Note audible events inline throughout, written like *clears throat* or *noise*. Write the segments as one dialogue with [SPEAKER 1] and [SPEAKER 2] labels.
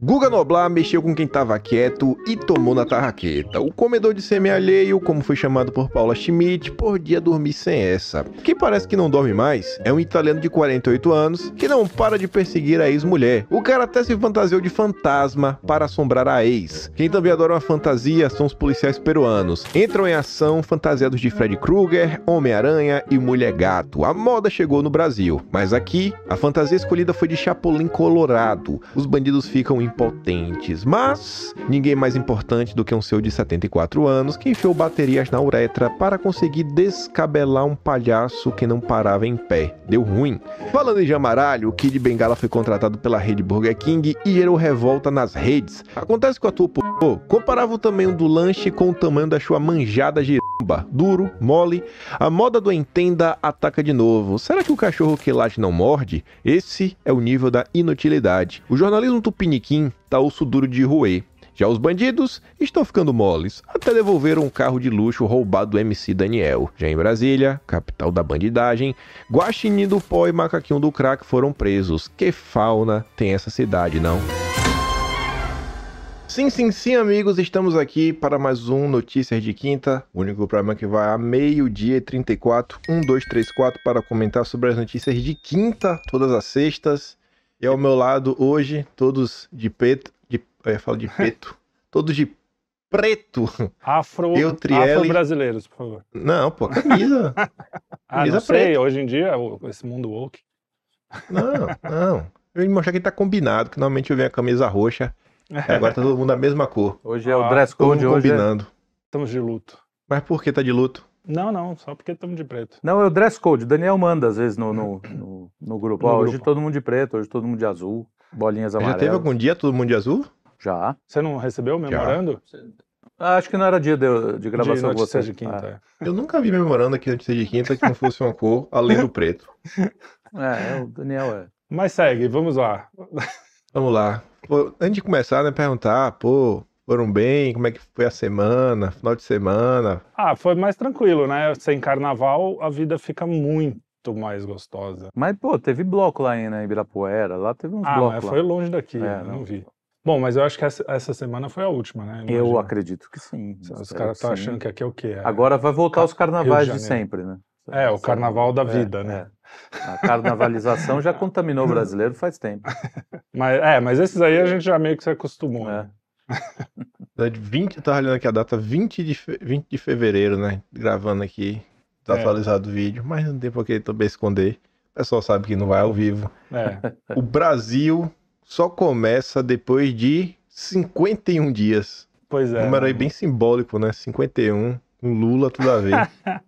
[SPEAKER 1] Guga Noblar mexeu com quem estava quieto e tomou na tarraqueta. O comedor de semi alheio, como foi chamado por Paula Schmidt, por dia dormir sem essa. Quem parece que não dorme mais é um italiano de 48 anos que não para de perseguir a ex-mulher. O cara até se fantasiou de fantasma para assombrar a ex. Quem também adora uma fantasia são os policiais peruanos. Entram em ação fantasiados de Fred Krueger, Homem-Aranha e Mulher Gato. A moda chegou no Brasil, mas aqui a fantasia escolhida foi de Chapolin Colorado. Os bandidos ficam em impotentes, mas ninguém mais importante do que um seu de 74 anos que enfiou baterias na uretra para conseguir descabelar um palhaço que não parava em pé. Deu ruim. Falando em Jamaralho, o Kid Bengala foi contratado pela rede Burger King e gerou revolta nas redes. Acontece com a tua p... comparava o tamanho do lanche com o tamanho da sua manjada girada. Duro, mole, a moda do entenda ataca de novo. Será que o cachorro que late não morde? Esse é o nível da inutilidade. O jornalismo tupiniquim tá osso duro de ruê. Já os bandidos estão ficando moles, até devolveram um carro de luxo roubado do MC Daniel. Já em Brasília, capital da bandidagem, Guaxinim do Pó e Macaquinho do Crack foram presos. Que fauna tem essa cidade, não? Sim, sim, sim, amigos, estamos aqui para mais um Notícias de Quinta, o único programa que vai a meio-dia e um, 34, 1, 2, 3, 4, para comentar sobre as notícias de quinta, todas as sextas. E ao meu lado hoje, todos de preto, de, eu falo de
[SPEAKER 2] *laughs*
[SPEAKER 1] preto, todos de preto.
[SPEAKER 3] Afro,
[SPEAKER 1] Eu, Trielli.
[SPEAKER 3] afro-brasileiros, por favor.
[SPEAKER 1] Não, pô, camisa.
[SPEAKER 3] Ah,
[SPEAKER 1] Camisa
[SPEAKER 3] não sei,
[SPEAKER 1] preta.
[SPEAKER 3] hoje em dia, o- esse mundo woke.
[SPEAKER 1] Não, não. Eu ia mostrar que tá combinado, que normalmente eu venho a camisa roxa, e
[SPEAKER 2] É,
[SPEAKER 3] *laughs*
[SPEAKER 1] agora tá todo mundo da mesma cor,
[SPEAKER 2] Hoje é
[SPEAKER 3] Ah,
[SPEAKER 2] o dress
[SPEAKER 1] todo
[SPEAKER 2] code
[SPEAKER 1] mundo
[SPEAKER 2] hoje. é-
[SPEAKER 1] combinando.
[SPEAKER 3] Estamos de luto.
[SPEAKER 1] Mas por que tá de luto?
[SPEAKER 3] Não, não, só porque estamos de preto.
[SPEAKER 2] Não, é o dress code. O Daniel manda às vezes no,
[SPEAKER 3] *clears throat*
[SPEAKER 2] no, no, no grupo.
[SPEAKER 3] No
[SPEAKER 2] Ó, Hoje
[SPEAKER 3] grupo.
[SPEAKER 2] todo mundo de preto, hoje todo mundo de azul, bolinhas
[SPEAKER 1] Já
[SPEAKER 2] amarelas.
[SPEAKER 1] teve algum dia todo mundo de azul?
[SPEAKER 2] Já.
[SPEAKER 3] Você não recebeu o memorando?
[SPEAKER 2] Ah, acho que não era dia de, de
[SPEAKER 3] de
[SPEAKER 2] gravação com você. Ah.
[SPEAKER 3] notícias de quinta. é.
[SPEAKER 1] Eu nunca vi memorando aqui antes de quinta que não fosse uma cor além do preto.
[SPEAKER 2] É, é, o Daniel é.
[SPEAKER 3] Mas segue, vamos lá. *laughs*
[SPEAKER 1] Vamos lá. Pô, antes de começar, né, perguntar, pô, foram bem? Como é que foi a semana? Final de semana?
[SPEAKER 3] Ah, foi mais tranquilo, né? Sem carnaval, a vida fica muito mais gostosa.
[SPEAKER 2] Mas, pô, teve bloco lá em, né, em Ibirapuera, lá teve uns
[SPEAKER 3] Ah,
[SPEAKER 2] blocos.
[SPEAKER 3] mas
[SPEAKER 2] lá.
[SPEAKER 3] foi longe daqui,
[SPEAKER 2] É,
[SPEAKER 3] eu não,
[SPEAKER 2] não.
[SPEAKER 3] vi. Bom, mas eu acho que essa, essa semana foi a última, né?
[SPEAKER 2] Eu
[SPEAKER 3] Imagino.
[SPEAKER 2] acredito que sim.
[SPEAKER 3] Os
[SPEAKER 2] espero
[SPEAKER 3] caras estão
[SPEAKER 2] sim.
[SPEAKER 3] achando que aqui é o quê? É-
[SPEAKER 2] Agora vai voltar os carnavais
[SPEAKER 3] Rio
[SPEAKER 2] de
[SPEAKER 3] de Janeiro.
[SPEAKER 2] sempre, né?
[SPEAKER 3] É, o
[SPEAKER 2] Essa-
[SPEAKER 3] carnaval da
[SPEAKER 2] é,
[SPEAKER 3] vida, né?
[SPEAKER 2] é. A carnavalização
[SPEAKER 3] *laughs*
[SPEAKER 2] já contaminou o brasileiro faz tempo. né?
[SPEAKER 3] Mas, é, mas esses aí a gente já meio que se acostumou.
[SPEAKER 2] É.
[SPEAKER 3] né?
[SPEAKER 1] Tá de 20, eu tava olhando aqui a data, 20 de, fe- 20 de fevereiro, né? Gravando aqui,
[SPEAKER 3] É.
[SPEAKER 1] desatualizado o vídeo, mas não tem por que também esconder. O pessoal sabe que não vai ao vivo.
[SPEAKER 3] É.
[SPEAKER 1] O Brasil só começa depois de 51 dias.
[SPEAKER 3] Pois é.
[SPEAKER 1] Número aí bem simbólico, né? 51, com Lula, tudo a ver.
[SPEAKER 3] *laughs*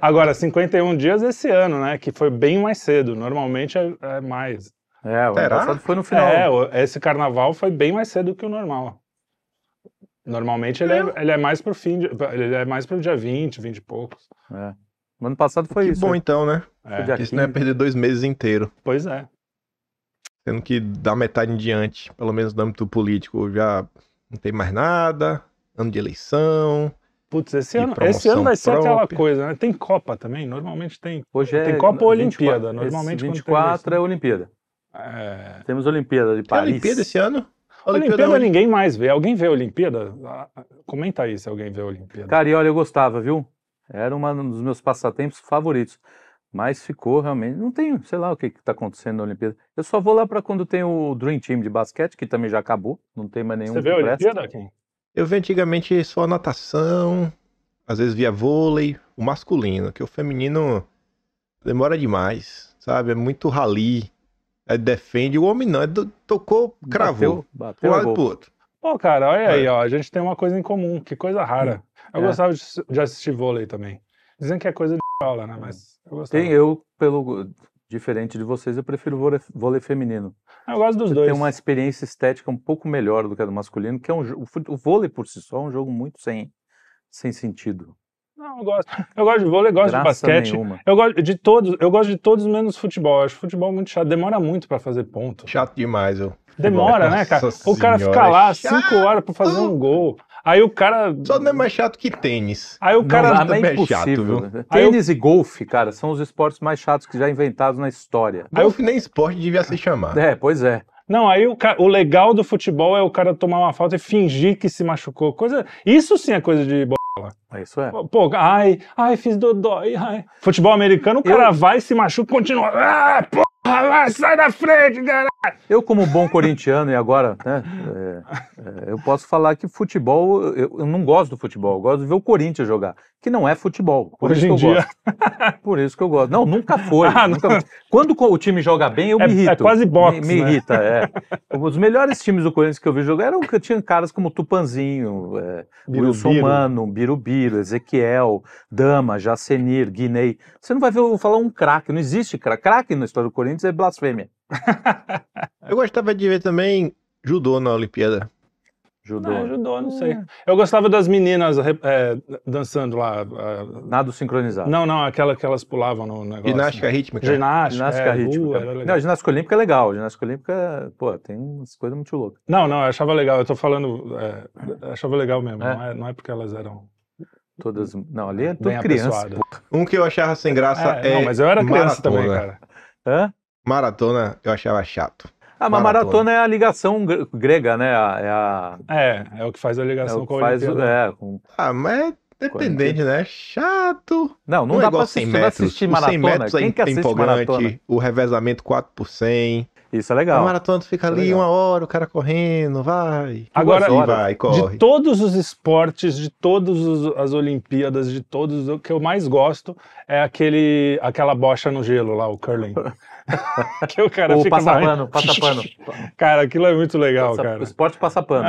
[SPEAKER 3] Agora, 51 dias esse ano, né? Que foi bem mais cedo. Normalmente é, é mais.
[SPEAKER 2] É, o ano
[SPEAKER 1] Será?
[SPEAKER 2] passado foi no final.
[SPEAKER 3] É, o- esse carnaval foi bem mais cedo que o normal. Normalmente ele é, ele é mais pro fim de, ele é mais pro dia 20, 20 e poucos.
[SPEAKER 2] É. O ano passado foi
[SPEAKER 1] que
[SPEAKER 2] isso.
[SPEAKER 1] bom então, né?
[SPEAKER 3] É,
[SPEAKER 2] Dia
[SPEAKER 1] Porque senão ia
[SPEAKER 2] 15.
[SPEAKER 1] perder dois meses inteiro.
[SPEAKER 3] Pois é.
[SPEAKER 1] Sendo que da metade em diante, pelo menos no âmbito político, já não tem mais nada, ano de eleição.
[SPEAKER 3] Putz, esse
[SPEAKER 1] E
[SPEAKER 3] ano, esse
[SPEAKER 1] promoção
[SPEAKER 3] ano vai ser aquela
[SPEAKER 1] própria.
[SPEAKER 3] coisa, né? Tem Copa também, normalmente tem.
[SPEAKER 2] Hoje é
[SPEAKER 3] Tem Copa ou Olimpíada?
[SPEAKER 2] 24,
[SPEAKER 3] Normalmente quando
[SPEAKER 2] esse
[SPEAKER 3] tem
[SPEAKER 2] 24
[SPEAKER 3] isso, né?
[SPEAKER 2] é Olimpíada.
[SPEAKER 3] é,
[SPEAKER 2] Temos Olimpíada de
[SPEAKER 1] Tem a
[SPEAKER 2] Paris.
[SPEAKER 1] Olimpíada esse ano? A
[SPEAKER 3] Olimpíada,
[SPEAKER 1] é onde?
[SPEAKER 3] ninguém mais vê. Alguém vê a Olimpíada? Ah, ah, Comenta aí se alguém vê a Olimpíada.
[SPEAKER 2] Cara, e olha, eu gostava, viu? Era uma- um dos meus passatempos favoritos. Mas ficou realmente. Não tenho, sei lá o que está acontecendo na Olimpíada. Eu só vou lá para quando tem o Dream Team de basquete, que também já acabou. Não tem um mais nenhum.
[SPEAKER 3] Você vê a
[SPEAKER 2] que presta.
[SPEAKER 3] Olimpíada, Kim?
[SPEAKER 1] Eu vi antigamente só natação, às vezes via vôlei, o masculino, que o feminino demora demais, sabe? É muito rali. É, defende o homem, não. É do- tocou, cravou. é
[SPEAKER 2] Bateu,
[SPEAKER 1] Pro
[SPEAKER 2] bateu a
[SPEAKER 1] lado e
[SPEAKER 2] gol.
[SPEAKER 1] pro outro.
[SPEAKER 3] Pô, cara, olha aí,
[SPEAKER 1] É.
[SPEAKER 3] ó. A gente tem uma coisa em comum, que coisa rara. Eu
[SPEAKER 2] É.
[SPEAKER 3] gostava de, de assistir vôlei também. Dizem que é coisa de *laughs* aula, né? Mas eu gostava.
[SPEAKER 2] Tem eu, pelo. Diferente de vocês, eu prefiro vôlei, vôlei feminino.
[SPEAKER 3] Eu gosto dos dois.
[SPEAKER 2] Tem uma experiência estética um pouco melhor do que a do masculino, que é um jo- o fut- o vôlei por si só é um jogo muito sem, sem sentido.
[SPEAKER 3] Não, eu gosto. Eu gosto de vôlei, gosto de
[SPEAKER 2] Graça
[SPEAKER 3] basquete.
[SPEAKER 2] nenhuma.
[SPEAKER 3] Eu gosto de todos, eu gosto de todos menos futebol. Eu acho futebol muito chato, demora muito pra fazer ponto.
[SPEAKER 1] Chato demais, eu.
[SPEAKER 3] Demora,
[SPEAKER 1] Nossa
[SPEAKER 3] né, cara? O
[SPEAKER 1] senhora,
[SPEAKER 3] cara fica lá
[SPEAKER 1] é
[SPEAKER 3] cinco horas pra fazer um gol. Aí o cara.
[SPEAKER 1] Só não é mais chato que tênis.
[SPEAKER 3] Aí o
[SPEAKER 2] Não,
[SPEAKER 3] cara.
[SPEAKER 2] lá
[SPEAKER 1] também
[SPEAKER 2] é
[SPEAKER 1] é chato,
[SPEAKER 2] impossível.
[SPEAKER 1] viu?
[SPEAKER 3] Aí eu-
[SPEAKER 2] Tênis e golfe, cara, são os esportes mais chatos que já inventados na história.
[SPEAKER 3] Ah.
[SPEAKER 1] Golfe nem esporte devia se chamar.
[SPEAKER 2] É, pois é.
[SPEAKER 3] Não, aí o, ca- o legal do futebol é o cara tomar uma falta e fingir que se machucou. Coisa, isso sim é coisa de
[SPEAKER 2] Isso é.
[SPEAKER 3] Pô, ai, ai, fiz dodói, ai. Futebol americano, o cara vai, se machuca e continua. Ah, porra, vai, sai da frente, cara.
[SPEAKER 2] Eu, como um bom corintiano e agora, né, é, é, eu posso falar que futebol, eu, eu não gosto do futebol, eu gosto de ver o Corinthians jogar, que não é futebol. Por
[SPEAKER 3] Hoje
[SPEAKER 2] isso
[SPEAKER 3] em
[SPEAKER 2] que eu
[SPEAKER 3] dia.
[SPEAKER 2] gosto. Por isso que eu gosto. Não, nunca foi.
[SPEAKER 3] *laughs* Ah,
[SPEAKER 2] nunca- Quando co- o time joga bem, eu
[SPEAKER 3] É-
[SPEAKER 2] me
[SPEAKER 3] é
[SPEAKER 2] irrito.
[SPEAKER 3] quase boxe,
[SPEAKER 2] Me, me
[SPEAKER 3] né?
[SPEAKER 2] irrita,
[SPEAKER 3] *laughs*
[SPEAKER 2] é. Os melhores times do Corinthians que eu vi jogar eram que tinham caras como Tupanzinho, é, Wilson
[SPEAKER 3] Birubiru.
[SPEAKER 2] Mano, Birubiru, Ezequiel, Dama, Jacenir, Guinei. Você não vai ver eu falar um craque, não existe craque. Craque na história do Corinthians é blasfêmia.
[SPEAKER 1] Eu gostava de ver também judô na Olimpíada.
[SPEAKER 2] Judô.
[SPEAKER 3] Não, ajudou, não
[SPEAKER 2] É.
[SPEAKER 3] sei. Eu gostava das meninas re- é, dançando lá. ah,
[SPEAKER 2] Nada sincronizado.
[SPEAKER 3] Não, não, aquela que elas pulavam no negócio.
[SPEAKER 1] Ginástica
[SPEAKER 3] né?
[SPEAKER 1] rítmica.
[SPEAKER 3] Ginástica,
[SPEAKER 2] Ginástica
[SPEAKER 3] é,
[SPEAKER 2] rítmica.
[SPEAKER 3] rua, era legal.
[SPEAKER 2] não, ginástica olímpica é legal. Ginástica olímpica, pô, tem umas coisas muito loucas.
[SPEAKER 3] Não, não, eu achava legal. Eu tô falando. é, achava legal mesmo.
[SPEAKER 2] É?
[SPEAKER 3] Não, é, não é porque elas eram
[SPEAKER 2] Todas. Não, ali é tudo
[SPEAKER 3] bem
[SPEAKER 2] criança.
[SPEAKER 3] apessoadas.
[SPEAKER 1] Um que eu achava sem graça é,
[SPEAKER 3] É, não, mas eu era criança
[SPEAKER 1] maratona.
[SPEAKER 3] também, cara.
[SPEAKER 2] Hã?
[SPEAKER 1] Maratona eu achava chato.
[SPEAKER 2] Ah, mas
[SPEAKER 1] Maratona.
[SPEAKER 2] maratona é a ligação gre- grega, né? A- É a.
[SPEAKER 3] É, é o que faz a
[SPEAKER 2] É
[SPEAKER 3] ligação
[SPEAKER 2] o
[SPEAKER 3] com
[SPEAKER 2] que
[SPEAKER 3] a
[SPEAKER 2] faz.
[SPEAKER 3] Olimpíada.
[SPEAKER 2] É, com-
[SPEAKER 1] Ah, mas é dependente, né? Chato.
[SPEAKER 2] Não, não
[SPEAKER 1] é
[SPEAKER 2] dá
[SPEAKER 1] igual
[SPEAKER 2] pra
[SPEAKER 1] 100
[SPEAKER 2] assistir, vai
[SPEAKER 1] metros.
[SPEAKER 2] assistir
[SPEAKER 1] O 100
[SPEAKER 2] maratona.
[SPEAKER 1] metros é
[SPEAKER 2] Quem que assiste
[SPEAKER 1] empolgante,
[SPEAKER 2] maratona?
[SPEAKER 1] o revezamento 4 por 100.
[SPEAKER 2] Isso é
[SPEAKER 1] A
[SPEAKER 2] legal.
[SPEAKER 1] maratona tu fica ali
[SPEAKER 2] Legal.
[SPEAKER 1] uma hora, o cara correndo, vai.
[SPEAKER 3] Agora-
[SPEAKER 1] E vai, corre.
[SPEAKER 3] De todos os esportes, de todas os- as Olimpíadas, de todos, o que eu mais gosto é aquele, aquela bocha no gelo lá, o curling. *laughs* que o cara
[SPEAKER 2] Ou
[SPEAKER 3] fica
[SPEAKER 2] passapano,
[SPEAKER 3] varrendo.
[SPEAKER 2] passapano.
[SPEAKER 3] Cara, aquilo é muito legal,
[SPEAKER 2] Passa-
[SPEAKER 3] cara.
[SPEAKER 2] Esporte passapano.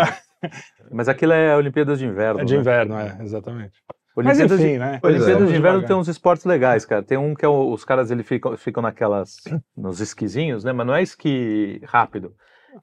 [SPEAKER 2] Mas aquilo é Olimpíadas de Inverno.
[SPEAKER 3] É de
[SPEAKER 2] né?
[SPEAKER 3] inverno, é, exatamente. Mas
[SPEAKER 2] Olimpíadas de
[SPEAKER 3] enfim, né?
[SPEAKER 1] Pois é.
[SPEAKER 2] Olimpíadas
[SPEAKER 3] Vamos
[SPEAKER 2] de Inverno
[SPEAKER 3] devagar.
[SPEAKER 2] tem uns esportes legais, cara. Tem um que é o- os caras eles ficam, ficam naquelas. nos esquizinhos, né? Mas não é esqui rápido.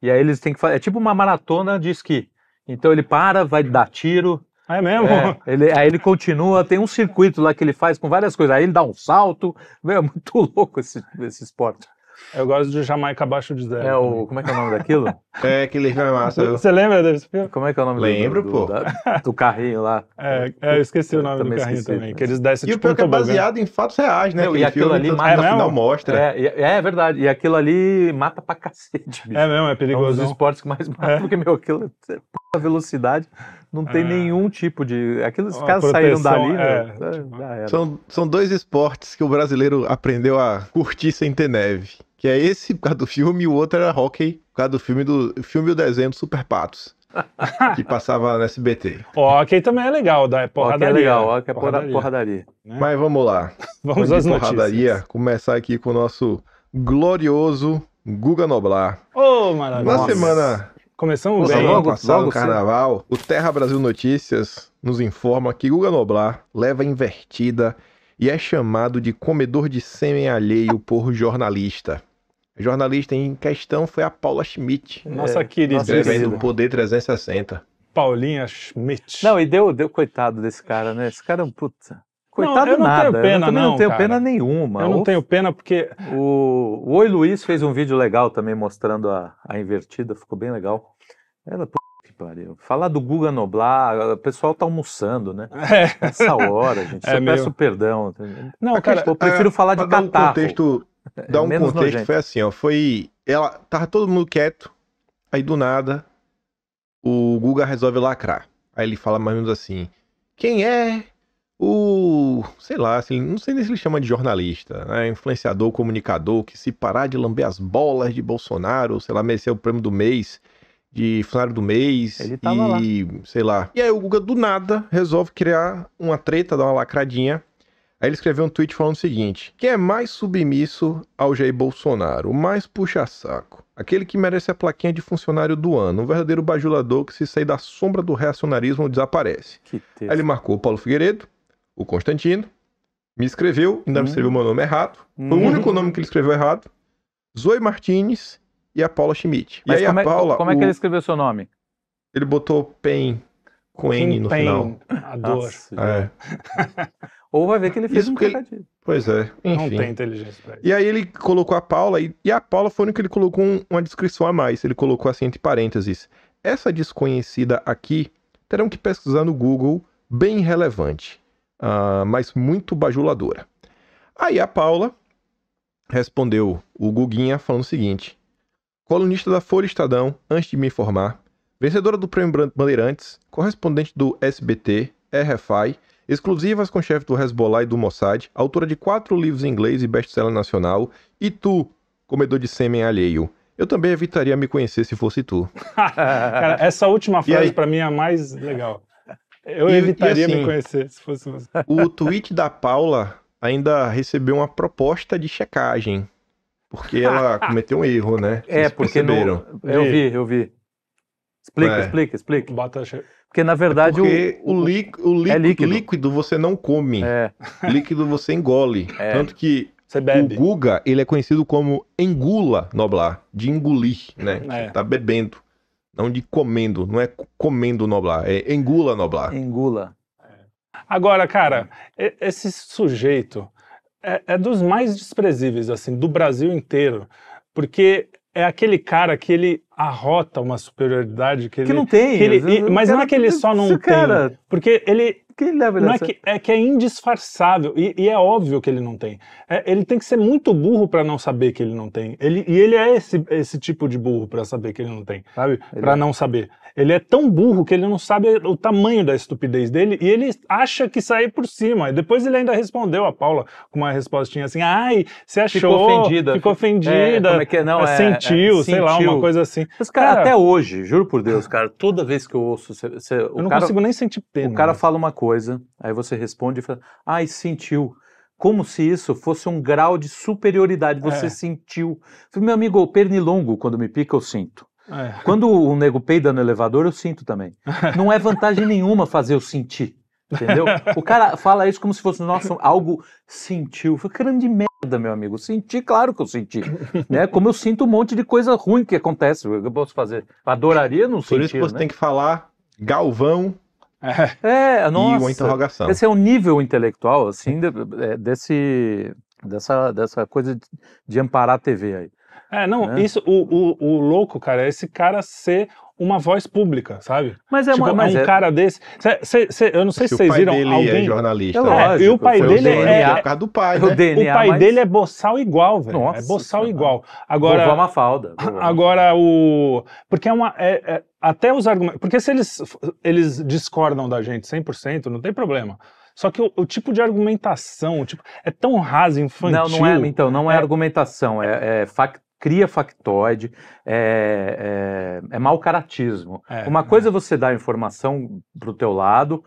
[SPEAKER 2] E aí eles têm que fazer. É tipo uma maratona de esqui. Então ele para, vai dar tiro.
[SPEAKER 3] Ah, É mesmo?
[SPEAKER 2] é, ele- aí ele continua, tem um circuito lá que ele faz com várias coisas. Aí ele dá um salto. Meu, *laughs* é muito louco esse, esse esporte.
[SPEAKER 3] Eu gosto de Jamaica abaixo de zero.
[SPEAKER 2] É o. Como é que é o nome daquilo?
[SPEAKER 1] É, que livro é massa. viu?
[SPEAKER 3] Você lembra desse filme?
[SPEAKER 2] Como é que é o nome do-
[SPEAKER 1] Lembro,
[SPEAKER 2] do,
[SPEAKER 1] pô.
[SPEAKER 2] da- do carrinho lá?
[SPEAKER 3] É, é, eu esqueci o
[SPEAKER 2] Eu
[SPEAKER 3] nome do
[SPEAKER 2] também
[SPEAKER 3] carrinho
[SPEAKER 2] esqueci,
[SPEAKER 3] também.
[SPEAKER 2] mas-
[SPEAKER 3] Que eles descem
[SPEAKER 1] E o
[SPEAKER 3] tipo
[SPEAKER 1] pior
[SPEAKER 3] um
[SPEAKER 1] que é
[SPEAKER 3] tobogã.
[SPEAKER 1] baseado em fatos reais, né?
[SPEAKER 2] Não,
[SPEAKER 1] Aquele
[SPEAKER 2] e aquilo
[SPEAKER 1] filme,
[SPEAKER 2] ali
[SPEAKER 1] tanto que
[SPEAKER 3] mata-
[SPEAKER 1] no
[SPEAKER 3] É
[SPEAKER 1] final
[SPEAKER 3] mesmo?
[SPEAKER 1] mostra.
[SPEAKER 2] É, e- é verdade. E aquilo ali mata pra cacete, bicho.
[SPEAKER 3] É mesmo, é
[SPEAKER 2] É um dos
[SPEAKER 3] perigoso.
[SPEAKER 2] esportes que mais mata,
[SPEAKER 3] É.
[SPEAKER 2] porque, meu, aquilo é puta velocidade, não tem
[SPEAKER 3] É.
[SPEAKER 2] nenhum tipo de. Aqueles
[SPEAKER 3] Uma
[SPEAKER 2] caras saíram
[SPEAKER 3] proteção,
[SPEAKER 2] dali,
[SPEAKER 3] é,
[SPEAKER 2] né? é,
[SPEAKER 3] tipo,
[SPEAKER 2] já era.
[SPEAKER 1] São, são dois esportes que o brasileiro aprendeu a curtir sem ter neve. Que é esse por causa do filme e o outro era hockey por causa do filme do filme e o desenho do Super Patos.
[SPEAKER 3] *laughs*
[SPEAKER 1] que passava no SBT.
[SPEAKER 3] Ó, ok, também é legal, dá é
[SPEAKER 2] Ó, que
[SPEAKER 3] porradaria.
[SPEAKER 2] é legal, ó, que é porradaria.
[SPEAKER 3] porradaria.
[SPEAKER 2] porradaria.
[SPEAKER 1] Mas vamos lá.
[SPEAKER 3] Né?
[SPEAKER 1] Vamos
[SPEAKER 3] Vamos
[SPEAKER 1] de
[SPEAKER 3] às
[SPEAKER 1] porradaria,
[SPEAKER 3] notícias.
[SPEAKER 1] começar aqui com o nosso glorioso Guga Noblar.
[SPEAKER 3] Ô, maravilha.
[SPEAKER 1] Na
[SPEAKER 2] Nossa.
[SPEAKER 1] semana,
[SPEAKER 3] Começamos
[SPEAKER 2] Nossa,
[SPEAKER 1] na
[SPEAKER 3] bem.
[SPEAKER 1] semana
[SPEAKER 2] logo-
[SPEAKER 1] passada,
[SPEAKER 2] logo
[SPEAKER 1] no carnaval, o Terra Brasil Notícias nos informa que Guga Noblar leva invertida e é chamado de comedor de sêmen alheio por jornalista. A jornalista em questão foi a Paula Schmidt,
[SPEAKER 3] Nossa
[SPEAKER 2] É,
[SPEAKER 1] escrevendo
[SPEAKER 3] queridíssima
[SPEAKER 1] o Poder 360.
[SPEAKER 3] Paulinha Schmidt.
[SPEAKER 2] Não, e deu, deu coitado desse cara, né? Esse cara é um puta. Coitado
[SPEAKER 3] eu não
[SPEAKER 2] nada.
[SPEAKER 3] tenho pena,
[SPEAKER 2] eu também não
[SPEAKER 3] não,
[SPEAKER 2] tenho
[SPEAKER 3] cara.
[SPEAKER 2] pena nenhuma.
[SPEAKER 3] eu não
[SPEAKER 2] O-
[SPEAKER 3] tenho pena porque
[SPEAKER 2] O, o Oi Luiz fez um vídeo legal também mostrando a, a invertida, ficou bem legal. Ela, p... que pariu. Falar do Guga Noblar, o pessoal tá almoçando, né? *laughs*
[SPEAKER 3] É.
[SPEAKER 2] Essa hora, gente.
[SPEAKER 3] É
[SPEAKER 2] eu
[SPEAKER 3] meio-
[SPEAKER 2] peço perdão.
[SPEAKER 3] não, cara,
[SPEAKER 2] eu prefiro falar
[SPEAKER 1] Pra
[SPEAKER 2] de
[SPEAKER 1] dar um
[SPEAKER 2] catarro.
[SPEAKER 1] contexto,
[SPEAKER 2] É
[SPEAKER 1] dar um
[SPEAKER 2] menos
[SPEAKER 1] contexto
[SPEAKER 2] nojento.
[SPEAKER 1] foi assim, ó, foi ela tava todo mundo quieto, aí do nada o Guga resolve lacrar. Aí ele fala mais ou menos assim: "Quem é o, sei lá, se ele- não sei nem se ele chama de jornalista, né, influenciador, comunicador que se parar de lamber as bolas de Bolsonaro, sei lá, merecer o prêmio do mês, de funcionário do mês
[SPEAKER 2] Ele tava
[SPEAKER 1] e sei lá. E aí o Guga do nada resolve criar uma treta, dar uma lacradinha. Aí ele escreveu um tweet falando o seguinte: quem é mais submisso ao Jair Bolsonaro, o mais puxa-saco, aquele que merece a plaquinha de funcionário do ano, um verdadeiro bajulador que se sair da sombra do reacionarismo desaparece.
[SPEAKER 2] Que texto.
[SPEAKER 1] Aí ele marcou o Paulo Figueiredo, o Constantino, me escreveu, ainda
[SPEAKER 2] Hum.
[SPEAKER 1] me escreveu meu nome errado. Foi o
[SPEAKER 2] Hum.
[SPEAKER 1] único nome que ele escreveu errado. Zoe Martinez e a Paula Schmidt.
[SPEAKER 2] Mas
[SPEAKER 1] e aí
[SPEAKER 2] como,
[SPEAKER 1] a Paula,
[SPEAKER 2] é, como é que
[SPEAKER 1] o-
[SPEAKER 2] ele escreveu seu nome?
[SPEAKER 1] ele botou PEN com N no
[SPEAKER 3] quem
[SPEAKER 1] final.
[SPEAKER 3] tem a dor
[SPEAKER 2] Nossa, gente.
[SPEAKER 1] É,
[SPEAKER 2] Ou vai ver que ele fez
[SPEAKER 1] Isso
[SPEAKER 2] um
[SPEAKER 1] porque ele-
[SPEAKER 2] trocadilho.
[SPEAKER 1] pois é,
[SPEAKER 3] não
[SPEAKER 1] enfim.
[SPEAKER 3] tem inteligência
[SPEAKER 1] *laughs*
[SPEAKER 3] pra isso.
[SPEAKER 1] E aí ele colocou a Paula, e, e a Paula foi a única que ele colocou um- uma descrição a mais. Ele colocou assim, entre parênteses, essa desconhecida aqui, terão que pesquisar no Google, bem relevante, ah, mas muito bajuladora. Aí a Paula respondeu o Guguinha falando o seguinte, colunista da Folha Estadão, antes de me informar, vencedora do Prêmio Bandeirantes, correspondente do SBT, RFI, exclusivas com chefe do Hezbollah e do Mossad, autora de quatro livros em inglês e best-seller nacional, e tu, comedor de sêmen alheio. Eu também evitaria me conhecer se fosse tu.
[SPEAKER 3] Cara, essa última
[SPEAKER 1] E
[SPEAKER 3] frase
[SPEAKER 1] aí?
[SPEAKER 3] pra mim é a mais legal. Eu
[SPEAKER 1] E- e
[SPEAKER 3] evitaria me
[SPEAKER 1] assim-
[SPEAKER 3] conhecer se fosse
[SPEAKER 1] *laughs*
[SPEAKER 3] você.
[SPEAKER 2] *laughs*
[SPEAKER 1] O tweet da Paula ainda recebeu uma proposta de checagem, porque
[SPEAKER 2] *laughs*
[SPEAKER 1] ela cometeu um erro, né?
[SPEAKER 2] É,
[SPEAKER 1] Vocês
[SPEAKER 2] porque não.
[SPEAKER 1] perceberam.
[SPEAKER 2] Eu vi, eu vi. Explica,
[SPEAKER 1] É.
[SPEAKER 2] explica, explica.
[SPEAKER 3] Bota a che-
[SPEAKER 2] Porque na verdade
[SPEAKER 1] Porque o, lí- o líquido,
[SPEAKER 2] é líquido.
[SPEAKER 1] líquido. você não come,
[SPEAKER 2] É,
[SPEAKER 1] líquido você engole.
[SPEAKER 2] É.
[SPEAKER 1] Tanto que
[SPEAKER 3] Você bebe.
[SPEAKER 1] o Guga, ele é conhecido como engula noblar, de engolir, né?
[SPEAKER 3] É.
[SPEAKER 1] Tá bebendo, não de comendo, não é co- comendo noblar, é engula noblar.
[SPEAKER 2] engula.
[SPEAKER 3] Agora, cara,
[SPEAKER 2] Hum.
[SPEAKER 3] e- esse sujeito é, é dos mais desprezíveis, assim, do Brasil inteiro. Porque é aquele cara que ele arrota uma superioridade que ele.
[SPEAKER 2] Que não tem.
[SPEAKER 3] que ele-
[SPEAKER 2] às vezes,
[SPEAKER 3] e-
[SPEAKER 2] o
[SPEAKER 3] mas não
[SPEAKER 2] cara-
[SPEAKER 3] é que ele só não
[SPEAKER 2] esse Cara,
[SPEAKER 3] Porque ele.
[SPEAKER 2] quem leva ele
[SPEAKER 3] Não
[SPEAKER 2] a
[SPEAKER 3] é,
[SPEAKER 2] sério?
[SPEAKER 3] que, é que é indisfarçável. E, e é óbvio que ele não tem. É, ele tem que ser muito burro pra não saber que ele não tem. Ele, e ele é esse, esse tipo de burro pra saber que ele não tem, sabe?
[SPEAKER 2] Ele
[SPEAKER 3] Pra
[SPEAKER 2] é.
[SPEAKER 3] não saber. Ele é tão burro que ele não sabe o tamanho da estupidez dele e ele acha que saiu por cima. E depois ele ainda respondeu a Paula com uma respostinha assim: ai, você achou.
[SPEAKER 2] Ficou ofendida.
[SPEAKER 3] Ficou ofendida.
[SPEAKER 2] É, como é que é? Não, é,
[SPEAKER 3] sentiu,
[SPEAKER 2] é,
[SPEAKER 3] sei lá, uma
[SPEAKER 2] sentiu.
[SPEAKER 3] coisa assim.
[SPEAKER 2] Mas, cara,
[SPEAKER 3] Cara,
[SPEAKER 2] até hoje, juro por Deus, cara, toda vez que eu ouço. Você, você-
[SPEAKER 3] Eu
[SPEAKER 2] o
[SPEAKER 3] não
[SPEAKER 2] cara,
[SPEAKER 3] consigo nem sentir pena.
[SPEAKER 2] O cara fala uma coisa, aí você responde e fala, ai, sentiu. Como se isso fosse um grau de superioridade. Você
[SPEAKER 3] É.
[SPEAKER 2] sentiu. Falei, Meu amigo, o pernilongo, quando me pica, eu sinto.
[SPEAKER 3] É.
[SPEAKER 2] Quando o nego peida no elevador, eu sinto também. Não é vantagem nenhuma fazer eu sentir. Entendeu? O cara fala isso como se fosse, nossa, algo sentiu. Foi grande merda, meu amigo. Senti, claro que eu
[SPEAKER 1] *laughs*
[SPEAKER 2] senti. Né? Como eu sinto um monte de coisa ruim que acontece. O que eu posso fazer? Adoraria não
[SPEAKER 1] Por
[SPEAKER 2] sentir,
[SPEAKER 1] isso que você
[SPEAKER 2] né?
[SPEAKER 1] tem que falar Galvão
[SPEAKER 3] É.
[SPEAKER 2] É,
[SPEAKER 1] e uma
[SPEAKER 2] nossa.
[SPEAKER 1] interrogação.
[SPEAKER 2] Esse é o nível intelectual, assim, de- é, desse, dessa, dessa coisa de, de amparar a TV aí.
[SPEAKER 3] É, não,
[SPEAKER 2] né?
[SPEAKER 3] isso, o, o, o louco, cara, é esse cara ser uma voz pública, sabe?
[SPEAKER 2] Mas é,
[SPEAKER 3] tipo,
[SPEAKER 2] uma, mas
[SPEAKER 3] é um
[SPEAKER 2] é,
[SPEAKER 3] cara desse. Cê- cê- cê- eu não sei
[SPEAKER 1] Se
[SPEAKER 3] se,
[SPEAKER 1] o
[SPEAKER 3] vocês
[SPEAKER 1] pai
[SPEAKER 3] viram
[SPEAKER 1] dele é
[SPEAKER 3] alguém.
[SPEAKER 1] jornalista,
[SPEAKER 2] É
[SPEAKER 1] né?
[SPEAKER 2] lógico,
[SPEAKER 3] é, e o pai
[SPEAKER 1] Foi o
[SPEAKER 3] dele
[SPEAKER 1] DNA
[SPEAKER 3] é.
[SPEAKER 1] por causa do pai,
[SPEAKER 2] é o
[SPEAKER 1] né?
[SPEAKER 2] DNA,
[SPEAKER 3] o pai
[SPEAKER 2] mas
[SPEAKER 3] dele é boçal igual, velho.
[SPEAKER 2] Nossa
[SPEAKER 3] é boçal
[SPEAKER 2] Senhora.
[SPEAKER 3] igual.
[SPEAKER 2] vovó
[SPEAKER 3] Agora,
[SPEAKER 2] Mafalda. vovó
[SPEAKER 3] agora o. Porque é uma. é- é- até os argumentos. Porque se eles, eles discordam da gente 100%, não tem problema. Só que o, o tipo de argumentação, o tipo, é tão raso, infantil.
[SPEAKER 2] Não, não é, então, não é,
[SPEAKER 3] É.
[SPEAKER 2] argumentação, é, é fac- cria factoide, é, é, é mau caratismo.
[SPEAKER 3] É,
[SPEAKER 2] Uma coisa é você dar informação pro teu lado,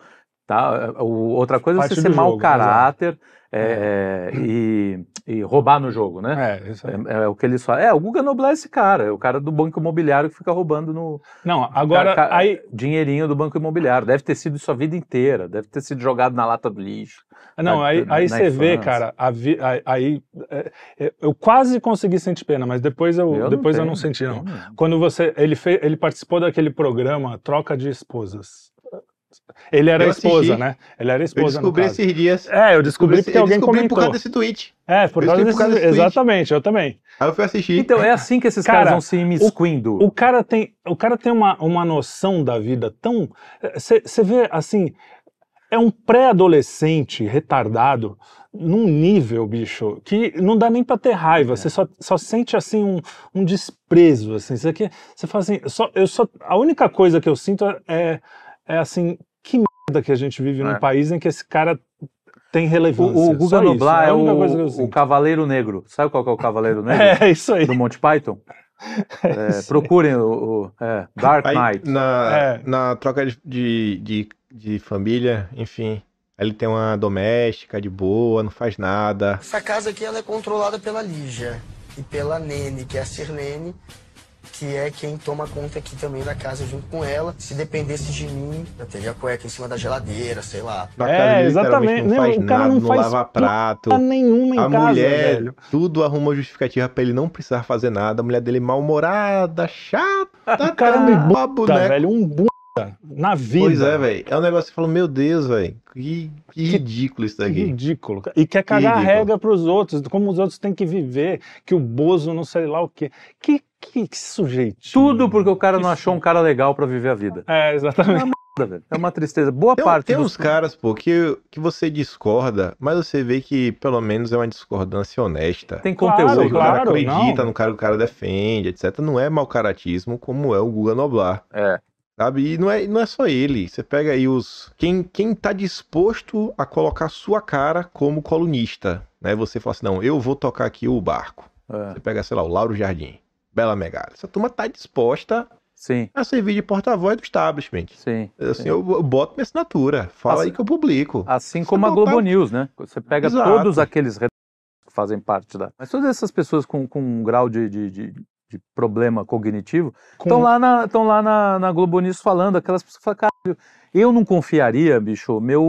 [SPEAKER 2] tá? O- outra coisa é
[SPEAKER 3] Parte
[SPEAKER 2] você ser
[SPEAKER 3] do
[SPEAKER 2] mau
[SPEAKER 3] jogo,
[SPEAKER 2] caráter é, e, e roubar no jogo, né?
[SPEAKER 3] É, isso aí.
[SPEAKER 2] É, é o que eles falam. É, o Guga Noblar é esse cara, é o cara do banco imobiliário que fica roubando no
[SPEAKER 3] Não, agora.
[SPEAKER 2] ca- ca-
[SPEAKER 3] aí,
[SPEAKER 2] dinheirinho do banco imobiliário. Deve ter sido isso a vida inteira, deve ter sido jogado na lata do lixo.
[SPEAKER 3] Ah, Não,
[SPEAKER 2] na-
[SPEAKER 3] aí,
[SPEAKER 2] na-
[SPEAKER 3] aí
[SPEAKER 2] na
[SPEAKER 3] você vê,
[SPEAKER 2] infância.
[SPEAKER 3] cara, a vi- aí, aí, é, é, eu quase consegui sentir pena, mas depois eu, depois eu
[SPEAKER 2] tenho,
[SPEAKER 3] não senti, não.
[SPEAKER 2] tenho.
[SPEAKER 3] Quando você. Ele, fe- ele participou daquele programa Troca de Esposas. Ele era
[SPEAKER 1] Eu
[SPEAKER 3] esposa,
[SPEAKER 1] assisti.
[SPEAKER 3] né? Ele era
[SPEAKER 1] Eu
[SPEAKER 3] esposa, no
[SPEAKER 1] descobri
[SPEAKER 3] caso.
[SPEAKER 1] esses dias.
[SPEAKER 3] É, eu descobri
[SPEAKER 1] Eu
[SPEAKER 3] porque alguém
[SPEAKER 1] descobri por
[SPEAKER 3] comentou.
[SPEAKER 1] causa desse tweet.
[SPEAKER 3] É, por
[SPEAKER 1] eu descobri
[SPEAKER 3] causa
[SPEAKER 1] por
[SPEAKER 3] desse...
[SPEAKER 1] causa desse tweet.
[SPEAKER 3] Exatamente, eu também.
[SPEAKER 1] Aí eu fui assistir.
[SPEAKER 2] Então, é assim que esses
[SPEAKER 3] Cara,
[SPEAKER 2] caras vão se imiscuindo.
[SPEAKER 3] O cara tem, o cara tem uma, uma noção da vida tão. Você vê assim. É um pré-adolescente retardado num nível, bicho, que não dá nem pra ter
[SPEAKER 2] É.
[SPEAKER 3] raiva. Você só, só sente assim um, um desprezo, assim. Você que você fala assim, só, eu só a única coisa que eu sinto é- é, é assim, que merda que a gente vive num
[SPEAKER 2] É.
[SPEAKER 3] país em que esse cara tem
[SPEAKER 2] O,
[SPEAKER 3] relevância.
[SPEAKER 2] o
[SPEAKER 3] Só
[SPEAKER 2] Guga
[SPEAKER 3] isso.
[SPEAKER 2] Noblar
[SPEAKER 3] é
[SPEAKER 2] é
[SPEAKER 3] a única coisa que
[SPEAKER 2] o,
[SPEAKER 3] eu
[SPEAKER 2] o
[SPEAKER 3] sinto.
[SPEAKER 2] Cavaleiro Negro. Sabe qual que é o *laughs* Cavaleiro Negro?
[SPEAKER 3] *laughs* É isso aí.
[SPEAKER 2] Do Monty Python? É,
[SPEAKER 3] isso aí.
[SPEAKER 2] procurem o, o- é, Dark
[SPEAKER 1] Aí,
[SPEAKER 2] Knight.
[SPEAKER 1] na,
[SPEAKER 3] É.
[SPEAKER 1] na troca de, de, de- de família, enfim. aí Ele tem uma doméstica de boa, não faz nada.
[SPEAKER 4] Essa casa aqui ela é controlada pela Lígia e pela Nene, que é a Sirlene, que é quem toma conta aqui também da casa junto com ela. Se dependesse de mim, eu teria cueca em cima da geladeira, sei lá.
[SPEAKER 1] Na
[SPEAKER 3] É,
[SPEAKER 1] casa ele
[SPEAKER 3] exatamente.
[SPEAKER 1] literalmente Não faz
[SPEAKER 3] Não, o cara
[SPEAKER 1] nada,
[SPEAKER 3] não
[SPEAKER 1] não,
[SPEAKER 3] faz
[SPEAKER 1] lava prato.
[SPEAKER 3] Não nenhuma em
[SPEAKER 1] A
[SPEAKER 3] casa,
[SPEAKER 1] mulher,
[SPEAKER 3] velho.
[SPEAKER 1] tudo arruma justificativa pra ele não precisar fazer nada. A mulher dele mal-humorada, chata,
[SPEAKER 3] O cara me
[SPEAKER 1] tá,
[SPEAKER 3] Puta,
[SPEAKER 1] boneco.
[SPEAKER 3] velho, um bunda na vida.
[SPEAKER 1] Pois é, velho. É um negócio que você fala, meu Deus, velho. Que, que
[SPEAKER 3] Que-
[SPEAKER 1] ridículo isso
[SPEAKER 3] Que
[SPEAKER 1] daqui.
[SPEAKER 3] Ridículo. cara. E quer cagar
[SPEAKER 1] Ridículo.
[SPEAKER 3] regra pros outros, como os outros têm que viver, que o Bozo não sei lá o quê. Que, que, que sujeitinho.
[SPEAKER 2] Tudo porque o cara
[SPEAKER 3] Que
[SPEAKER 2] não achou um cara legal pra viver a vida.
[SPEAKER 3] É, exatamente.
[SPEAKER 2] velho. É uma tristeza. Boa
[SPEAKER 3] um-
[SPEAKER 1] Tem, um,
[SPEAKER 2] parte
[SPEAKER 1] tem
[SPEAKER 2] dos-
[SPEAKER 1] uns caras, pô, que, que você discorda, mas você vê que pelo menos é uma discordância honesta.
[SPEAKER 2] Tem
[SPEAKER 1] Ou
[SPEAKER 2] conteúdo. né?
[SPEAKER 1] seja, o cara
[SPEAKER 3] claro,
[SPEAKER 1] acredita
[SPEAKER 3] não.
[SPEAKER 1] no cara que o cara defende, etc. Não é mau caratismo como é o Guga Noblar.
[SPEAKER 2] É.
[SPEAKER 1] Sabe? E não é, não é só ele. Você pega aí os. Quem, quem tá disposto a colocar sua cara como colunista. Né? Você fala assim: não, eu vou tocar aqui o barco.
[SPEAKER 2] É.
[SPEAKER 1] Você pega, sei lá, o Lauro Jardim, Bela Megara. Essa turma tá disposta
[SPEAKER 2] Sim,
[SPEAKER 1] a servir de porta-voz do establishment.
[SPEAKER 2] sim.
[SPEAKER 3] É
[SPEAKER 1] Assim, eu eu boto minha assinatura. Fala
[SPEAKER 2] Assim-
[SPEAKER 1] aí que eu publico.
[SPEAKER 2] Assim
[SPEAKER 1] Você
[SPEAKER 2] como a
[SPEAKER 1] botar-
[SPEAKER 3] tá-
[SPEAKER 2] Globo News, né? Você pega
[SPEAKER 1] Exato.
[SPEAKER 2] todos aqueles re- que fazem parte da. Mas todas essas pessoas com, com um grau de, de, de- de problema cognitivo
[SPEAKER 3] Com-
[SPEAKER 2] estão lá, na, tão lá na, na Globo News falando, aquelas pessoas que falam, caralho, eu não confiaria, bicho, meu,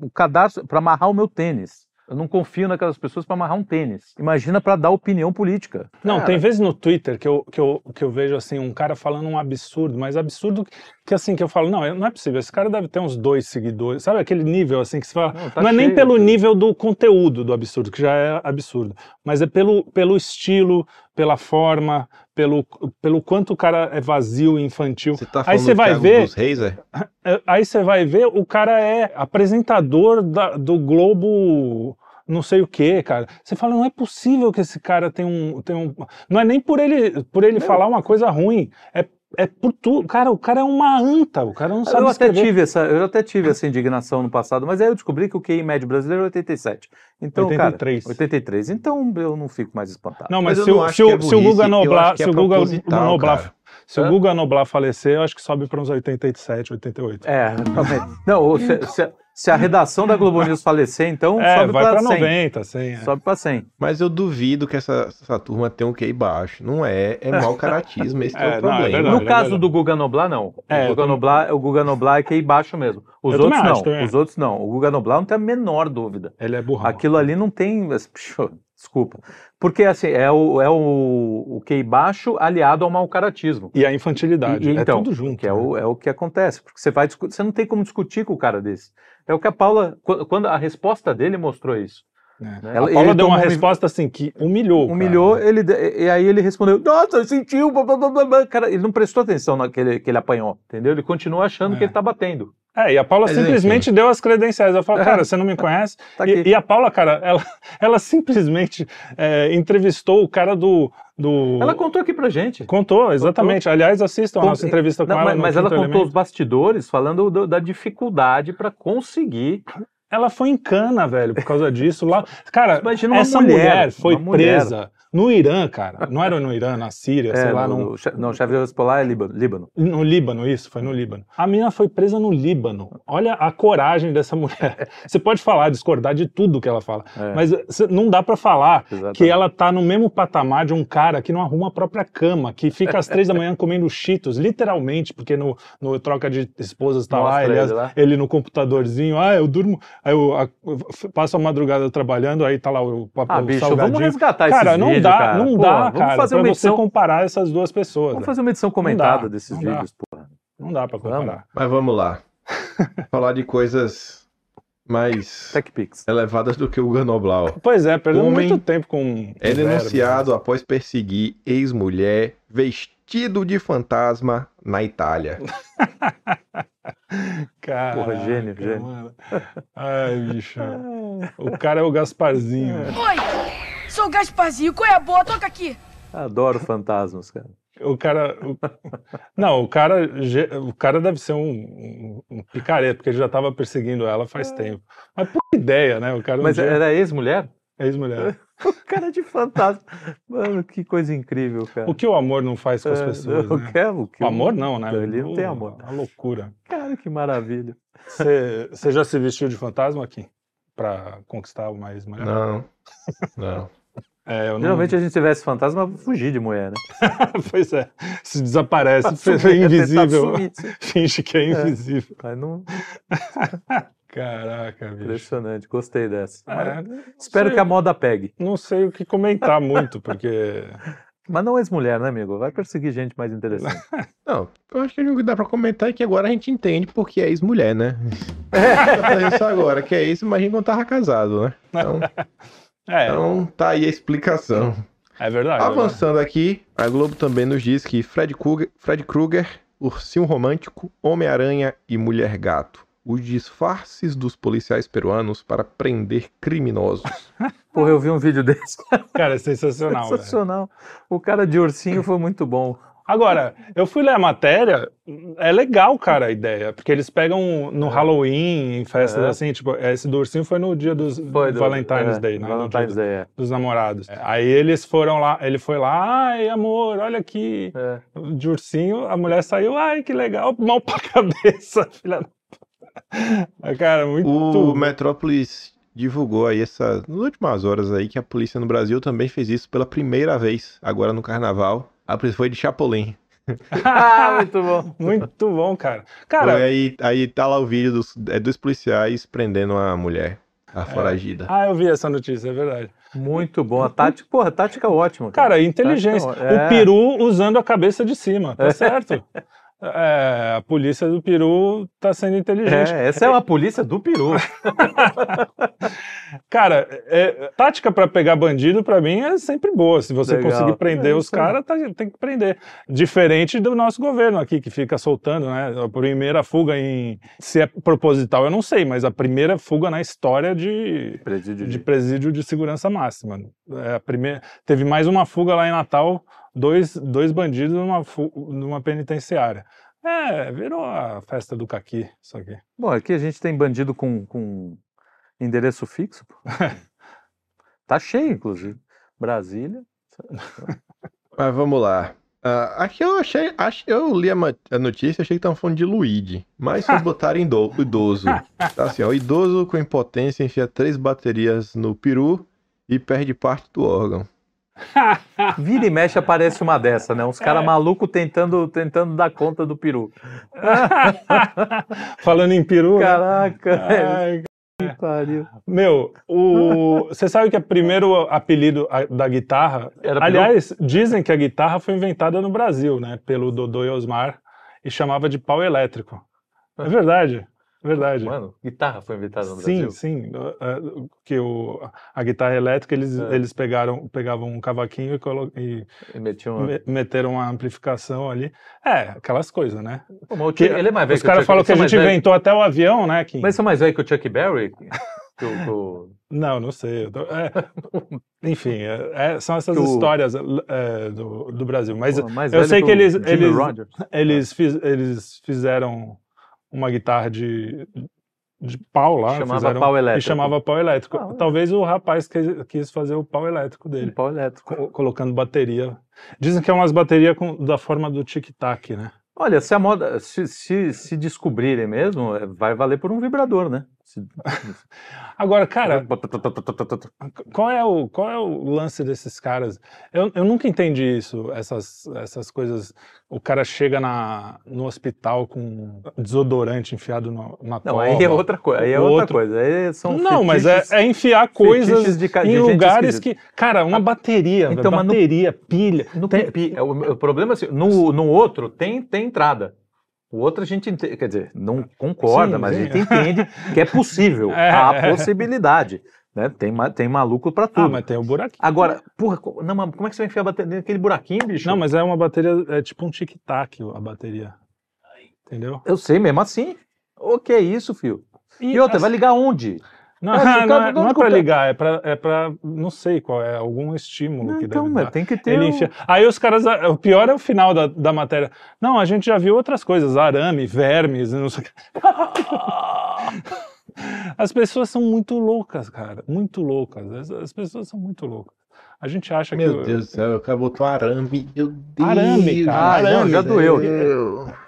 [SPEAKER 2] o cadastro para amarrar o meu tênis. Eu não confio naquelas pessoas para amarrar um tênis. Imagina para dar opinião política.
[SPEAKER 3] Não,
[SPEAKER 2] Cara,
[SPEAKER 3] tem vezes no Twitter que eu, que, eu, que eu vejo assim um cara falando um absurdo, mas absurdo que- que assim que eu falo, não, não é possível, esse cara deve ter uns dois seguidores, sabe aquele nível assim que você fala,
[SPEAKER 2] Não, tá
[SPEAKER 3] não é nem
[SPEAKER 2] cheio,
[SPEAKER 3] pelo
[SPEAKER 1] né?
[SPEAKER 2] tá-
[SPEAKER 3] nível do conteúdo do absurdo, que já é absurdo, mas é pelo, pelo estilo, pela forma, pelo, pelo quanto o cara é vazio e infantil.
[SPEAKER 1] Você tá
[SPEAKER 3] Aí
[SPEAKER 1] falando
[SPEAKER 3] você
[SPEAKER 1] do
[SPEAKER 3] vai
[SPEAKER 1] Thiago
[SPEAKER 3] ver-
[SPEAKER 1] dos Reis, é?
[SPEAKER 3] É, Aí você vai ver, o cara é apresentador da- do Globo não sei o que, cara. Você fala, não é possível que esse cara tem um. Tem um... Não é nem por ele, por ele falar uma coisa ruim. É, é por tudo. Cara, o cara é uma anta, o cara não sabe
[SPEAKER 2] Eu até,
[SPEAKER 3] escrever.
[SPEAKER 2] tive essa, eu até tive essa indignação no passado, mas aí eu descobri que o QI médio brasileiro é 87. Então, cara,
[SPEAKER 3] 83.
[SPEAKER 2] 83. Então eu não fico mais espantado.
[SPEAKER 3] Não,
[SPEAKER 1] Mas
[SPEAKER 3] mas,
[SPEAKER 1] eu
[SPEAKER 3] se,
[SPEAKER 1] não
[SPEAKER 3] o,
[SPEAKER 1] acho
[SPEAKER 3] se,
[SPEAKER 1] que é
[SPEAKER 3] o, se o
[SPEAKER 1] burrice,
[SPEAKER 3] Guga
[SPEAKER 1] eu
[SPEAKER 3] Noblar.
[SPEAKER 1] acho que é
[SPEAKER 3] Se o Guga
[SPEAKER 1] proposital, cara.
[SPEAKER 3] Noblar. Se
[SPEAKER 2] Hã?
[SPEAKER 3] o Guga Noblar falecer, eu acho que sobe para uns 87, 88.
[SPEAKER 2] É, também. Não, ou se, se- se a redação da Globo News falecer, então
[SPEAKER 3] É,
[SPEAKER 2] sobe
[SPEAKER 3] vai
[SPEAKER 2] para
[SPEAKER 3] para
[SPEAKER 2] 100.
[SPEAKER 3] 90, 100. é.
[SPEAKER 2] Sobe para 100.
[SPEAKER 1] Mas eu duvido que essa, essa turma tenha um QI baixo. Não é, é
[SPEAKER 3] *laughs*
[SPEAKER 1] mau caratismo, esse que é
[SPEAKER 3] É,
[SPEAKER 1] o
[SPEAKER 3] não, é
[SPEAKER 1] problema.
[SPEAKER 3] verdade.
[SPEAKER 2] no caso do Guga Noblar, não.
[SPEAKER 3] É,
[SPEAKER 2] o,
[SPEAKER 3] eu
[SPEAKER 2] Guga
[SPEAKER 3] também-
[SPEAKER 2] Noblar, o Guga Noblar é QI baixo mesmo. Os
[SPEAKER 3] Eu também
[SPEAKER 2] outros
[SPEAKER 3] acho,
[SPEAKER 2] não.
[SPEAKER 3] também.
[SPEAKER 2] Os outros não. O Guga Noblar não tem a menor dúvida.
[SPEAKER 3] Ele é burrão.
[SPEAKER 2] Aquilo ali não tem. mas, pixô, Desculpa. Porque assim, é o, é o, o QI baixo aliado ao mau caratismo.
[SPEAKER 3] E a infantilidade.
[SPEAKER 2] E- e então,
[SPEAKER 3] é tudo junto.
[SPEAKER 2] Que é
[SPEAKER 3] né?
[SPEAKER 2] o, é o que acontece. Porque você vai discu- você não tem como discutir com o cara desse. É o que a Paula. qu- Quando a resposta dele mostrou isso.
[SPEAKER 3] É.
[SPEAKER 2] Né?
[SPEAKER 3] A
[SPEAKER 2] Ele-
[SPEAKER 3] Paula
[SPEAKER 2] ele
[SPEAKER 3] deu uma
[SPEAKER 2] tomou um-
[SPEAKER 3] resposta assim que humilhou. o cara.
[SPEAKER 2] Humilhou, ele, de- e aí ele respondeu, nossa, sentiu, blá, blá, blá, blá, blá." cara, ele não prestou atenção naquele que ele apanhou, entendeu? Ele continua achando
[SPEAKER 3] É.
[SPEAKER 2] que ele tá batendo.
[SPEAKER 3] É, e a Paula
[SPEAKER 1] Mas,
[SPEAKER 3] simplesmente deu as credenciais. Eu falo, cara, você não me conhece?
[SPEAKER 2] É. Tá aqui.
[SPEAKER 3] e, e a Paula, cara, ela, *laughs* ela simplesmente é, entrevistou o cara do. do...
[SPEAKER 2] Ela contou aqui pra gente.
[SPEAKER 3] Contou, exatamente. Aliás, assistam a
[SPEAKER 2] Contou-
[SPEAKER 3] nossa entrevista com
[SPEAKER 2] Não,
[SPEAKER 3] ela.
[SPEAKER 2] mas
[SPEAKER 3] no
[SPEAKER 2] mas ela
[SPEAKER 3] Quinto
[SPEAKER 2] contou os
[SPEAKER 3] Elemento.
[SPEAKER 2] bastidores falando do- da dificuldade pra conseguir.
[SPEAKER 3] Ela foi em cana, velho, por causa disso.
[SPEAKER 2] *laughs*
[SPEAKER 3] Lá... Cara,
[SPEAKER 2] Imagina uma
[SPEAKER 3] essa
[SPEAKER 2] mulher,
[SPEAKER 3] mulher, foi
[SPEAKER 2] uma mulher.
[SPEAKER 3] presa no Irã, cara. Não era no Irã, na Síria, sei lá,
[SPEAKER 2] é, no,
[SPEAKER 3] num-
[SPEAKER 2] no, não, chefe de Hezbollah é Líbano. Líbano.
[SPEAKER 3] No Líbano, isso, foi no Líbano. A menina foi presa no Líbano. Olha a coragem dessa *laughs* mulher. Você pode falar, discordar de tudo que ela fala,
[SPEAKER 2] É,
[SPEAKER 3] mas eh, cê- não dá pra falar
[SPEAKER 2] exatamente.
[SPEAKER 3] que ela tá no mesmo patamar de um cara que não arruma a própria cama, que fica às três da manhã comendo cheetos, literalmente, porque no, no troca de esposas tá
[SPEAKER 2] Mostra
[SPEAKER 3] lá, ele,
[SPEAKER 2] ele
[SPEAKER 3] as-
[SPEAKER 2] lá.
[SPEAKER 3] ele no computadorzinho, ah, eu durmo, aí eu, a- eu f- passo a madrugada trabalhando, aí tá lá o papel
[SPEAKER 2] Ah, bicho,
[SPEAKER 3] salgadinho.
[SPEAKER 2] vamos resgatar esses
[SPEAKER 3] Cara, não
[SPEAKER 2] vídeos,
[SPEAKER 3] dá,
[SPEAKER 2] cara.
[SPEAKER 3] não
[SPEAKER 2] Pô,
[SPEAKER 3] dá,
[SPEAKER 2] vamos
[SPEAKER 3] cara,
[SPEAKER 2] fazer
[SPEAKER 3] pra
[SPEAKER 2] uma
[SPEAKER 3] você
[SPEAKER 2] edição-
[SPEAKER 3] comparar essas duas pessoas.
[SPEAKER 2] Vamos
[SPEAKER 3] né?
[SPEAKER 2] fazer uma edição comentada
[SPEAKER 3] não
[SPEAKER 2] desses vídeos, porra.
[SPEAKER 3] Não dá pra comparar.
[SPEAKER 1] Mas vamos
[SPEAKER 3] *laughs*
[SPEAKER 1] lá. Falar de coisas mais
[SPEAKER 2] Tech Pix.
[SPEAKER 1] elevadas do que o Ganoblau.
[SPEAKER 3] Pois é, perdeu
[SPEAKER 1] Homem
[SPEAKER 3] muito tempo com.
[SPEAKER 1] É
[SPEAKER 3] verbo.
[SPEAKER 1] denunciado após perseguir ex-mulher vestido de fantasma na Itália.
[SPEAKER 3] Caraca,
[SPEAKER 2] Porra, gênio, gênio.
[SPEAKER 3] mano. Ai,
[SPEAKER 2] *laughs*
[SPEAKER 3] bicho. O cara é o Gasparzinho.
[SPEAKER 5] Oi, sou o Gasparzinho. Qual é a boa? Toca aqui.
[SPEAKER 2] Adoro fantasmas, cara.
[SPEAKER 3] O cara. o- Não, o cara, ge- o cara deve ser um, um, um picareta, porque ele já tava perseguindo ela faz tempo. Mas por ideia, né? O cara um
[SPEAKER 2] É. Mas
[SPEAKER 3] dia-
[SPEAKER 2] era ex-mulher? *laughs*
[SPEAKER 3] é ex-mulher.
[SPEAKER 2] O cara de fantasma. Mano, que coisa incrível, cara.
[SPEAKER 3] O que o amor não faz com as
[SPEAKER 2] É,
[SPEAKER 3] pessoas?
[SPEAKER 2] o
[SPEAKER 3] né?
[SPEAKER 2] que é- o que
[SPEAKER 3] O amor não, né?
[SPEAKER 2] Ele não
[SPEAKER 3] O-
[SPEAKER 2] tem amor.
[SPEAKER 3] A loucura.
[SPEAKER 2] Cara, que maravilha.
[SPEAKER 3] Você você já se vestiu de fantasma aqui? Pra conquistar uma ex-mulher?
[SPEAKER 1] Não. Não.
[SPEAKER 3] É, eu não-
[SPEAKER 2] Geralmente a gente se veste fantasma pra fugir de mulher, né?
[SPEAKER 3] *laughs* Pois é, se
[SPEAKER 2] *laughs*
[SPEAKER 3] desaparece, *laughs* é
[SPEAKER 2] Sumir,
[SPEAKER 3] invisível.
[SPEAKER 2] tentar sumir, sim.
[SPEAKER 3] *laughs* Finge que é invisível.
[SPEAKER 2] Mas não,
[SPEAKER 3] Caraca, bicho.
[SPEAKER 2] impressionante, gostei dessa.
[SPEAKER 3] É,
[SPEAKER 2] Espero
[SPEAKER 3] sei.
[SPEAKER 2] que a moda pegue.
[SPEAKER 3] Não sei o que comentar muito, porque.
[SPEAKER 2] Mas não ex-mulher, né, amigo? Vai perseguir gente
[SPEAKER 3] *laughs*
[SPEAKER 2] mais interessante.
[SPEAKER 1] Não, eu acho que o que dá pra comentar é que agora a gente entende porque é ex-mulher,
[SPEAKER 3] *laughs*
[SPEAKER 1] né? Dá pra dizer isso agora, que é isso, imagina quando tava casado,
[SPEAKER 3] *laughs*
[SPEAKER 1] né? Então,
[SPEAKER 3] É,
[SPEAKER 1] então tá aí a explicação.
[SPEAKER 3] é verdade.
[SPEAKER 1] Avançando aqui, a Globo também nos diz que Fred Krueger, Fred Krueger Ursinho Romântico, Homem-Aranha e Mulher Gato. Os disfarces dos policiais peruanos para prender criminosos.
[SPEAKER 2] Porra, eu vi um vídeo desse. *laughs*
[SPEAKER 3] Cara, é sensacional. velho.
[SPEAKER 2] Sensacional. O cara de ursinho foi muito bom.
[SPEAKER 3] Agora, eu fui ler a matéria, é legal, cara, a ideia, porque eles pegam no Halloween, em festas
[SPEAKER 2] É.
[SPEAKER 3] assim, tipo, esse do ursinho foi no dia dos
[SPEAKER 2] Foi do-
[SPEAKER 3] Valentine's
[SPEAKER 2] é,
[SPEAKER 3] Day, né? No
[SPEAKER 2] Valentine's
[SPEAKER 3] dia
[SPEAKER 2] Day, é.
[SPEAKER 3] do- Dos namorados. Aí eles foram lá, ele foi lá, ai, amor, olha aqui,
[SPEAKER 2] É.
[SPEAKER 3] de ursinho, a mulher saiu, ai, que legal, *laughs* mal pra cabeça, *laughs* filha da... Cara, muito...
[SPEAKER 1] O Metrópolis divulgou aí essa, nas últimas horas aí que a polícia no Brasil também fez isso pela primeira vez, agora no carnaval. A polícia foi de Chapolin.
[SPEAKER 2] *laughs* Ah, muito bom.
[SPEAKER 3] *laughs* Muito bom, cara. Cara,
[SPEAKER 1] Foi aí, aí tá lá o vídeo dos, é, dos policiais prendendo a mulher, a foragida.
[SPEAKER 3] ah, eu vi essa notícia, é verdade.
[SPEAKER 2] Muito bom. A tática, porra, a tática é ótima. Cara,
[SPEAKER 3] Cara, inteligência.
[SPEAKER 2] Tá, então, é.
[SPEAKER 3] O peru usando a cabeça de cima, tá certo? É, a polícia do peru tá sendo inteligente.
[SPEAKER 2] é, essa é uma polícia
[SPEAKER 3] *laughs*
[SPEAKER 2] do peru. *laughs*
[SPEAKER 3] Cara, é, tática pra pegar bandido, pra mim, é sempre boa. Se você
[SPEAKER 2] Legal.
[SPEAKER 3] conseguir prender
[SPEAKER 2] É
[SPEAKER 3] os
[SPEAKER 2] isso aí.
[SPEAKER 3] caras, tá- tem que prender. Diferente do nosso governo aqui, que fica soltando, né? A primeira fuga em. Se é proposital, eu não sei, mas a primeira fuga na história de,
[SPEAKER 2] Presídio
[SPEAKER 3] de presídio de segurança máxima. É, a primeira, teve mais uma fuga lá em Natal, dois, dois bandidos numa, fu- numa penitenciária. É, virou a festa do caqui, isso aqui.
[SPEAKER 2] Bom, aqui a gente tem bandido com, com endereço fixo.
[SPEAKER 3] *laughs*
[SPEAKER 2] pô. tá cheio, inclusive. Brasília.
[SPEAKER 1] Mas vamos lá. Ah, aqui eu achei, ach- eu li a, ma- a notícia, achei que estavam falando de Luigi, mas
[SPEAKER 3] *laughs*
[SPEAKER 1] vocês botaram ido- idoso. Tá assim, ó, idoso com impotência enfia três baterias no peru e perde parte do órgão.
[SPEAKER 2] Vira e mexe aparece uma dessa, né? Uns
[SPEAKER 3] É.
[SPEAKER 2] caras malucos tentando, tentando dar conta do peru.
[SPEAKER 3] Falando em peru, né?
[SPEAKER 2] Caraca, *laughs* velho,
[SPEAKER 3] Ai,
[SPEAKER 2] que pariu.
[SPEAKER 3] meu, o você sabe que o primeiro apelido a- da guitarra,
[SPEAKER 2] Era
[SPEAKER 3] aliás, dizem que a guitarra foi inventada no Brasil, né, pelo Dodô e Osmar e chamava de pau elétrico. É verdade, verdade.
[SPEAKER 2] Mano, guitarra foi inventada no
[SPEAKER 3] sim,
[SPEAKER 2] Brasil.
[SPEAKER 3] Sim, sim. Que o, a guitarra elétrica, eles,
[SPEAKER 2] É.
[SPEAKER 3] eles pegaram, pegavam um cavaquinho e, colo- e
[SPEAKER 2] E metiu uma...
[SPEAKER 3] me- meteram uma amplificação ali. É, aquelas coisas, né?
[SPEAKER 2] Pô, mas o Chuck- ele é mais velho
[SPEAKER 3] Os caras falam que a gente
[SPEAKER 2] inventou.
[SPEAKER 3] inventou até o avião, né, Kim?
[SPEAKER 2] Mas são mais velho que o Chuck Berry? Que o- que o-
[SPEAKER 3] Não, não sei. eu tô-
[SPEAKER 2] *laughs*
[SPEAKER 3] é, enfim, é- é, são essas
[SPEAKER 2] Que o-
[SPEAKER 3] histórias é, do, do Brasil. Mas
[SPEAKER 2] pô, mais
[SPEAKER 3] eu
[SPEAKER 2] velho
[SPEAKER 3] sei que
[SPEAKER 2] o
[SPEAKER 3] eles-
[SPEAKER 2] Jimmy
[SPEAKER 3] eles-
[SPEAKER 2] Rogers.
[SPEAKER 3] eles, fiz- eles fizeram uma guitarra de, de pau lá.
[SPEAKER 2] Chamava
[SPEAKER 3] fizeram-
[SPEAKER 2] pau elétrico.
[SPEAKER 3] E chamava pau elétrico.
[SPEAKER 2] Ah, olha.
[SPEAKER 3] Talvez o rapaz que- quis fazer o pau elétrico dele.
[SPEAKER 2] Pau elétrico.
[SPEAKER 3] co- colocando bateria. Dizem que é umas baterias com- da forma do tic-tac, né?
[SPEAKER 2] Olha, se a moda. Se, se, se descobrirem mesmo, eh, vai valer por um vibrador, né? Se-
[SPEAKER 3] Agora, cara, qual é o, qual é o lance desses caras? Eu, eu nunca entendi isso, essas, essas coisas. O cara chega na, no hospital com desodorante enfiado no, na
[SPEAKER 2] Não,
[SPEAKER 3] toba.
[SPEAKER 2] aí é outra coisa. Aí é
[SPEAKER 3] O
[SPEAKER 2] outra
[SPEAKER 3] outro-
[SPEAKER 2] coisa. Aí são
[SPEAKER 3] Não, mas é,
[SPEAKER 2] fetiches-
[SPEAKER 3] é enfiar coisas
[SPEAKER 2] fetiches de ca- de
[SPEAKER 3] em
[SPEAKER 2] gente
[SPEAKER 3] lugares
[SPEAKER 2] esquisita.
[SPEAKER 3] que. Cara, uma bateria,
[SPEAKER 2] Então,
[SPEAKER 3] velho,
[SPEAKER 2] mas no-
[SPEAKER 3] bateria, pilha.
[SPEAKER 2] No
[SPEAKER 3] tem-
[SPEAKER 2] pipi, é o, o problema é assim, no, no outro tem, tem entrada. O outro a gente entende, quer dizer, não concorda,
[SPEAKER 3] Sim,
[SPEAKER 2] mas
[SPEAKER 3] sim.
[SPEAKER 2] a gente entende que
[SPEAKER 3] *laughs*
[SPEAKER 2] é possível.
[SPEAKER 3] É,
[SPEAKER 2] há
[SPEAKER 3] é.
[SPEAKER 2] possibilidade. Né? Tem, ma- tem maluco pra tudo.
[SPEAKER 3] Ah, mas tem o buraquinho.
[SPEAKER 2] Agora, porra, co- não, mas como é que você vai enfiar a bateria naquele buraquinho, bicho?
[SPEAKER 3] Não, mas é uma bateria, é tipo um tic-tac a bateria. Entendeu?
[SPEAKER 2] Eu sei, mesmo assim. O que é isso, filho? E outra, vai ligar onde?
[SPEAKER 3] Não, *laughs*
[SPEAKER 2] É, se o
[SPEAKER 3] não,
[SPEAKER 2] cara-
[SPEAKER 3] é, não é
[SPEAKER 2] onde que o
[SPEAKER 3] pra
[SPEAKER 2] cara-
[SPEAKER 3] ligar, é pra, é pra. Não sei qual é, algum estímulo que
[SPEAKER 2] então,
[SPEAKER 3] deve
[SPEAKER 2] mas
[SPEAKER 3] dar.
[SPEAKER 2] tem que ter.
[SPEAKER 3] Ele
[SPEAKER 2] um-
[SPEAKER 3] enfia- Aí os caras. O pior é o final da, da matéria. Não, a gente já viu outras coisas, arame, vermes, não sei o que. *laughs* As pessoas são muito loucas, cara. Muito loucas. As, as pessoas são muito loucas. A gente acha que.
[SPEAKER 1] Meu Deus do céu, o cara botou arame. Meu Deus.
[SPEAKER 3] Arame, cara,
[SPEAKER 1] Ai,
[SPEAKER 2] arame.
[SPEAKER 1] não,
[SPEAKER 2] Ah, Já doeu.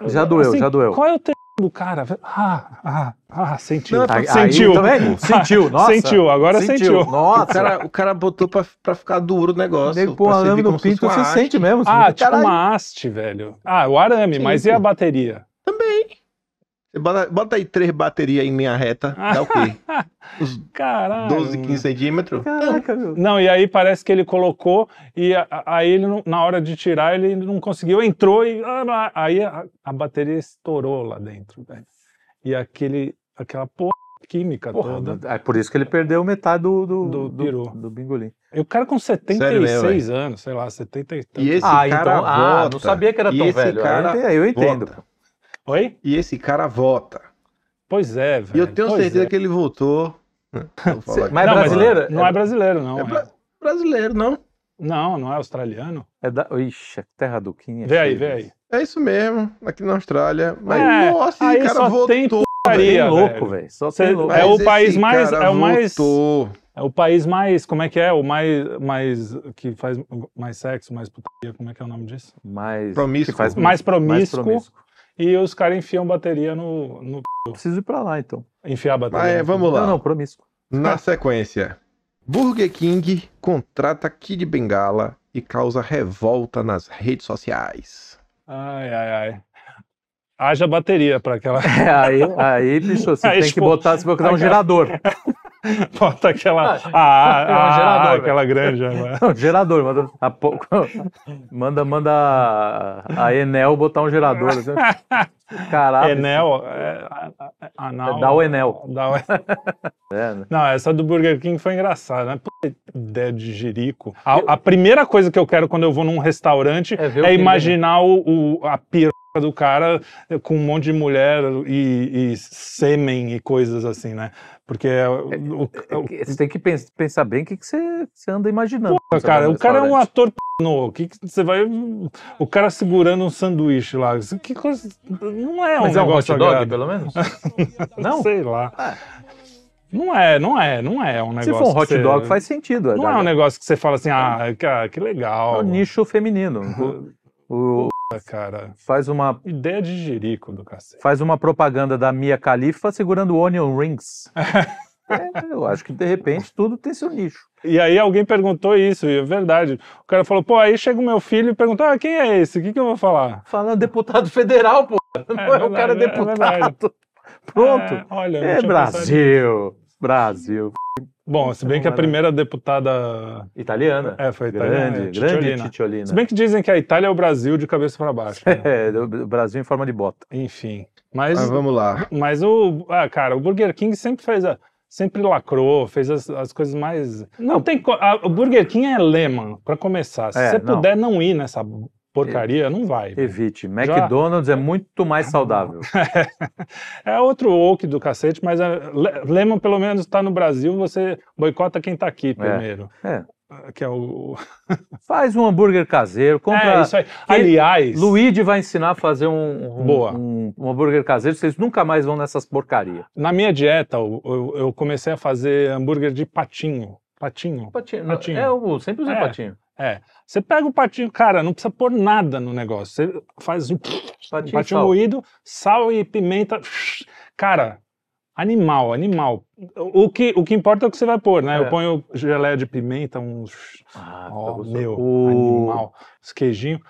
[SPEAKER 2] Já doeu,
[SPEAKER 3] Assim,
[SPEAKER 2] já doeu.
[SPEAKER 3] Qual é o tempo do cara? Ah, ah, ah, sentiu.
[SPEAKER 1] Não,
[SPEAKER 2] Aí-
[SPEAKER 3] sentiu.
[SPEAKER 2] aí, tá
[SPEAKER 3] *laughs*
[SPEAKER 2] vendo? Sentiu, nossa.
[SPEAKER 3] Sentiu, agora sentiu.
[SPEAKER 1] O
[SPEAKER 2] Nossa.
[SPEAKER 1] cara, o cara botou pra, pra ficar duro o negócio.
[SPEAKER 2] Nego
[SPEAKER 1] pra
[SPEAKER 2] põe um
[SPEAKER 1] servir
[SPEAKER 2] arame
[SPEAKER 1] como
[SPEAKER 2] no
[SPEAKER 1] se fosse
[SPEAKER 2] pinto,
[SPEAKER 1] uma
[SPEAKER 2] você
[SPEAKER 1] haste.
[SPEAKER 2] sente mesmo.
[SPEAKER 3] Ah,
[SPEAKER 2] você-
[SPEAKER 3] tipo
[SPEAKER 2] Caralho.
[SPEAKER 3] uma haste, velho. Ah, o arame,
[SPEAKER 1] Sim,
[SPEAKER 3] mas e
[SPEAKER 1] pô.
[SPEAKER 3] a bateria?
[SPEAKER 1] Você Bota, bota aí três baterias em linha reta, dá o
[SPEAKER 2] *laughs*
[SPEAKER 1] quê? Uns
[SPEAKER 3] Caralho.
[SPEAKER 1] 12,
[SPEAKER 3] mano.
[SPEAKER 1] 15 centímetros?
[SPEAKER 2] Caraca, meu.
[SPEAKER 3] Não, e aí parece que ele colocou e a- a- aí ele não- na hora de tirar ele não conseguiu, entrou e ah, lá, aí a, a bateria estourou lá dentro, velho. E aquele aquela porra química
[SPEAKER 2] Porra,
[SPEAKER 3] toda.
[SPEAKER 2] é por isso que ele perdeu metade do, do,
[SPEAKER 3] Do peru.
[SPEAKER 2] do bingolim.
[SPEAKER 3] E o cara com
[SPEAKER 1] Sério mesmo,
[SPEAKER 3] 76 anos, sei lá, 70 e tanto.
[SPEAKER 1] E esse
[SPEAKER 2] ah,
[SPEAKER 1] cara
[SPEAKER 2] então. Ah,
[SPEAKER 1] vota.
[SPEAKER 2] não sabia que era
[SPEAKER 1] E
[SPEAKER 2] tão
[SPEAKER 1] esse
[SPEAKER 2] velho. Ah,
[SPEAKER 1] cara
[SPEAKER 2] Aí eu entendo.
[SPEAKER 1] vota.
[SPEAKER 3] Oi?
[SPEAKER 1] E esse cara vota.
[SPEAKER 3] Pois é,
[SPEAKER 1] E
[SPEAKER 3] velho.
[SPEAKER 1] eu tenho
[SPEAKER 3] pois
[SPEAKER 1] certeza
[SPEAKER 3] é.
[SPEAKER 1] que ele votou. Vou falar aqui.
[SPEAKER 2] mas é
[SPEAKER 3] Não,
[SPEAKER 2] brasileiro?
[SPEAKER 3] Mas não é brasileiro, não.
[SPEAKER 1] É
[SPEAKER 3] é.
[SPEAKER 1] bra- brasileiro, não.
[SPEAKER 3] Não, não é australiano.
[SPEAKER 2] É da... Ixi, terra do Kim. é
[SPEAKER 3] Vê aí,
[SPEAKER 2] cheio
[SPEAKER 3] vê
[SPEAKER 2] disso.
[SPEAKER 3] aí.
[SPEAKER 1] É isso mesmo, aqui na Austrália. Mas,
[SPEAKER 3] É,
[SPEAKER 1] nossa,
[SPEAKER 3] aí
[SPEAKER 1] esse cara
[SPEAKER 3] só
[SPEAKER 1] votou.
[SPEAKER 3] tem
[SPEAKER 2] Tem
[SPEAKER 3] putaria,
[SPEAKER 2] louco,
[SPEAKER 3] velho.
[SPEAKER 2] velho. Só
[SPEAKER 3] Cê-
[SPEAKER 2] tem louco.
[SPEAKER 3] É o
[SPEAKER 1] Mas
[SPEAKER 3] país
[SPEAKER 1] esse
[SPEAKER 3] mais-
[SPEAKER 1] cara
[SPEAKER 3] é o mais-
[SPEAKER 1] Votou.
[SPEAKER 3] É o país mais, como é que é? O mais, mais, que faz mais sexo, mais putaria, como é que é o nome disso?
[SPEAKER 2] Mas.
[SPEAKER 1] Promíscuo.
[SPEAKER 2] que faz-
[SPEAKER 3] Mais
[SPEAKER 2] mais
[SPEAKER 3] promíscuo.
[SPEAKER 2] promíscuo.
[SPEAKER 3] E os caras enfiam bateria no, no...
[SPEAKER 2] Eu preciso ir pra lá, então.
[SPEAKER 3] Enfiar a bateria.
[SPEAKER 1] Mas é,
[SPEAKER 3] no-
[SPEAKER 1] vamos lá.
[SPEAKER 2] Não, não, promíscuo.
[SPEAKER 1] Na sequência, Burger King contrata Kid Bengala e causa revolta nas redes sociais.
[SPEAKER 3] Ai, ai, ai. Haja bateria pra aquela... *laughs*
[SPEAKER 2] É, aí, aí, bicho, você
[SPEAKER 3] Aí,
[SPEAKER 2] tem que
[SPEAKER 3] tipo,
[SPEAKER 2] botar, você vai botar um
[SPEAKER 3] aquela-
[SPEAKER 2] gerador.
[SPEAKER 3] Bota aquela...
[SPEAKER 2] Ah,
[SPEAKER 3] Ah, ah,
[SPEAKER 2] é um
[SPEAKER 3] ah,
[SPEAKER 2] gerador, velho.
[SPEAKER 3] aquela né? grande
[SPEAKER 2] *laughs*
[SPEAKER 3] agora.
[SPEAKER 2] *laughs* Não, gerador, manda, a pouco, *laughs* manda, manda a, a Enel botar um gerador. assim. Caralho.
[SPEAKER 3] Enel, é, a- a- anal...
[SPEAKER 2] É, dá
[SPEAKER 3] *laughs*
[SPEAKER 2] o Enel.
[SPEAKER 3] Dá o-
[SPEAKER 2] É, né?
[SPEAKER 3] Não, essa do Burger King foi engraçada, né? Puta ideia de jerico. A, a primeira coisa que eu quero quando eu vou num restaurante
[SPEAKER 2] É ver o
[SPEAKER 3] é,
[SPEAKER 2] que
[SPEAKER 3] imaginar o, o- a piroca do cara com um monte de mulher e, e sêmen e coisas assim, né? Porque é o,
[SPEAKER 2] É
[SPEAKER 3] o- o-
[SPEAKER 2] que Você tem que pens- pensar bem o que, que você, você anda imaginando. quando você tá vai
[SPEAKER 3] cara,
[SPEAKER 2] no
[SPEAKER 3] o cara é um
[SPEAKER 2] restaurante.
[SPEAKER 3] ator pornô. O que, que você vai. O cara segurando um sanduíche lá. Isso- Que coisa. Não é um
[SPEAKER 2] Mas é um hot
[SPEAKER 3] negócio
[SPEAKER 2] dog,
[SPEAKER 3] agradável. *laughs*
[SPEAKER 2] pelo menos? Não?
[SPEAKER 3] Sei lá.
[SPEAKER 2] Ah.
[SPEAKER 3] Não é, não é, não é um negócio.
[SPEAKER 2] Se for um
[SPEAKER 3] que
[SPEAKER 2] hot
[SPEAKER 3] você-
[SPEAKER 2] dog, faz sentido.
[SPEAKER 3] Não é um negócio que você fala assim, ah, cara, que
[SPEAKER 2] É
[SPEAKER 3] legal.
[SPEAKER 2] um
[SPEAKER 3] *laughs*
[SPEAKER 2] nicho feminino. O- o-
[SPEAKER 3] Cara,
[SPEAKER 2] faz, uma,
[SPEAKER 3] ideia de jerico do cacete.
[SPEAKER 2] faz uma propaganda da Mia Khalifa segurando
[SPEAKER 3] *laughs*
[SPEAKER 2] onion rings. É, eu acho que, de repente, tudo tem seu nicho.
[SPEAKER 3] E aí alguém perguntou isso, e é verdade. O cara falou, pô, aí chega o meu filho e pergunta, ah, quem é esse? O que, que eu vou falar?
[SPEAKER 2] Falando deputado federal, pô. Não *laughs* é,
[SPEAKER 3] *laughs*
[SPEAKER 2] o
[SPEAKER 3] verdade,
[SPEAKER 2] cara
[SPEAKER 3] é verdade.
[SPEAKER 2] deputado. *laughs* Pronto.
[SPEAKER 3] É, olha, eu não
[SPEAKER 2] É,
[SPEAKER 3] tinha pensado nisso.
[SPEAKER 2] Brasil. Brasil.
[SPEAKER 3] Bom, se bem que a primeira deputada
[SPEAKER 2] Italiana.
[SPEAKER 3] é, foi italiana,
[SPEAKER 2] grande, grande
[SPEAKER 3] Titiolina.
[SPEAKER 2] Titiolina.
[SPEAKER 3] Se bem que dizem que a Itália é o Brasil de cabeça para baixo. *laughs* né?
[SPEAKER 2] É, o Brasil em forma de bota.
[SPEAKER 3] Enfim. Mas,
[SPEAKER 1] Mas vamos lá.
[SPEAKER 3] mas o. Ah, cara, o Burger King sempre fez a. Sempre lacrou, fez as, as coisas mais. Não tem. co- a- o Burger King é lema, pra começar. Se
[SPEAKER 2] É,
[SPEAKER 3] você
[SPEAKER 2] não.
[SPEAKER 3] puder não ir nessa porcaria, não vai.
[SPEAKER 2] Evite. McDonald's é muito
[SPEAKER 3] Ah,
[SPEAKER 2] mais saudável.
[SPEAKER 3] *laughs* É outro oak do cacete, mas é, le- lema, pelo menos, está no Brasil, você boicota quem tá aqui primeiro.
[SPEAKER 2] É.
[SPEAKER 3] Que é o.
[SPEAKER 2] Faz um hambúrguer caseiro, compra.
[SPEAKER 3] É, isso aí. Aliás.
[SPEAKER 2] Luigi vai ensinar a fazer um, um-
[SPEAKER 3] Boa.
[SPEAKER 2] um- um hambúrguer caseiro, vocês nunca mais vão nessas porcarias.
[SPEAKER 3] Na minha dieta, eu, eu- eu comecei a fazer hambúrguer de patinho. Ah, Patinho.
[SPEAKER 2] Patinho.
[SPEAKER 3] Patinho.
[SPEAKER 2] É, eu sempre usei
[SPEAKER 3] É.
[SPEAKER 2] patinho.
[SPEAKER 3] Você pega o patinho, cara, não precisa pôr nada no negócio. Você faz um
[SPEAKER 2] Patinho,
[SPEAKER 3] patinho
[SPEAKER 2] sal.
[SPEAKER 3] moído, sal e pimenta. Cara, animal, animal. O que, o que importa é o que você vai pôr, né?
[SPEAKER 2] É.
[SPEAKER 3] Eu ponho geleia de pimenta, uns
[SPEAKER 2] Ah, fica
[SPEAKER 3] Ó,
[SPEAKER 2] gostoso.
[SPEAKER 3] meu,
[SPEAKER 2] O-
[SPEAKER 3] animal, os queijinhos.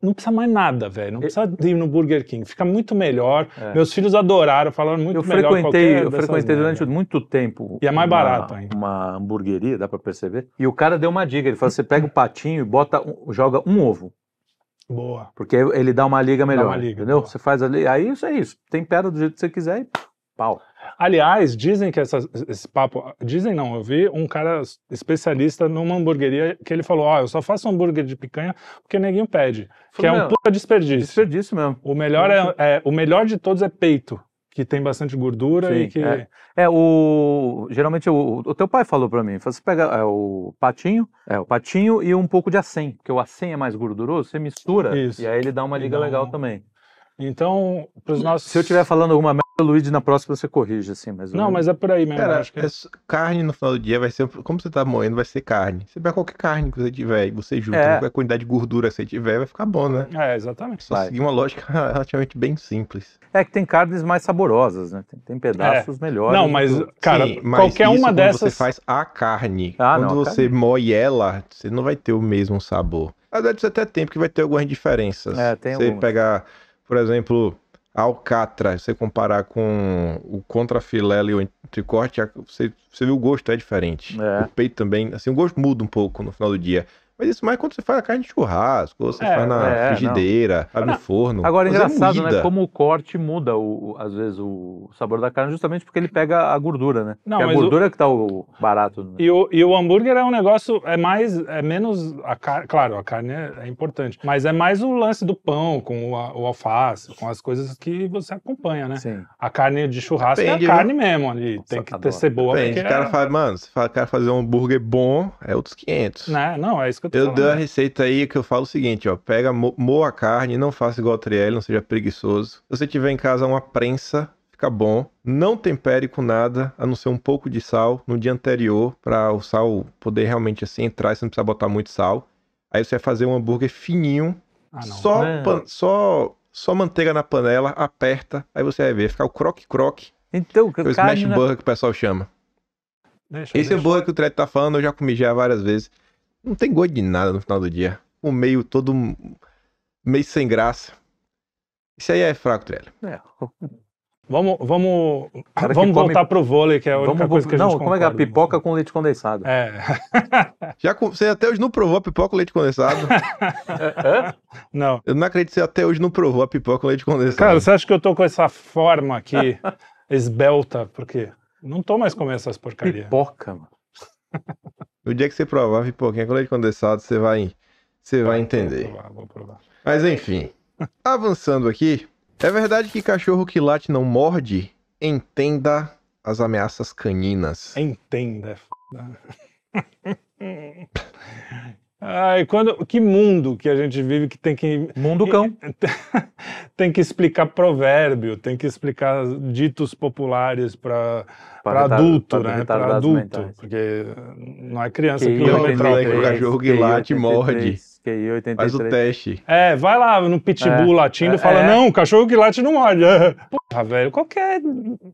[SPEAKER 3] Não precisa mais nada, velho. Não precisa ir no Burger King. Fica muito melhor.
[SPEAKER 2] É.
[SPEAKER 3] Meus filhos adoraram, falaram muito
[SPEAKER 2] Eu
[SPEAKER 3] melhor
[SPEAKER 2] frequentei,
[SPEAKER 3] qualquer
[SPEAKER 2] eu
[SPEAKER 3] dessas
[SPEAKER 2] frequentei
[SPEAKER 3] merda.
[SPEAKER 2] durante muito tempo.
[SPEAKER 3] E é mais
[SPEAKER 2] uma-
[SPEAKER 3] barato ainda.
[SPEAKER 2] Uma hamburgueria, dá pra perceber. E o cara deu uma dica, ele falou: você pega o patinho e bota, um- joga um ovo,
[SPEAKER 3] Boa.
[SPEAKER 2] porque ele dá uma liga melhor.
[SPEAKER 3] uma liga,
[SPEAKER 2] entendeu?
[SPEAKER 3] boa.
[SPEAKER 2] Você faz ali, aí isso é isso. Tempera do jeito que você quiser e pau.
[SPEAKER 3] Aliás, dizem que essas- esse papo. Dizem não, eu vi um cara especialista numa hamburgueria que ele falou: Ó, eu só faço hambúrguer de picanha porque neguinho pede. Que é
[SPEAKER 2] Falei,
[SPEAKER 3] um
[SPEAKER 2] "Meu,
[SPEAKER 3] puta desperdício.
[SPEAKER 2] desperdício mesmo.
[SPEAKER 3] O, melhor é, é- o melhor de todos é peito, que tem bastante gordura
[SPEAKER 2] Sim,
[SPEAKER 3] e que.
[SPEAKER 2] é. É, o. Geralmente o, o teu pai falou pra mim: você pega é, o patinho, é, o patinho e um pouco de acém, porque o acém é mais gorduroso, você mistura
[SPEAKER 3] Isso.
[SPEAKER 2] e aí ele dá uma
[SPEAKER 3] E
[SPEAKER 2] liga
[SPEAKER 3] dá
[SPEAKER 2] legal
[SPEAKER 3] um-
[SPEAKER 2] também.
[SPEAKER 3] Então, para os nossos.
[SPEAKER 2] Se eu estiver falando alguma merda, Luigi, na próxima você corrige, assim, mas.
[SPEAKER 3] Não, mas é por aí mesmo. eu
[SPEAKER 1] Cara,
[SPEAKER 3] acho que...
[SPEAKER 1] é só- carne no final do dia vai ser. Como você tá moendo, vai ser carne. Você pega qualquer carne que você tiver e você junta
[SPEAKER 2] É.
[SPEAKER 1] qualquer quantidade de gordura que você tiver, vai ficar bom, né?
[SPEAKER 3] É, exatamente.
[SPEAKER 1] Só
[SPEAKER 2] Vai.
[SPEAKER 1] seguir uma lógica *laughs* relativamente bem simples.
[SPEAKER 2] É que tem carnes mais saborosas, né? Tem, tem pedaços melhores.
[SPEAKER 3] É. Não,
[SPEAKER 2] do
[SPEAKER 3] mas,
[SPEAKER 2] que-
[SPEAKER 3] cara,
[SPEAKER 1] Sim, mas
[SPEAKER 3] qualquer
[SPEAKER 1] isso
[SPEAKER 3] uma
[SPEAKER 1] quando Você
[SPEAKER 3] dessas.
[SPEAKER 1] faz a carne.
[SPEAKER 2] Ah,
[SPEAKER 1] quando
[SPEAKER 2] não, a
[SPEAKER 1] você moe ela, você não vai ter o mesmo sabor. Na verdade, você até tem, porque vai ter algumas diferenças.
[SPEAKER 2] É, tem
[SPEAKER 1] você
[SPEAKER 2] algumas.
[SPEAKER 1] pegar, por exemplo, a alcatra, você comparar com o contrafilé ali, o entrecorte, a- você, você vê o gosto é diferente.
[SPEAKER 2] É.
[SPEAKER 1] O peito também, assim, o gosto muda um pouco no final do dia. Mas isso mais quando você faz a carne de churrasco, ou você
[SPEAKER 3] É,
[SPEAKER 1] faz na
[SPEAKER 2] é, não.
[SPEAKER 1] frigideira, abre
[SPEAKER 3] Não.
[SPEAKER 1] no forno.
[SPEAKER 2] Agora, é
[SPEAKER 1] Fazer
[SPEAKER 2] engraçado, né?
[SPEAKER 1] moída.
[SPEAKER 2] Como o corte muda, o, o- às vezes, o sabor da carne, justamente porque ele pega a gordura, né?
[SPEAKER 3] Não,
[SPEAKER 2] Porque
[SPEAKER 3] mas
[SPEAKER 2] a gordura que tá o barato. Né?
[SPEAKER 3] E o, e o hambúrguer é um negócio, é mais, é menos, a car... claro, a carne é, é importante, mas é mais o lance do pão com o, a- o alface, com as coisas que você acompanha, né?
[SPEAKER 2] Sim.
[SPEAKER 3] A carne de churrasco
[SPEAKER 1] Depende,
[SPEAKER 3] é a
[SPEAKER 1] viu? tá
[SPEAKER 3] carne mesmo ali, tem que ter
[SPEAKER 2] adoro.
[SPEAKER 3] cebola.
[SPEAKER 1] Depende,
[SPEAKER 3] porque
[SPEAKER 1] o cara
[SPEAKER 3] é-
[SPEAKER 1] fala, mano, se fala, cara fazer um hambúrguer bom, é outros 500.
[SPEAKER 3] né? Não, é isso que eu tô
[SPEAKER 1] Eu
[SPEAKER 3] falando.
[SPEAKER 1] dei a receita aí que eu falo o seguinte, ó. Pega, mo- moa a carne, não faça igual o Trielli, não seja preguiçoso. Se você tiver em casa uma prensa, fica bom. Não tempere com nada, a não ser um pouco de sal no dia anterior, pra o sal poder realmente assim entrar, você não precisa botar muito sal. Aí você vai fazer um hambúrguer fininho,
[SPEAKER 3] Ah, não.
[SPEAKER 1] só,
[SPEAKER 2] É.
[SPEAKER 1] pan- só, só manteiga na panela, aperta, aí você vai ver, fica o croque-croque,
[SPEAKER 2] Então,
[SPEAKER 1] que é o
[SPEAKER 2] carne,
[SPEAKER 1] smash
[SPEAKER 2] né?
[SPEAKER 1] burger que o pessoal chama. Esse
[SPEAKER 3] Deixa,
[SPEAKER 2] é
[SPEAKER 3] deixa.
[SPEAKER 1] hambúrguer que o Trete tá falando, eu já comi já várias vezes. Não tem gosto de nada no final do dia. O meio todo m- meio sem graça. Isso aí é fraco, Trelli.
[SPEAKER 2] É.
[SPEAKER 3] Vamos, vamos,
[SPEAKER 2] Cara que
[SPEAKER 3] vamos
[SPEAKER 2] come-
[SPEAKER 3] voltar pro vôlei, que é a única
[SPEAKER 2] Vamos,
[SPEAKER 3] coisa que a gente
[SPEAKER 2] não, como é que é?
[SPEAKER 3] concorda.
[SPEAKER 2] Pipoca com leite condensado.
[SPEAKER 3] É, *laughs*
[SPEAKER 1] Já com- você até hoje não provou a pipoca com leite
[SPEAKER 3] *laughs*
[SPEAKER 1] condensado.
[SPEAKER 3] É, não.
[SPEAKER 1] eu não acredito que você até hoje não provou a pipoca com leite condensado.
[SPEAKER 3] Cara, você acha que eu tô com essa forma
[SPEAKER 2] *laughs*
[SPEAKER 3] aqui, esbelta, porque não tô mais comendo essas porcarias.
[SPEAKER 2] Pipoca, mano.
[SPEAKER 1] No dia que você provar a pipoquinha com leite condensado, você vai, você vai entender.
[SPEAKER 3] Vou provar, vou provar.
[SPEAKER 1] Mas enfim, avançando aqui, é verdade que cachorro que late não morde? Entenda as ameaças caninas.
[SPEAKER 3] Entenda, é foda. *laughs* Ai, quando, que mundo que a gente vive que tem que
[SPEAKER 2] Mundo cão.
[SPEAKER 3] tem que explicar provérbio, tem que explicar ditos populares para para
[SPEAKER 2] retar-
[SPEAKER 3] adulto,
[SPEAKER 2] para
[SPEAKER 3] né? Para
[SPEAKER 2] retardados
[SPEAKER 3] adulto,
[SPEAKER 2] mentais.
[SPEAKER 3] porque não é criança que,
[SPEAKER 2] QI
[SPEAKER 1] eu
[SPEAKER 3] vai entrar.
[SPEAKER 1] lembrei que o
[SPEAKER 2] 83,
[SPEAKER 1] cachorro que
[SPEAKER 2] QI
[SPEAKER 1] late
[SPEAKER 2] 83,
[SPEAKER 1] morde.
[SPEAKER 2] QI
[SPEAKER 1] Faz o
[SPEAKER 2] 83.
[SPEAKER 1] teste.
[SPEAKER 3] É, vai lá no pitbull latindo e
[SPEAKER 2] é,
[SPEAKER 3] fala:
[SPEAKER 2] é.
[SPEAKER 3] não, cachorro que late não morde. *laughs* Porra, velho, qualquer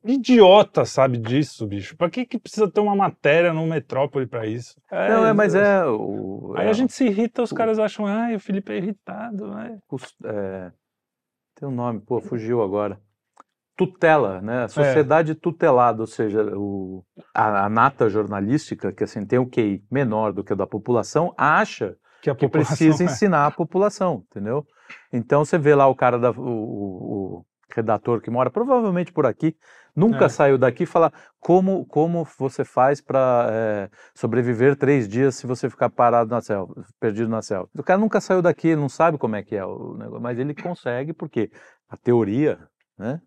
[SPEAKER 3] idiota sabe disso, bicho. Pra que, que precisa ter uma matéria no metrópole pra isso?
[SPEAKER 2] Não, é, mas é. O,
[SPEAKER 3] Aí
[SPEAKER 2] é,
[SPEAKER 3] a gente se irrita, os caras acham, ai, o Felipe é irritado, né?
[SPEAKER 2] cus- é, tem um nome, pô, fugiu agora. Tutela, né? A Sociedade tutelada, ou seja, o, a, a nata jornalística, que assim tem o QI menor do que o da população, acha
[SPEAKER 3] Que a
[SPEAKER 2] que
[SPEAKER 3] população
[SPEAKER 2] precisa
[SPEAKER 3] *laughs* é.
[SPEAKER 2] ensinar a população, entendeu? Então você vê lá o cara da o, o- o redator que mora provavelmente por aqui, nunca
[SPEAKER 3] É.
[SPEAKER 2] saiu daqui, e fala como como você faz para sobreviver três dias se você ficar parado na selva, perdido na selva. O cara nunca saiu daqui, ele não sabe como é que é o negócio, mas ele consegue porque a teoria, né?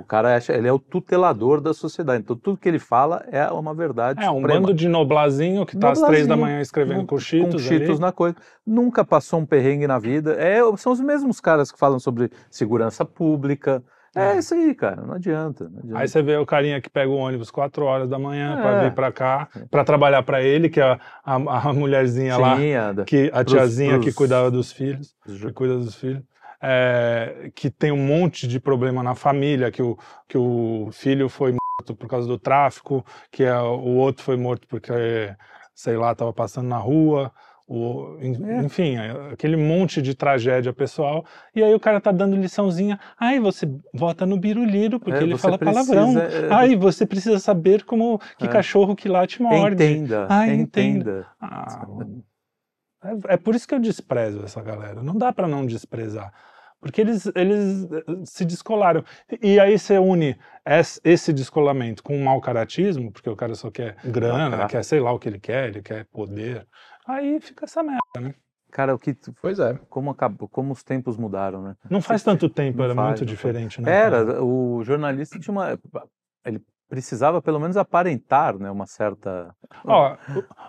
[SPEAKER 2] O cara acha, ele é o tutelador da sociedade. Então tudo que ele fala é uma verdade
[SPEAKER 3] É, um
[SPEAKER 2] suprema
[SPEAKER 3] bando de noblazinho que tá às três da
[SPEAKER 2] Noblazinho,
[SPEAKER 3] manhã escrevendo
[SPEAKER 2] nu-
[SPEAKER 3] com cheetos,
[SPEAKER 2] com cheetos
[SPEAKER 3] ali.
[SPEAKER 2] na coisa. Nunca passou um perrengue na vida. É, são os mesmos caras que falam sobre segurança pública. É,
[SPEAKER 3] É.
[SPEAKER 2] isso aí, cara. Não adianta. Não adianta.
[SPEAKER 3] Aí você vê o carinha que pega o ônibus quatro horas da manhã pra
[SPEAKER 2] É.
[SPEAKER 3] vir pra cá, pra trabalhar pra ele, que é a, a, a mulherzinha lá,
[SPEAKER 2] Sim, anda.
[SPEAKER 3] que, a
[SPEAKER 2] Pros-
[SPEAKER 3] tiazinha que
[SPEAKER 2] pros-
[SPEAKER 3] cuidava dos filhos, que
[SPEAKER 2] Ju-
[SPEAKER 3] cuida dos filhos, é, que tem um monte de problema na família, que o, que o filho foi morto por causa do tráfico, que a- o outro foi morto porque, sei lá, estava passando na rua. o- en- enfim, é, aquele monte de tragédia pessoal. E aí o cara tá dando liçãozinha. Ai, você vota no biruliro, porque
[SPEAKER 2] É,
[SPEAKER 3] ele
[SPEAKER 2] você
[SPEAKER 3] fala palavrão.
[SPEAKER 2] precisa, é,
[SPEAKER 3] Ai, você precisa saber como que
[SPEAKER 2] É.
[SPEAKER 3] cachorro que late morde.
[SPEAKER 2] Entenda,
[SPEAKER 3] Ah,
[SPEAKER 2] entenda.
[SPEAKER 3] Ah, mano. é, é por isso que eu desprezo essa galera. Não dá pra não desprezar. Porque eles, eles eh, se descolaram. E e aí você une es- esse descolamento com o mau caratismo, porque o cara só quer grana,
[SPEAKER 2] cara.
[SPEAKER 3] quer sei lá o que ele quer, ele quer poder. Aí fica essa merda.
[SPEAKER 2] Cara, o que,
[SPEAKER 1] Pois é.
[SPEAKER 2] como, acabou, como os tempos mudaram, né?
[SPEAKER 3] Não faz tanto tempo,
[SPEAKER 2] Não
[SPEAKER 3] era
[SPEAKER 2] faz,
[SPEAKER 3] muito
[SPEAKER 2] não faz.
[SPEAKER 3] diferente, né? cara?
[SPEAKER 2] Era, o jornalista tinha uma. Ele precisava pelo menos aparentar né, uma certa
[SPEAKER 3] Ó,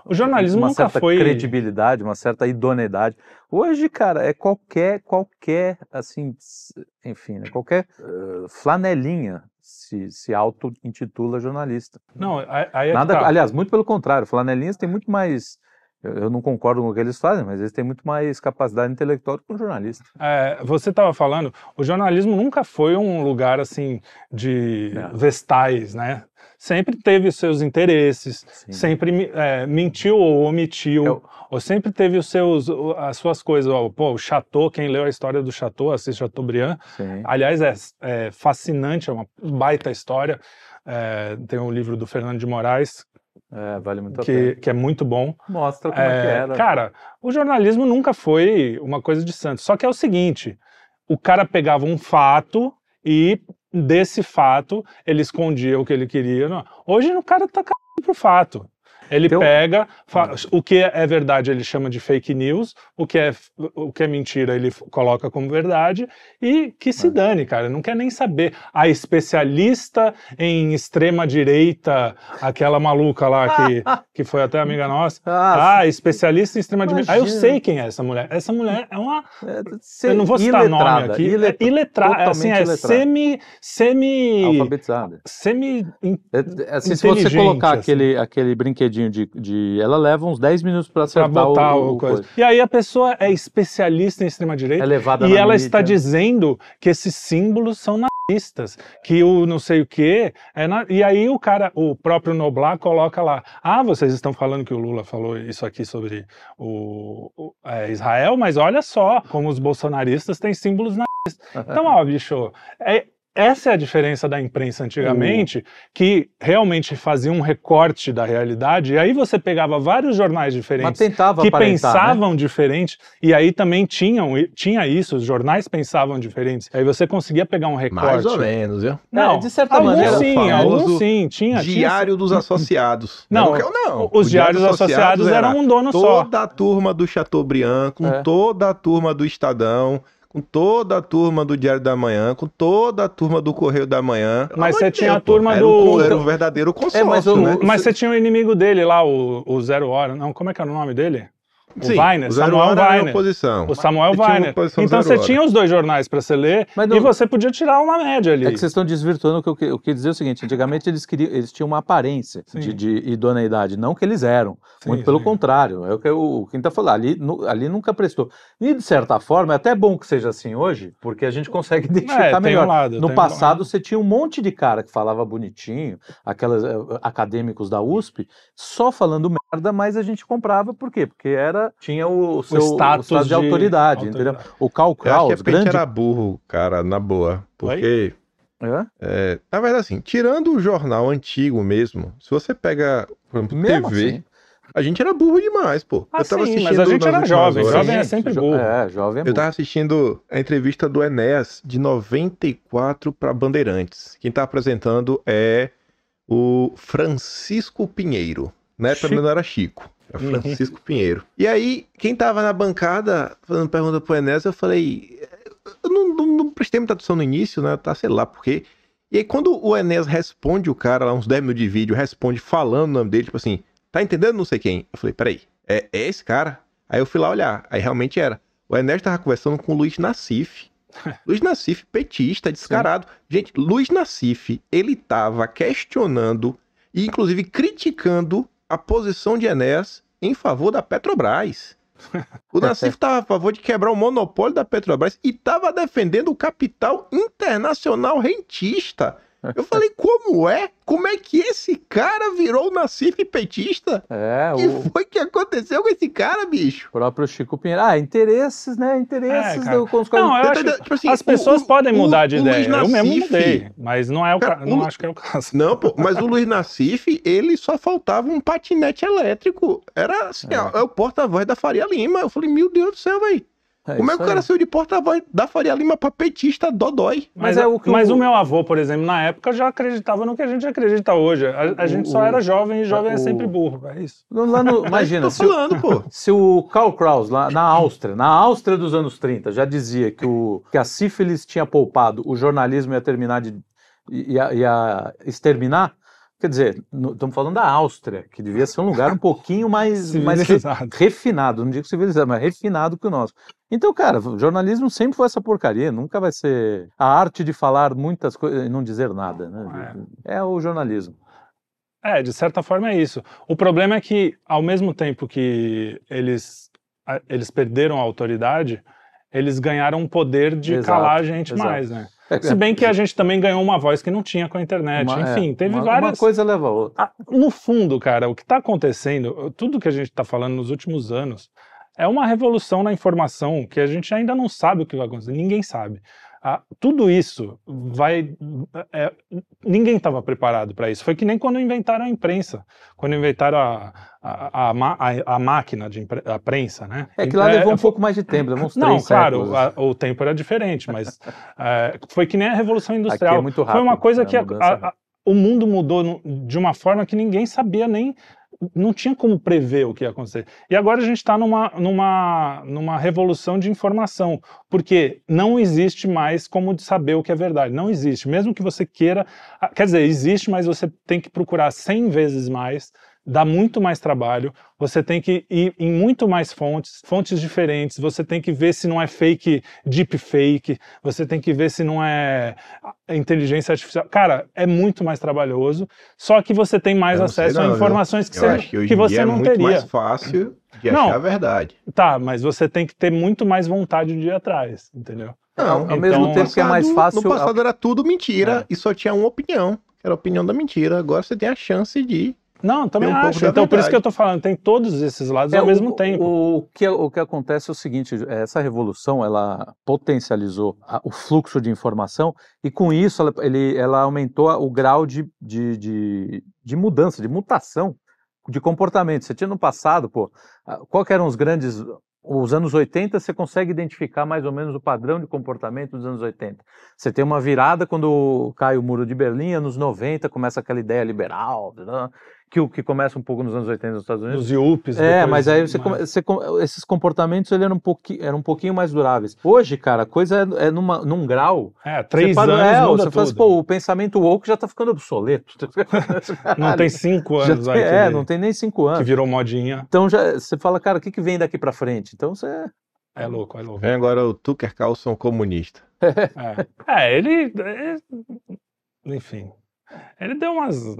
[SPEAKER 3] o, o jornalismo
[SPEAKER 2] uma
[SPEAKER 3] nunca
[SPEAKER 2] certa
[SPEAKER 3] foi.
[SPEAKER 2] credibilidade, uma certa idoneidade. Hoje, cara, é qualquer, qualquer, assim, s- enfim, né, qualquer eh, flanelinha se, se auto-intitula jornalista.
[SPEAKER 3] Não, aí aí é que
[SPEAKER 2] Nada,
[SPEAKER 3] tá.
[SPEAKER 2] aliás, muito pelo contrário, flanelinhas têm muito mais. Eu eu não concordo com o que eles fazem, mas eles têm muito mais capacidade intelectual do que um jornalista.
[SPEAKER 3] É, você estava falando, o jornalismo nunca foi um lugar assim de
[SPEAKER 2] Não.
[SPEAKER 3] vestais, né? Sempre teve os seus interesses,
[SPEAKER 2] Sim.
[SPEAKER 3] sempre me- é, mentiu ou omitiu,
[SPEAKER 2] Eu-
[SPEAKER 3] ou sempre teve os seus, o- as suas coisas. Ó, pô, o Chateau, quem leu a história do Chateau, assiste Chateaubriand.
[SPEAKER 2] Sim.
[SPEAKER 3] Aliás, é, é fascinante, é uma baita história. É, tem um livro do Fernando de Moraes
[SPEAKER 2] É, vale muito a
[SPEAKER 3] que, que é muito bom.
[SPEAKER 2] pena. Mostra como é, que
[SPEAKER 3] É,
[SPEAKER 2] era.
[SPEAKER 3] Cara, o jornalismo nunca foi uma coisa de santo. Só que é o seguinte: o cara pegava um fato e desse fato ele escondia o que ele queria. Não, Hoje o cara tá cagando pro fato. Ele
[SPEAKER 2] Então-
[SPEAKER 3] pega fa- o que é verdade, ele chama de fake news, o que é, f- o que é mentira, ele f- coloca como verdade e que se
[SPEAKER 2] É.
[SPEAKER 3] dane, cara. Não quer nem saber. A especialista em extrema direita, aquela maluca lá que,
[SPEAKER 2] *laughs*
[SPEAKER 3] que foi até amiga nossa,
[SPEAKER 2] Ah,
[SPEAKER 3] ah, especialista em extrema direita. Ah, eu
[SPEAKER 2] Imagina.
[SPEAKER 3] sei quem é essa mulher. Essa mulher é uma.
[SPEAKER 2] é, ser
[SPEAKER 3] Eu não vou citar nome
[SPEAKER 2] iletrada,
[SPEAKER 3] aqui.
[SPEAKER 2] ile-
[SPEAKER 3] é iletrada. É, assim, é
[SPEAKER 2] totalmente iletrada.
[SPEAKER 3] semi. Semi.
[SPEAKER 2] Alfabetizada.
[SPEAKER 3] Semi.
[SPEAKER 2] É, é, assim, se você
[SPEAKER 3] Hum, Inteligente,
[SPEAKER 2] colocar
[SPEAKER 3] assim.
[SPEAKER 2] aquele, aquele brinquedinho de, de. Ela leva uns 10 minutos pra
[SPEAKER 3] Pra
[SPEAKER 2] acertar
[SPEAKER 3] botar
[SPEAKER 2] o,
[SPEAKER 3] o,
[SPEAKER 2] o
[SPEAKER 3] coisa. E aí a pessoa é especialista em extrema
[SPEAKER 2] É
[SPEAKER 3] direita.
[SPEAKER 2] levada
[SPEAKER 3] e
[SPEAKER 2] na
[SPEAKER 3] ela
[SPEAKER 2] mídia.
[SPEAKER 3] está dizendo que esses símbolos são nazistas, que o não sei o quê. É na... E aí o cara, o próprio Noblar, coloca lá: ah, vocês estão falando que o Lula falou isso aqui sobre o, o- é, Israel, mas olha só como os bolsonaristas têm símbolos nazistas.
[SPEAKER 2] *laughs*
[SPEAKER 3] Então, ó, bicho, é- Essa é a diferença da imprensa antigamente, que realmente fazia um recorte da realidade, e aí você pegava vários jornais diferentes
[SPEAKER 2] Mas tentava
[SPEAKER 3] que
[SPEAKER 2] aparentar, né?
[SPEAKER 3] pensavam diferente e aí também tinham tinha isso, os jornais pensavam diferentes. Aí você conseguia pegar um recorte.
[SPEAKER 1] Mais ou menos, viu?
[SPEAKER 3] Não,
[SPEAKER 2] É, de certa
[SPEAKER 3] alguns
[SPEAKER 2] maneira,
[SPEAKER 3] sim,
[SPEAKER 1] o
[SPEAKER 3] alguns
[SPEAKER 1] famoso
[SPEAKER 3] sim, tinha. tinha-
[SPEAKER 1] Diário dos Associados.
[SPEAKER 3] *laughs* Não,
[SPEAKER 1] Era o que- não.
[SPEAKER 3] os
[SPEAKER 1] O Diário
[SPEAKER 3] diários associados
[SPEAKER 1] era
[SPEAKER 3] eram um dono só.
[SPEAKER 1] toda a turma do Chateaubriand, com
[SPEAKER 2] É.
[SPEAKER 1] toda a turma do Estadão, com toda a turma do Diário da Manhã, com toda a turma do Correio da Manhã. Pelo
[SPEAKER 3] Mas
[SPEAKER 1] amor
[SPEAKER 3] você
[SPEAKER 1] de
[SPEAKER 3] tinha
[SPEAKER 1] Deus,
[SPEAKER 3] a turma
[SPEAKER 1] era o
[SPEAKER 3] do-
[SPEAKER 1] con- era o verdadeiro consórcio,
[SPEAKER 2] Então, é, mas o-
[SPEAKER 1] né?
[SPEAKER 3] Mas você tinha o inimigo dele lá, o, o Zero Hora. Não, como é que era o nome dele? O
[SPEAKER 1] Sim,
[SPEAKER 3] Weiner,
[SPEAKER 1] o Zero
[SPEAKER 3] Samuel
[SPEAKER 1] Hora era a
[SPEAKER 3] um Weiner.
[SPEAKER 1] oposição.
[SPEAKER 3] O Samuel
[SPEAKER 1] Você tinha uma
[SPEAKER 3] Weiner.
[SPEAKER 1] posição
[SPEAKER 3] Então
[SPEAKER 1] zero
[SPEAKER 3] você
[SPEAKER 1] hora.
[SPEAKER 3] tinha os dois jornais para você ler
[SPEAKER 2] Mas
[SPEAKER 3] e
[SPEAKER 2] não-
[SPEAKER 3] você podia tirar uma média ali.
[SPEAKER 2] É que vocês estão desvirtuando o que eu, que- eu queria dizer é o seguinte: antigamente eles queriam, eles tinham uma aparência
[SPEAKER 3] Sim.
[SPEAKER 2] de, de idoneidade, não que eles eram.
[SPEAKER 3] Sim,
[SPEAKER 2] muito pelo
[SPEAKER 3] sim.
[SPEAKER 2] contrário. É o que o quem está falando, ali, nu- ali nunca prestou. E de certa forma, é até bom que seja assim hoje, porque a gente consegue *laughs* identificar
[SPEAKER 3] É, tem
[SPEAKER 2] tá melhor.
[SPEAKER 3] um lado, tem
[SPEAKER 2] no
[SPEAKER 3] um
[SPEAKER 2] passado,
[SPEAKER 3] lado.
[SPEAKER 2] você tinha um monte de cara que falava bonitinho, aquelas eh, acadêmicos da USP, só falando merda, mas a gente comprava, por quê? Porque era, tinha o, seu
[SPEAKER 3] status
[SPEAKER 2] status de,
[SPEAKER 3] de
[SPEAKER 2] autoridade, entendeu?
[SPEAKER 3] autoridade.
[SPEAKER 2] O Karl
[SPEAKER 1] Eu acho que é
[SPEAKER 2] Kraus,
[SPEAKER 1] porque a gente
[SPEAKER 2] grande...
[SPEAKER 1] era burro, cara, na boa. Porque,
[SPEAKER 2] Hã?
[SPEAKER 1] é, na verdade, assim, tirando o jornal antigo mesmo, se você pega, por exemplo,
[SPEAKER 2] Mesmo
[SPEAKER 1] TV,
[SPEAKER 2] assim.
[SPEAKER 1] a gente era burro demais, pô.
[SPEAKER 3] Ah,
[SPEAKER 1] eu tava
[SPEAKER 3] sim,
[SPEAKER 1] assistindo
[SPEAKER 3] mas a
[SPEAKER 1] nas
[SPEAKER 3] gente era
[SPEAKER 1] últimas
[SPEAKER 3] jovem,
[SPEAKER 1] horas.
[SPEAKER 3] jovem é sempre
[SPEAKER 2] jo-
[SPEAKER 3] burro.
[SPEAKER 2] É, jovem é
[SPEAKER 1] Eu
[SPEAKER 2] burro.
[SPEAKER 1] tava assistindo a entrevista do Enéas de 94 para Bandeirantes. Quem tá apresentando é o Francisco Pinheiro. Na época
[SPEAKER 2] Chico.
[SPEAKER 1] não era Chico, era
[SPEAKER 3] Uhum.
[SPEAKER 1] Francisco Pinheiro. E aí, quem tava na bancada fazendo pergunta pro Enéas, eu falei. Eu não, não- não prestei muita atenção no início, né? Tá, sei lá por quê. E aí, quando o Enéas responde o cara, lá uns 10 minutos de vídeo, responde falando o nome dele, tipo assim, tá entendendo não sei quem? Eu falei, peraí, é, é esse cara? Aí eu fui lá olhar, aí realmente era. O Enéas tava conversando com o Luiz Nassif. Luiz Nassif, petista, descarado. Gente, Luiz Nassif, ele tava questionando e, inclusive, criticando a posição de Enéas em favor da Petrobras. O Nassif tava a favor de quebrar o monopólio da Petrobras e tava defendendo o capital internacional rentista. Eu falei, como é? Como é que esse cara virou o Nassif petista?
[SPEAKER 2] É,
[SPEAKER 1] O
[SPEAKER 2] o
[SPEAKER 1] que foi que aconteceu com esse cara, bicho?
[SPEAKER 2] próprio Chico Pinheiro. Ah, interesses, né? Interesses
[SPEAKER 3] Ah, cara.
[SPEAKER 2] do, com os
[SPEAKER 3] Não,
[SPEAKER 2] quais-
[SPEAKER 3] eu acho que
[SPEAKER 1] Tipo assim,
[SPEAKER 3] as
[SPEAKER 1] o-
[SPEAKER 3] pessoas
[SPEAKER 1] o-
[SPEAKER 3] podem
[SPEAKER 1] o-
[SPEAKER 3] mudar de
[SPEAKER 1] o
[SPEAKER 3] ideia.
[SPEAKER 1] Luiz
[SPEAKER 3] Eu mesmo
[SPEAKER 1] Nassif-
[SPEAKER 3] mudei, mas não é o
[SPEAKER 1] Cara,
[SPEAKER 3] ca...
[SPEAKER 1] o
[SPEAKER 3] não
[SPEAKER 1] Lu-
[SPEAKER 3] acho que é o caso.
[SPEAKER 1] Não, pô, mas o Luiz Nassif, ele só faltava um patinete elétrico. Era assim, ó, é o porta-voz da Faria Lima. Eu falei, meu Deus do céu, velho.
[SPEAKER 2] É
[SPEAKER 1] Como é
[SPEAKER 2] isso
[SPEAKER 1] que o cara
[SPEAKER 2] aí.
[SPEAKER 1] saiu de porta-voz da Faria Lima pra petista dodói?
[SPEAKER 2] Mas
[SPEAKER 3] Mas,
[SPEAKER 2] é
[SPEAKER 3] a-
[SPEAKER 2] o que
[SPEAKER 3] mas
[SPEAKER 2] o-
[SPEAKER 3] o meu avô, por exemplo, na época já acreditava no que a gente acredita hoje. A, a
[SPEAKER 2] O-
[SPEAKER 3] gente só
[SPEAKER 2] o-
[SPEAKER 3] era jovem e jovem
[SPEAKER 2] o-
[SPEAKER 3] é sempre burro. É isso.
[SPEAKER 1] *laughs*
[SPEAKER 2] Lá no- imagina,
[SPEAKER 1] Tô
[SPEAKER 2] se, o-
[SPEAKER 1] falando, pô.
[SPEAKER 2] *laughs* se o Karl Kraus, lá na Áustria, na Áustria dos anos 30, já dizia que, o, que a sífilis tinha poupado, o jornalismo ia terminar de. ia, ia exterminar. Quer dizer, no- estamos falando da Áustria, que devia ser um lugar um
[SPEAKER 3] *laughs*
[SPEAKER 2] pouquinho mais, mais re-
[SPEAKER 3] Civilizado.
[SPEAKER 2] refinado, não digo civilizado, mas refinado que o nosso. Então, cara, o jornalismo sempre foi essa porcaria, nunca vai ser a arte de falar muitas coisas e não dizer nada, né? É o jornalismo.
[SPEAKER 3] É, de certa forma é isso. O problema é que, ao mesmo tempo que eles, a- eles perderam a autoridade, eles ganharam um poder de
[SPEAKER 2] Exato,
[SPEAKER 3] calar a gente
[SPEAKER 2] exato. É,
[SPEAKER 3] mais, né? Se bem que a gente também ganhou uma voz que não tinha com a internet.
[SPEAKER 2] Uma- é,
[SPEAKER 3] Enfim, teve
[SPEAKER 2] uma,
[SPEAKER 3] várias.
[SPEAKER 2] Uma coisa leva a outra.
[SPEAKER 3] Ah, no fundo, cara, o que está acontecendo, tudo que a gente está falando nos últimos anos, é uma revolução na informação que a gente ainda não sabe o que vai acontecer, ninguém sabe. Ah, tudo isso vai. é, ninguém estava preparado para isso. Foi que nem quando inventaram a imprensa, quando inventaram a, a, a, ma- a- a máquina de impre- a prensa, né?
[SPEAKER 2] É que lá
[SPEAKER 3] Então,
[SPEAKER 2] levou um
[SPEAKER 3] foi-
[SPEAKER 2] pouco mais de tempo, levou uns
[SPEAKER 3] Não,
[SPEAKER 2] três
[SPEAKER 3] claro,
[SPEAKER 2] séculos.
[SPEAKER 3] a- o tempo era diferente, mas *laughs* é, foi que nem a Revolução Industrial.
[SPEAKER 2] muito
[SPEAKER 3] Foi uma
[SPEAKER 2] rápido,
[SPEAKER 3] coisa
[SPEAKER 2] é
[SPEAKER 3] que a-
[SPEAKER 2] uma mudança
[SPEAKER 3] a-
[SPEAKER 2] rápida.
[SPEAKER 3] a- o mundo mudou no- de uma forma que ninguém sabia nem. Não tinha como prever o que ia acontecer. E agora a gente está numa, numa, numa revolução de informação, porque não existe mais como de saber o que é verdade. Não existe. Mesmo que você queira. ah, Quer dizer, existe, mas você tem que procurar 100 vezes mais, dá muito mais trabalho, você tem que ir em muito mais fontes, fontes diferentes, você tem que ver se não é fake, deep fake, você tem que ver se não é inteligência artificial. Cara, é muito mais trabalhoso, só que você tem mais
[SPEAKER 1] Eu não sei
[SPEAKER 3] acesso
[SPEAKER 1] não,
[SPEAKER 3] a
[SPEAKER 1] viu?
[SPEAKER 3] informações que
[SPEAKER 1] Eu
[SPEAKER 3] você,
[SPEAKER 1] acho que
[SPEAKER 3] que
[SPEAKER 1] hoje em
[SPEAKER 3] você
[SPEAKER 1] dia é
[SPEAKER 3] não
[SPEAKER 1] muito
[SPEAKER 3] teria.
[SPEAKER 1] mais fácil de
[SPEAKER 3] Não.
[SPEAKER 1] achar a verdade.
[SPEAKER 3] Tá, mas você tem que ter muito mais vontade de ir atrás, entendeu?
[SPEAKER 2] Ao,
[SPEAKER 1] Não,
[SPEAKER 2] ao mesmo
[SPEAKER 3] então-
[SPEAKER 2] tempo que é mais fácil.
[SPEAKER 1] No passado era tudo mentira e só tinha uma opinião. que Era a opinião da mentira. Agora você tem a chance de.
[SPEAKER 3] Não, eu também
[SPEAKER 1] Tem um pouco
[SPEAKER 3] acho.
[SPEAKER 1] da
[SPEAKER 3] Então, por isso
[SPEAKER 1] verdade.
[SPEAKER 3] que eu tô falando, tem todos esses lados
[SPEAKER 2] É,
[SPEAKER 3] ao
[SPEAKER 2] o-
[SPEAKER 3] mesmo tempo.
[SPEAKER 2] O que, o que acontece é o seguinte: essa revolução ela potencializou a- o fluxo de informação e com isso ela, ele- ela aumentou a- o grau de, de, de- de mudança, de mutação de comportamento. Você tinha no passado, pô, ah, qual que eram os grandes. Os anos 80 você consegue identificar mais ou menos o padrão de comportamento dos anos 80. Você tem uma virada quando cai o muro de Berlim, anos 90 começa aquela ideia liberal, blá, blá, que o que começa um pouco nos anos 80 nos Estados Unidos.
[SPEAKER 3] Dos Yuppies.
[SPEAKER 2] É,
[SPEAKER 3] depois-
[SPEAKER 2] mas aí você, come- você come- esses comportamentos ele eram, um pouquinho, eram um pouquinho mais duráveis. Hoje, cara, a coisa é, é numa, num grau.
[SPEAKER 3] É, três
[SPEAKER 2] você para-
[SPEAKER 3] anos
[SPEAKER 2] é,
[SPEAKER 3] muda
[SPEAKER 2] você fala assim,
[SPEAKER 3] tudo.
[SPEAKER 2] pô, o pensamento woke já tá ficando obsoleto.
[SPEAKER 3] *laughs* não tem cinco
[SPEAKER 2] Já
[SPEAKER 3] anos
[SPEAKER 2] tem-
[SPEAKER 3] aí que,
[SPEAKER 2] É, não tem nem cinco
[SPEAKER 3] que
[SPEAKER 2] anos.
[SPEAKER 3] virou modinha.
[SPEAKER 2] Então já, você fala, cara, o que, que vem daqui pra frente? Então você.
[SPEAKER 3] É louco, é *laughs* louco.
[SPEAKER 1] Vem agora o Tucker Carlson comunista.
[SPEAKER 3] É, É, ele, é- Enfim. Ele deu umas.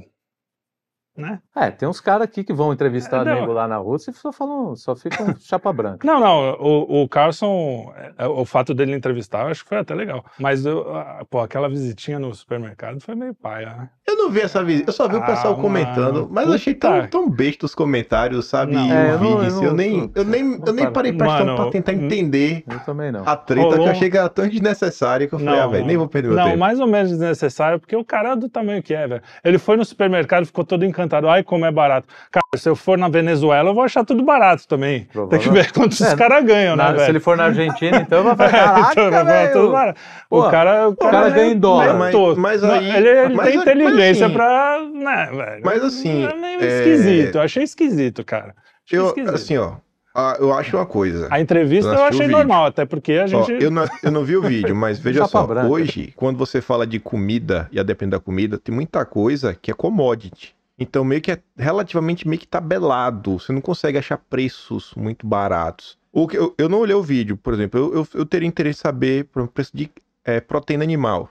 [SPEAKER 3] Né?
[SPEAKER 2] É, tem uns caras aqui que vão entrevistar
[SPEAKER 3] É, não.
[SPEAKER 2] amigo lá na Rússia e só falam, só ficam chapa branca.
[SPEAKER 3] Não, não, o, o Carlson, é, é, o fato dele entrevistar, eu acho que foi até legal. Mas, eu, ah, pô, aquela visitinha no supermercado foi meio paia, né?
[SPEAKER 1] Eu não vi essa visita. Eu só vi o
[SPEAKER 3] Ah,
[SPEAKER 1] pessoal
[SPEAKER 3] mano,
[SPEAKER 1] comentando. Mas
[SPEAKER 3] puta.
[SPEAKER 1] achei tão, tão besta os comentários, sabe?
[SPEAKER 3] Não. hum.
[SPEAKER 1] E
[SPEAKER 3] É,
[SPEAKER 1] o
[SPEAKER 2] eu não-
[SPEAKER 1] Vigis.
[SPEAKER 2] eu
[SPEAKER 1] Eu,
[SPEAKER 2] não-
[SPEAKER 1] nem, eu nem, eu nem
[SPEAKER 2] Mano,
[SPEAKER 1] parei pra,
[SPEAKER 3] não.
[SPEAKER 1] pra tentar entender
[SPEAKER 2] Eu também não.
[SPEAKER 1] a treta, que
[SPEAKER 3] Rolou um-
[SPEAKER 1] eu achei que era tão desnecessária que eu falei,
[SPEAKER 3] Não,
[SPEAKER 1] ah, velho,
[SPEAKER 3] não.
[SPEAKER 1] nem vou perder meu
[SPEAKER 3] Não,
[SPEAKER 1] tempo.
[SPEAKER 3] mais ou menos desnecessário, porque o cara é do tamanho que é, velho. Ele foi no supermercado, ficou todo encantado. Ai, como é barato. Cara, se eu for na Venezuela, eu vou achar tudo barato também. Tem que
[SPEAKER 2] Provavelmente.
[SPEAKER 3] ver quantos
[SPEAKER 2] É,
[SPEAKER 3] os caras ganham, né,
[SPEAKER 2] Na- se
[SPEAKER 3] velho?
[SPEAKER 2] ele for na Argentina, então vai falar,
[SPEAKER 3] *laughs* É,
[SPEAKER 2] caraca,
[SPEAKER 3] então, agora
[SPEAKER 2] velho,
[SPEAKER 3] tudo barato. o
[SPEAKER 2] Pô,
[SPEAKER 3] cara, o cara,
[SPEAKER 2] cara ganha
[SPEAKER 3] é
[SPEAKER 2] em dólar.
[SPEAKER 1] Mas-
[SPEAKER 3] todo.
[SPEAKER 1] mas
[SPEAKER 3] Não,
[SPEAKER 1] aí-
[SPEAKER 3] ele, ele
[SPEAKER 1] mas-
[SPEAKER 3] tem
[SPEAKER 1] mas
[SPEAKER 3] inteligência
[SPEAKER 1] assim-
[SPEAKER 3] pra. Né, velho.
[SPEAKER 1] Mas assim,
[SPEAKER 3] É meio
[SPEAKER 1] é,
[SPEAKER 3] esquisito. Eu achei esquisito, cara. Achei
[SPEAKER 1] Eu,
[SPEAKER 3] esquisito.
[SPEAKER 1] assim, ó, ah, eu acho uma coisa.
[SPEAKER 3] a entrevista
[SPEAKER 1] eu
[SPEAKER 3] eu
[SPEAKER 1] assisti o
[SPEAKER 3] achei
[SPEAKER 1] vídeo.
[SPEAKER 3] normal, até porque a
[SPEAKER 1] Ó,
[SPEAKER 3] gente.
[SPEAKER 1] eu, não, eu não vi o vídeo, mas veja
[SPEAKER 2] Chapa
[SPEAKER 1] só,
[SPEAKER 2] branca.
[SPEAKER 1] hoje, quando você fala de comida, e a depender da comida, tem muita coisa que é commodity. Então, meio que é relativamente meio que tabelado. Você não consegue achar preços muito baratos. O que, eu, eu não olhei o vídeo, por exemplo. Eu, eu, eu teria interesse em saber por exemplo, preço de eh, proteína animal.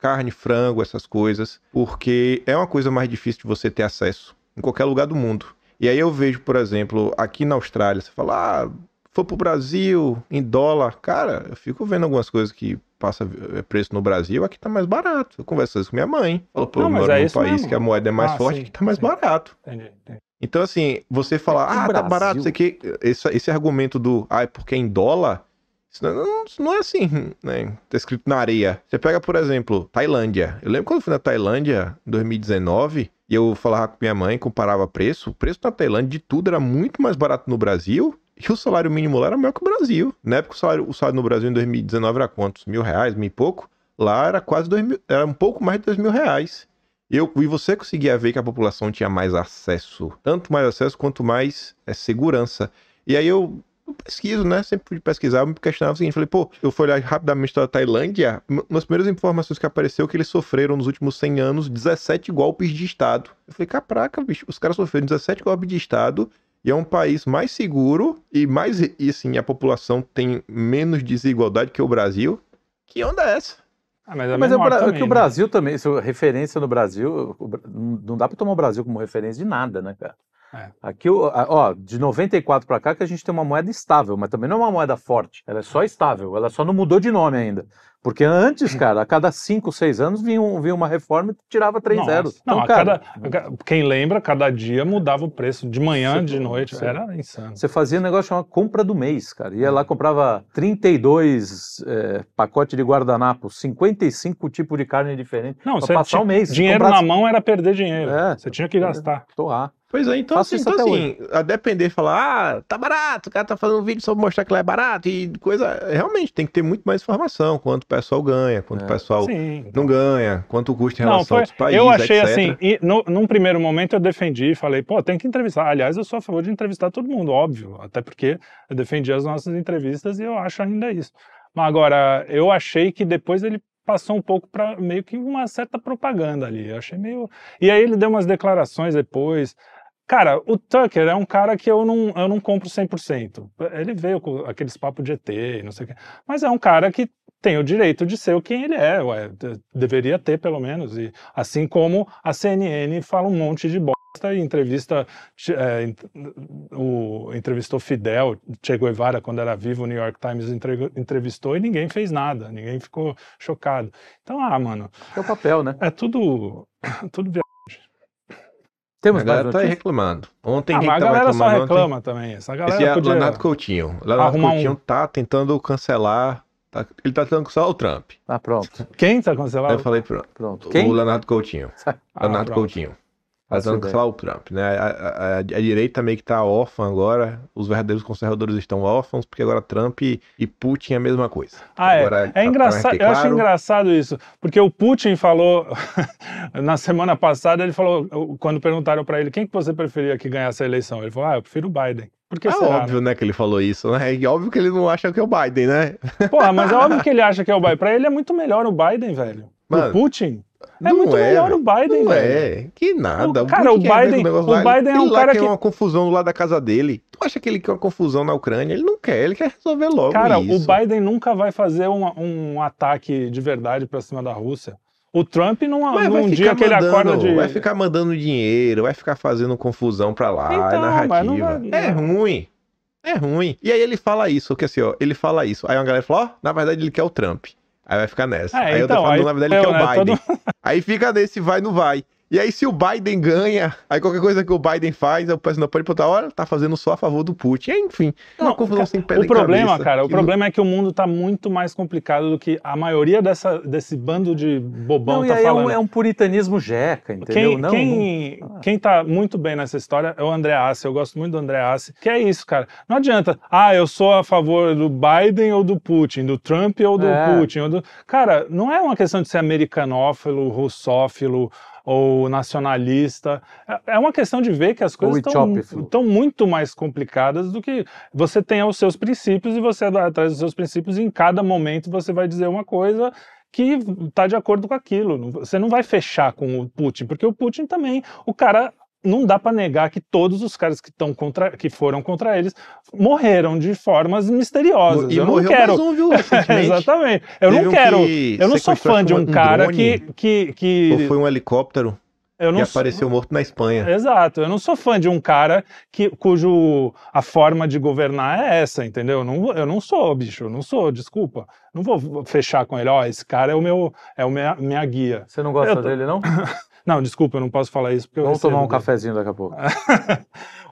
[SPEAKER 1] Carne, frango, essas coisas. Porque é uma coisa mais difícil de você ter acesso em qualquer lugar do mundo. E aí eu vejo, por exemplo, aqui na Austrália, você fala, ah, foi pro Brasil em dólar. Cara, eu fico vendo algumas coisas que passa eh, preço no Brasil, aqui tá mais barato. Eu converso isso com minha mãe. Falo, pô,
[SPEAKER 3] Não,
[SPEAKER 1] eu
[SPEAKER 3] mas
[SPEAKER 1] moro
[SPEAKER 3] é
[SPEAKER 1] num
[SPEAKER 3] isso
[SPEAKER 1] país
[SPEAKER 3] mesmo.
[SPEAKER 1] que a moeda é mais
[SPEAKER 3] Ah,
[SPEAKER 1] forte,
[SPEAKER 3] sim,
[SPEAKER 1] que tá mais
[SPEAKER 3] sim.
[SPEAKER 1] barato.
[SPEAKER 3] Entendi, entendi.
[SPEAKER 1] Então, assim, você falar,
[SPEAKER 2] É que o
[SPEAKER 1] ah, tá
[SPEAKER 2] Brasil-
[SPEAKER 1] barato isso aqui, esse, esse argumento do, ah, é porque é em dólar, isso não, isso não é assim, né? Tá escrito na areia. Você pega, por exemplo, Tailândia. Eu lembro quando eu fui na Tailândia, em 2019, e eu falava com minha mãe, comparava preço, o preço na Tailândia de tudo era muito mais barato no Brasil, e o salário mínimo lá era maior que o Brasil. Na época, o salário, o salário no Brasil em 2019 era quantos? Mil reais, mil e pouco? Lá era quase dois mil, era um pouco mais de dois mil reais. E Eu, e você conseguia ver que a população tinha mais acesso, tanto mais acesso quanto mais é, segurança. E aí eu, eu pesquiso, né? Sempre fui pesquisar, eu me questionava o seguinte: falei, pô, eu fui olhar rapidamente da Tailândia, m- nas primeiras informações que apareceu é que eles sofreram nos últimos 100 anos 17 golpes de Estado. Eu falei, caraca, bicho, os caras sofreram 17 golpes de Estado. E é um país mais seguro e mais e assim a população tem menos desigualdade que o Brasil. Que onda é essa?
[SPEAKER 3] Ah, mas é
[SPEAKER 2] Mas é o
[SPEAKER 3] menor
[SPEAKER 2] Bra- é
[SPEAKER 3] também,
[SPEAKER 2] que o
[SPEAKER 3] né?
[SPEAKER 2] Brasil também, isso, referência no Brasil, o Bra- não dá pra tomar o Brasil como referência de nada, né, cara?
[SPEAKER 3] É.
[SPEAKER 2] Aqui, o- a- ó, de 94 pra cá que a gente tem uma moeda estável, mas também não é uma moeda forte. Ela é só estável, ela só não mudou de nome ainda. Porque
[SPEAKER 3] Hum.
[SPEAKER 2] antes, cara, a cada 5, 6 anos vinha, um- vinha uma reforma e tirava 3
[SPEAKER 3] né? Nossa.
[SPEAKER 2] zeros.
[SPEAKER 3] Não,
[SPEAKER 2] Então,
[SPEAKER 3] a
[SPEAKER 2] cara,
[SPEAKER 3] cada- a ca- quem lembra, cada dia mudava o preço. De manhã,
[SPEAKER 2] Sim,
[SPEAKER 3] de noite.
[SPEAKER 2] sim.
[SPEAKER 3] Era insano.
[SPEAKER 2] Você fazia um negócio chamado compra do mês, cara. Ia
[SPEAKER 3] Uhum.
[SPEAKER 2] lá, comprava 32 é, pacotes de guardanapo, 55 tipos de carne diferente.
[SPEAKER 3] Não,
[SPEAKER 2] pra
[SPEAKER 3] você
[SPEAKER 2] passar
[SPEAKER 3] tinha
[SPEAKER 2] um mês. você
[SPEAKER 3] dinheiro
[SPEAKER 2] comprasse-
[SPEAKER 3] na mão era perder dinheiro.
[SPEAKER 2] É.
[SPEAKER 3] Você tinha que gastar.
[SPEAKER 2] Torrar.
[SPEAKER 1] Pois é, então
[SPEAKER 2] Faço
[SPEAKER 1] assim,
[SPEAKER 2] isso
[SPEAKER 1] então,
[SPEAKER 2] até
[SPEAKER 1] assim a depender, falar, ah, tá barato, o cara tá fazendo um vídeo só pra mostrar que lá é barato e coisa. Realmente, tem que ter muito mais informação, quanto o pessoal ganha, quanto
[SPEAKER 2] É.
[SPEAKER 1] o pessoal
[SPEAKER 3] Sim.
[SPEAKER 1] não ganha, quanto custa em
[SPEAKER 3] Não,
[SPEAKER 1] relação
[SPEAKER 3] foi,
[SPEAKER 1] aos países,
[SPEAKER 3] eu achei
[SPEAKER 1] etc.
[SPEAKER 3] assim, e no, num primeiro momento eu defendi e falei, pô, tem que entrevistar. Aliás, eu sou a favor de entrevistar todo mundo, óbvio, até porque eu defendi as nossas entrevistas e eu acho ainda isso. Mas agora, eu achei que depois ele passou um pouco para meio que uma certa propaganda ali. Eu achei meio. E aí ele deu umas declarações depois. Cara, o Tucker é um cara que eu não, eu não compro 100%. Ele veio com aqueles papos de ET, e não sei o quê. Mas é um cara que tem o direito de ser o quem ele é, ué, de- deveria ter pelo menos. E assim como a CNN fala um monte de bosta e entrevista che- é, ent- o entrevistou Fidel, Che Guevara quando era vivo, o New York Times entre- entrevistou e ninguém fez nada, ninguém ficou chocado. Então, ah, mano,
[SPEAKER 2] É o papel, né?
[SPEAKER 3] é tudo *coughs* tudo via-
[SPEAKER 1] A
[SPEAKER 2] Temos mais
[SPEAKER 1] galera tá aí
[SPEAKER 2] notícias?
[SPEAKER 1] reclamando. Ontem
[SPEAKER 3] Ah,
[SPEAKER 1] quem
[SPEAKER 3] mas a
[SPEAKER 1] tava
[SPEAKER 3] galera só
[SPEAKER 1] reclamando ontem-
[SPEAKER 3] reclama também. Essa galera
[SPEAKER 1] Esse é
[SPEAKER 3] podia...
[SPEAKER 1] Leonardo Coutinho. Leonardo
[SPEAKER 3] arrumar um-
[SPEAKER 1] Coutinho tá tentando cancelar. tá- ele tá tentando cancelar o Trump.
[SPEAKER 2] Ah, pronto,
[SPEAKER 3] Quem tá
[SPEAKER 1] Aí eu
[SPEAKER 3] cancelado?
[SPEAKER 1] falei pronto.
[SPEAKER 2] pronto.
[SPEAKER 1] O
[SPEAKER 2] Quem? *laughs*
[SPEAKER 1] Leonardo Coutinho.
[SPEAKER 3] Ah,
[SPEAKER 1] Leonardo
[SPEAKER 3] pronto.
[SPEAKER 1] Coutinho. Tá
[SPEAKER 2] Faço
[SPEAKER 1] tentando
[SPEAKER 2] ideia.
[SPEAKER 1] cancelar o Trump, né? A, a- a- a direita meio que tá órfã agora. Os verdadeiros conservadores estão órfãos, porque agora Trump e, e Putin é a mesma coisa.
[SPEAKER 3] Ah, é.
[SPEAKER 1] Agora, tá-
[SPEAKER 3] É
[SPEAKER 1] tá
[SPEAKER 3] engraçado,
[SPEAKER 1] mais
[SPEAKER 3] eu acho
[SPEAKER 1] claro.
[SPEAKER 3] engraçado isso, porque o Putin falou *laughs* na semana passada, ele falou quando perguntaram pra ele quem que você preferia que ganhasse a eleição, ele falou: "Ah, eu prefiro o Biden". Porque
[SPEAKER 1] É
[SPEAKER 3] será, né?
[SPEAKER 1] óbvio, né, que ele falou isso, né? É óbvio que ele não acha que é o Biden, né?
[SPEAKER 3] Porra, mas é óbvio que ele acha que é o Biden. Pra ele é muito melhor o Biden, velho.
[SPEAKER 1] Mano,
[SPEAKER 3] o Putin é
[SPEAKER 1] não
[SPEAKER 3] muito
[SPEAKER 1] é,
[SPEAKER 3] melhor o
[SPEAKER 1] velho.
[SPEAKER 3] Biden,
[SPEAKER 1] Não
[SPEAKER 3] velho.
[SPEAKER 1] é, que nada.
[SPEAKER 3] O- cara,
[SPEAKER 1] Putin
[SPEAKER 3] o
[SPEAKER 1] quer ver
[SPEAKER 3] Biden-
[SPEAKER 1] o negócio
[SPEAKER 3] o
[SPEAKER 1] lá,
[SPEAKER 3] Biden é
[SPEAKER 1] ele
[SPEAKER 3] um
[SPEAKER 1] lá
[SPEAKER 3] cara
[SPEAKER 1] quer
[SPEAKER 3] que-
[SPEAKER 1] uma confusão lá da casa dele. Tu acha que ele quer uma confusão na Ucrânia? Ele não quer, ele quer resolver logo
[SPEAKER 3] Cara,
[SPEAKER 1] isso.
[SPEAKER 3] o Biden nunca vai fazer um, um ataque de verdade pra cima da Rússia. O Trump não
[SPEAKER 1] Mas vai
[SPEAKER 3] num
[SPEAKER 1] ficar
[SPEAKER 3] dia que ele
[SPEAKER 1] mandando-
[SPEAKER 3] acorda de
[SPEAKER 1] Vai ficar mandando dinheiro, vai ficar fazendo confusão pra lá, é
[SPEAKER 3] Então, mas não
[SPEAKER 1] narrativa.
[SPEAKER 3] vai- né?
[SPEAKER 1] É ruim. É ruim. E aí ele fala isso, que assim, ó, ele fala isso. Aí uma galera fala, ó, na verdade ele quer o Trump. Aí vai ficar nessa.
[SPEAKER 3] É,
[SPEAKER 1] aí eu tô
[SPEAKER 3] então,
[SPEAKER 1] falando,
[SPEAKER 3] aí
[SPEAKER 1] na verdade ele
[SPEAKER 3] eu,
[SPEAKER 1] quer
[SPEAKER 3] né,
[SPEAKER 1] o Biden. *laughs* Aí fica nesse vai, não vai. E aí se o Biden ganha, aí qualquer coisa que o Biden faz, eu peço, não pode botar, olha, tá fazendo só a favor do Putin. É, Enfim, é uma
[SPEAKER 3] Não,
[SPEAKER 1] confusão
[SPEAKER 3] ca-
[SPEAKER 1] sem pé
[SPEAKER 3] O
[SPEAKER 1] nem
[SPEAKER 3] problema,
[SPEAKER 1] cabeça,
[SPEAKER 3] cara, o
[SPEAKER 1] que
[SPEAKER 3] problema é que o mundo tá muito mais complicado do que a maioria dessa, desse bando de bobão
[SPEAKER 2] Não, e
[SPEAKER 3] tá
[SPEAKER 2] aí é
[SPEAKER 3] falando.
[SPEAKER 2] um, é um puritanismo jeca, entendeu?
[SPEAKER 3] Quem,
[SPEAKER 2] não,
[SPEAKER 3] quem, quem tá muito bem nessa história é o André Assi. Eu gosto muito do André Assi. Que é isso, cara. Não adianta. Ah, eu sou a favor do Biden ou do Putin, do Trump ou do
[SPEAKER 2] É.
[SPEAKER 3] Putin. Ou do... Cara, não é uma questão de ser americanófilo, russófilo ou nacionalista. É- É uma questão de ver que as coisas
[SPEAKER 2] etiópilo.
[SPEAKER 3] estão muito mais complicadas do que você tem os seus princípios e você vai atrás dos seus princípios e em cada momento você vai dizer uma coisa que está de acordo com aquilo. Não- Você não vai fechar com o Putin, porque o Putin também, o cara não dá para negar que todos os caras que estão contra, que foram contra eles morreram de formas misteriosas.
[SPEAKER 1] E
[SPEAKER 3] é eu não
[SPEAKER 1] morreu
[SPEAKER 3] quero.
[SPEAKER 1] mais um, viu, recentemente.
[SPEAKER 3] *laughs* Exatamente. Eu
[SPEAKER 1] Teve
[SPEAKER 3] não
[SPEAKER 1] um
[SPEAKER 3] quero.
[SPEAKER 1] que
[SPEAKER 3] Eu não sou
[SPEAKER 1] sequestrou,
[SPEAKER 3] fã
[SPEAKER 1] acho
[SPEAKER 3] de um cara que
[SPEAKER 1] drone,
[SPEAKER 3] que
[SPEAKER 1] Ou
[SPEAKER 3] que
[SPEAKER 1] foi um helicóptero
[SPEAKER 3] eu
[SPEAKER 1] que
[SPEAKER 3] não sou-
[SPEAKER 1] apareceu morto na Espanha.
[SPEAKER 3] Exato, eu não sou fã de um cara que, cujo a forma de governar é essa, entendeu? Eu não, eu não sou, bicho, eu não sou, desculpa. Não vou fechar com ele, ó, esse cara é o meu, é o minha, minha guia.
[SPEAKER 2] Você não gosta
[SPEAKER 3] Eu tô- *laughs*
[SPEAKER 2] dele, não?
[SPEAKER 3] Não, desculpa, eu não posso falar isso porque eu Ah.
[SPEAKER 2] Vamos
[SPEAKER 3] recebo
[SPEAKER 2] tomar um
[SPEAKER 3] dele.
[SPEAKER 2] cafezinho daqui a pouco.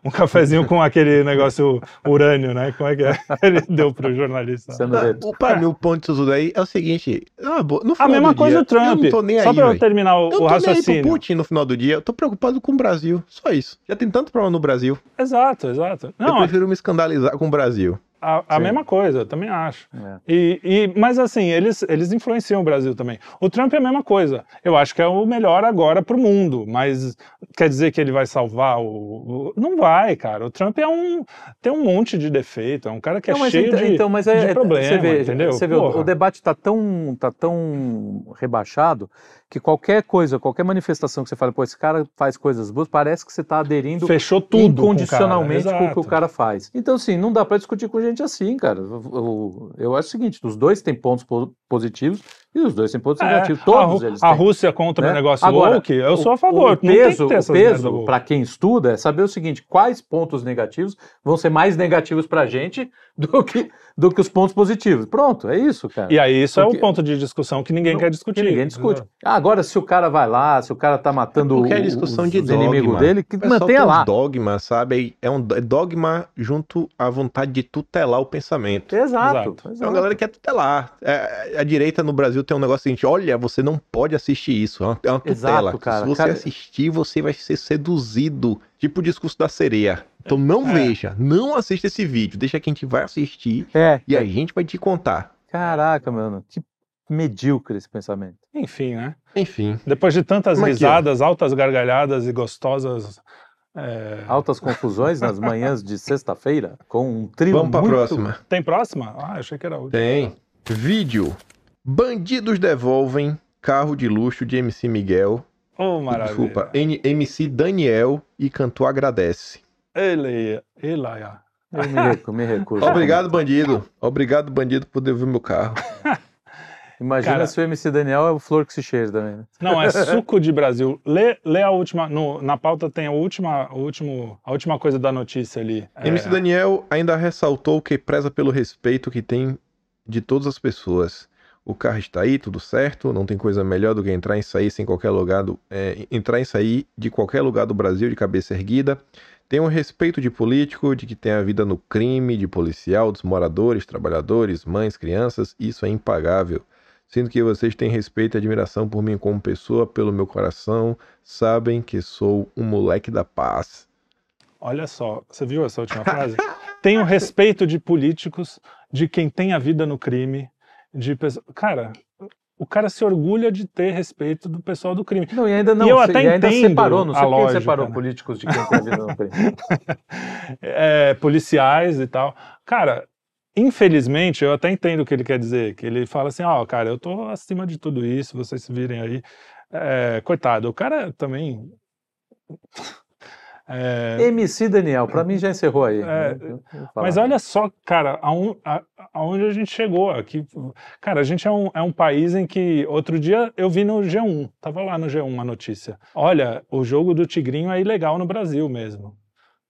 [SPEAKER 3] um cafezinho com aquele negócio urânio, né?
[SPEAKER 1] *laughs*
[SPEAKER 3] Como é que é? Ele deu pro jornalista.
[SPEAKER 2] Sendo
[SPEAKER 1] Não,
[SPEAKER 2] reto.
[SPEAKER 1] o- Pra mim, o ponto disso tudo aí é o seguinte: é uma boa- no
[SPEAKER 3] A
[SPEAKER 1] final
[SPEAKER 3] mesma
[SPEAKER 1] do
[SPEAKER 3] coisa
[SPEAKER 1] dia,
[SPEAKER 3] o Trump.
[SPEAKER 1] é? Eu não tô nem
[SPEAKER 3] Só
[SPEAKER 1] aí.
[SPEAKER 3] pra eu
[SPEAKER 1] véi.
[SPEAKER 3] terminar o,
[SPEAKER 1] Eu não
[SPEAKER 3] o
[SPEAKER 1] tô nem aí pro
[SPEAKER 3] raciocínio.
[SPEAKER 1] Putin no final do dia. Eu tô preocupado com o Brasil. Só isso. Já tem tanto problema no Brasil.
[SPEAKER 3] Exato, exato.
[SPEAKER 1] eu
[SPEAKER 3] Não, é-
[SPEAKER 1] prefiro me escandalizar com o Brasil.
[SPEAKER 3] a, a
[SPEAKER 2] Sim.
[SPEAKER 3] mesma coisa, eu também acho.
[SPEAKER 2] É.
[SPEAKER 3] E, e- mas assim, eles, eles influenciam o Brasil também. O Trump é a mesma coisa. Eu acho que é o melhor agora pro mundo, mas quer dizer que ele vai salvar o. o- não vai, cara. O Trump é um. tem um monte de defeito, é um cara que é
[SPEAKER 2] Não, mas
[SPEAKER 3] cheio
[SPEAKER 2] ent-
[SPEAKER 3] de,
[SPEAKER 2] então, mas
[SPEAKER 3] de
[SPEAKER 2] é, é-
[SPEAKER 3] problema,
[SPEAKER 2] você vê,
[SPEAKER 3] entendeu?
[SPEAKER 2] Você vê, o,
[SPEAKER 3] Porra.
[SPEAKER 2] o debate está tão, tá tão rebaixado que qualquer coisa, qualquer manifestação que você fala, pô, esse cara faz coisas boas, parece que você está aderindo
[SPEAKER 3] fechou tudo. com o cara,
[SPEAKER 2] incondicionalmente com, o que o
[SPEAKER 3] exato.
[SPEAKER 2] cara faz. Então, assim, não dá para discutir com gente assim, cara. Eu, eu- eu acho o seguinte: os dois têm pontos po- positivos E os dois têm pontos
[SPEAKER 3] É,
[SPEAKER 2] negativos.
[SPEAKER 3] a,
[SPEAKER 2] Todos
[SPEAKER 3] Ru-
[SPEAKER 2] eles
[SPEAKER 3] a
[SPEAKER 2] têm.
[SPEAKER 3] Rússia contra
[SPEAKER 2] né?
[SPEAKER 3] o negócio
[SPEAKER 2] Agora,
[SPEAKER 3] woke, eu
[SPEAKER 2] o-
[SPEAKER 3] sou a favor.
[SPEAKER 2] O
[SPEAKER 3] não tem que
[SPEAKER 2] peso,
[SPEAKER 3] ter
[SPEAKER 2] o
[SPEAKER 3] essas merda
[SPEAKER 2] peso
[SPEAKER 3] woke.
[SPEAKER 2] para quem estuda é saber o seguinte: quais pontos negativos vão ser mais negativos para a gente *laughs* do que, do que os pontos positivos. Pronto, é isso, cara.
[SPEAKER 3] E aí isso é
[SPEAKER 2] Porque-
[SPEAKER 3] um ponto de discussão que ninguém
[SPEAKER 2] Não,
[SPEAKER 3] quer
[SPEAKER 2] Que
[SPEAKER 3] discutir.
[SPEAKER 2] ninguém discute. Ah, agora, se o cara vai lá, se o cara tá matando
[SPEAKER 1] porque é
[SPEAKER 2] o-
[SPEAKER 1] discussão
[SPEAKER 2] os,
[SPEAKER 1] de
[SPEAKER 2] os inimigos
[SPEAKER 1] dogma.
[SPEAKER 2] dele, que
[SPEAKER 1] O pessoal
[SPEAKER 2] mantenha
[SPEAKER 1] tem uns
[SPEAKER 2] lá.
[SPEAKER 1] um dogma, sabe? É um do- é dogma junto à vontade de tutelar o pensamento.
[SPEAKER 2] Exato.
[SPEAKER 3] Exato.
[SPEAKER 1] É uma galera que quer tutelar. É, a direita no Brasil tem um negócio seguinte: olha, você não pode assistir isso. É uma, é uma tutela.
[SPEAKER 2] Exato, cara.
[SPEAKER 1] Se você
[SPEAKER 2] Cara-
[SPEAKER 1] assistir, você vai ser seduzido. Tipo o discurso da sereia. Então não
[SPEAKER 3] É.
[SPEAKER 1] veja, não assista esse vídeo. Deixa que a gente vai assistir
[SPEAKER 2] É.
[SPEAKER 1] e a gente vai te contar.
[SPEAKER 2] Caraca, mano, que medíocre esse pensamento.
[SPEAKER 3] Enfim, né?
[SPEAKER 1] Enfim.
[SPEAKER 3] Depois de tantas
[SPEAKER 1] Mas aqui, ó.
[SPEAKER 3] risadas, altas gargalhadas e gostosas. é,
[SPEAKER 2] Altas confusões nas manhãs de sexta-feira com um trio
[SPEAKER 1] Vamos pra
[SPEAKER 2] muito...
[SPEAKER 1] próxima.
[SPEAKER 3] Tem próxima? Ah, achei que era a última.
[SPEAKER 1] Tem. Vídeo. Bandidos devolvem carro de luxo de MC Miguel.
[SPEAKER 3] Oh, maravilha.
[SPEAKER 1] Desculpa. N- MC Daniel e cantor agradece.
[SPEAKER 3] Ele, ele, ah.
[SPEAKER 2] Eu me, recu- me recuso.
[SPEAKER 1] Obrigado, bandido. Obrigado, bandido, por devolver meu carro.
[SPEAKER 2] Imagina
[SPEAKER 3] Cara-
[SPEAKER 2] se o MC Daniel é o flor que se cheira também. né?
[SPEAKER 3] Não, é suco de Brasil. Lê, lê a última. no- na pauta tem a última, o último, a última coisa da notícia ali. É,
[SPEAKER 1] MC Daniel ainda ressaltou que preza pelo respeito que tem de todas as pessoas. O carro está aí, tudo certo. Não tem coisa melhor do que entrar e sair sem qualquer lugar do, é, entrar e sair de qualquer lugar do Brasil de cabeça erguida. Tem um respeito de político, de que tem a vida no crime, de policial, dos moradores, trabalhadores, mães, crianças. Isso é impagável. Sinto que vocês têm respeito e admiração por mim como pessoa, pelo meu coração. Sabem que sou um moleque da paz.
[SPEAKER 3] Olha só, você viu essa última frase? Tenho respeito de políticos, de quem tem a vida no crime, de pessoas. Cara, o cara se orgulha de ter respeito do pessoal do crime.
[SPEAKER 2] Não, e ainda não,
[SPEAKER 3] E eu
[SPEAKER 2] se-
[SPEAKER 3] até
[SPEAKER 2] e ainda
[SPEAKER 3] entendo
[SPEAKER 2] separou, não sei
[SPEAKER 3] a
[SPEAKER 2] quem
[SPEAKER 3] lógica,
[SPEAKER 2] separou
[SPEAKER 3] né?
[SPEAKER 2] políticos de quem tem vida no crime.
[SPEAKER 3] é, policiais e tal. Cara, infelizmente, eu até entendo o que ele quer dizer, que ele fala assim, ó, cara, eu tô acima de tudo isso, vocês se virem aí. É, coitado, o cara também... *laughs* É,
[SPEAKER 2] MC Daniel, pra mim já encerrou aí. né?
[SPEAKER 3] É,
[SPEAKER 2] Não- não fala.
[SPEAKER 3] mas olha só, cara, aon- a- aonde a gente chegou aqui. Cara, a gente é um, é um país em que outro dia eu vi no G1, tava lá no G1 uma notícia. Olha, o jogo do Tigrinho é ilegal no Brasil mesmo.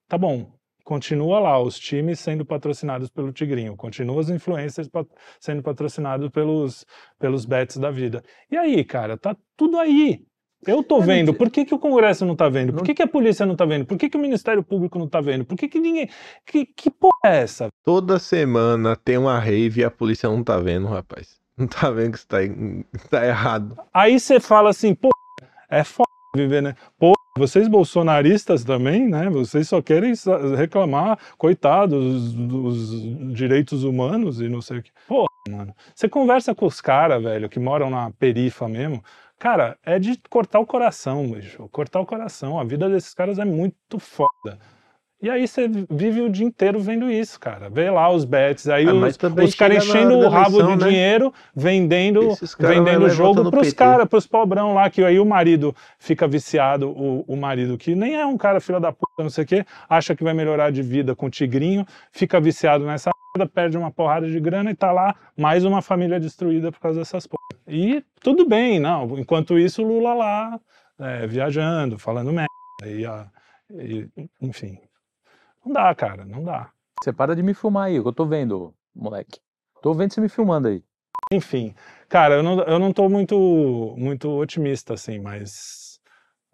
[SPEAKER 3] Tá bom, continua lá os times sendo patrocinados pelo Tigrinho, continua os influencers pat- sendo patrocinados pelos, pelos bets da vida. E aí, cara, tá tudo aí. Eu tô
[SPEAKER 2] Eu É, não
[SPEAKER 3] vendo,
[SPEAKER 2] te-
[SPEAKER 3] por que, que o Congresso não tá vendo?
[SPEAKER 2] Não-
[SPEAKER 3] Por que, que a polícia não tá vendo? Por que, que o Ministério Público não tá vendo? Por que, que ninguém. Que, que porra é essa?
[SPEAKER 1] Toda semana tem uma rave e a polícia não tá vendo, rapaz. *laughs* Não tá vendo que isso tá, em- tá errado.
[SPEAKER 3] Aí você fala assim, pô, é foda viver, né? Pô, vocês bolsonaristas também, né? Vocês só querem sa- reclamar, coitados dos direitos humanos e não sei o que. Pô, mano, você conversa com os caras, velho, que moram na perifa mesmo. Cara, é de cortar o coração, bicho. Cortar o coração. A vida desses caras é muito foda. E aí você vive o dia inteiro vendo isso, cara. Vê lá os bets, aí
[SPEAKER 1] Ah,
[SPEAKER 3] os,
[SPEAKER 1] mas também
[SPEAKER 3] os caras
[SPEAKER 1] chega na hora
[SPEAKER 3] enchendo
[SPEAKER 1] da
[SPEAKER 3] o rabo
[SPEAKER 1] eleição,
[SPEAKER 3] de
[SPEAKER 1] né?
[SPEAKER 3] dinheiro, vendendo
[SPEAKER 1] Esses caras vai
[SPEAKER 3] vendendo
[SPEAKER 1] lá
[SPEAKER 3] o
[SPEAKER 1] e vota
[SPEAKER 3] jogo
[SPEAKER 1] no
[SPEAKER 3] pros
[SPEAKER 1] PT.
[SPEAKER 3] caras, pros pobrão lá, que aí o marido fica viciado, o, o marido que nem é um cara filha da puta, não sei o quê, acha que vai melhorar de vida com o tigrinho, fica viciado nessa merda, perde uma porrada de grana e tá lá mais uma família destruída por causa dessas porra. E tudo bem, não. Enquanto isso, o Lula lá, é, viajando, falando merda, e, a- e- enfim. Não dá, cara, não dá.
[SPEAKER 2] Você para de me filmar aí, que eu tô vendo, moleque. Tô vendo você me filmando aí.
[SPEAKER 3] Enfim, cara, eu não, eu não tô muito, muito otimista, assim, mas.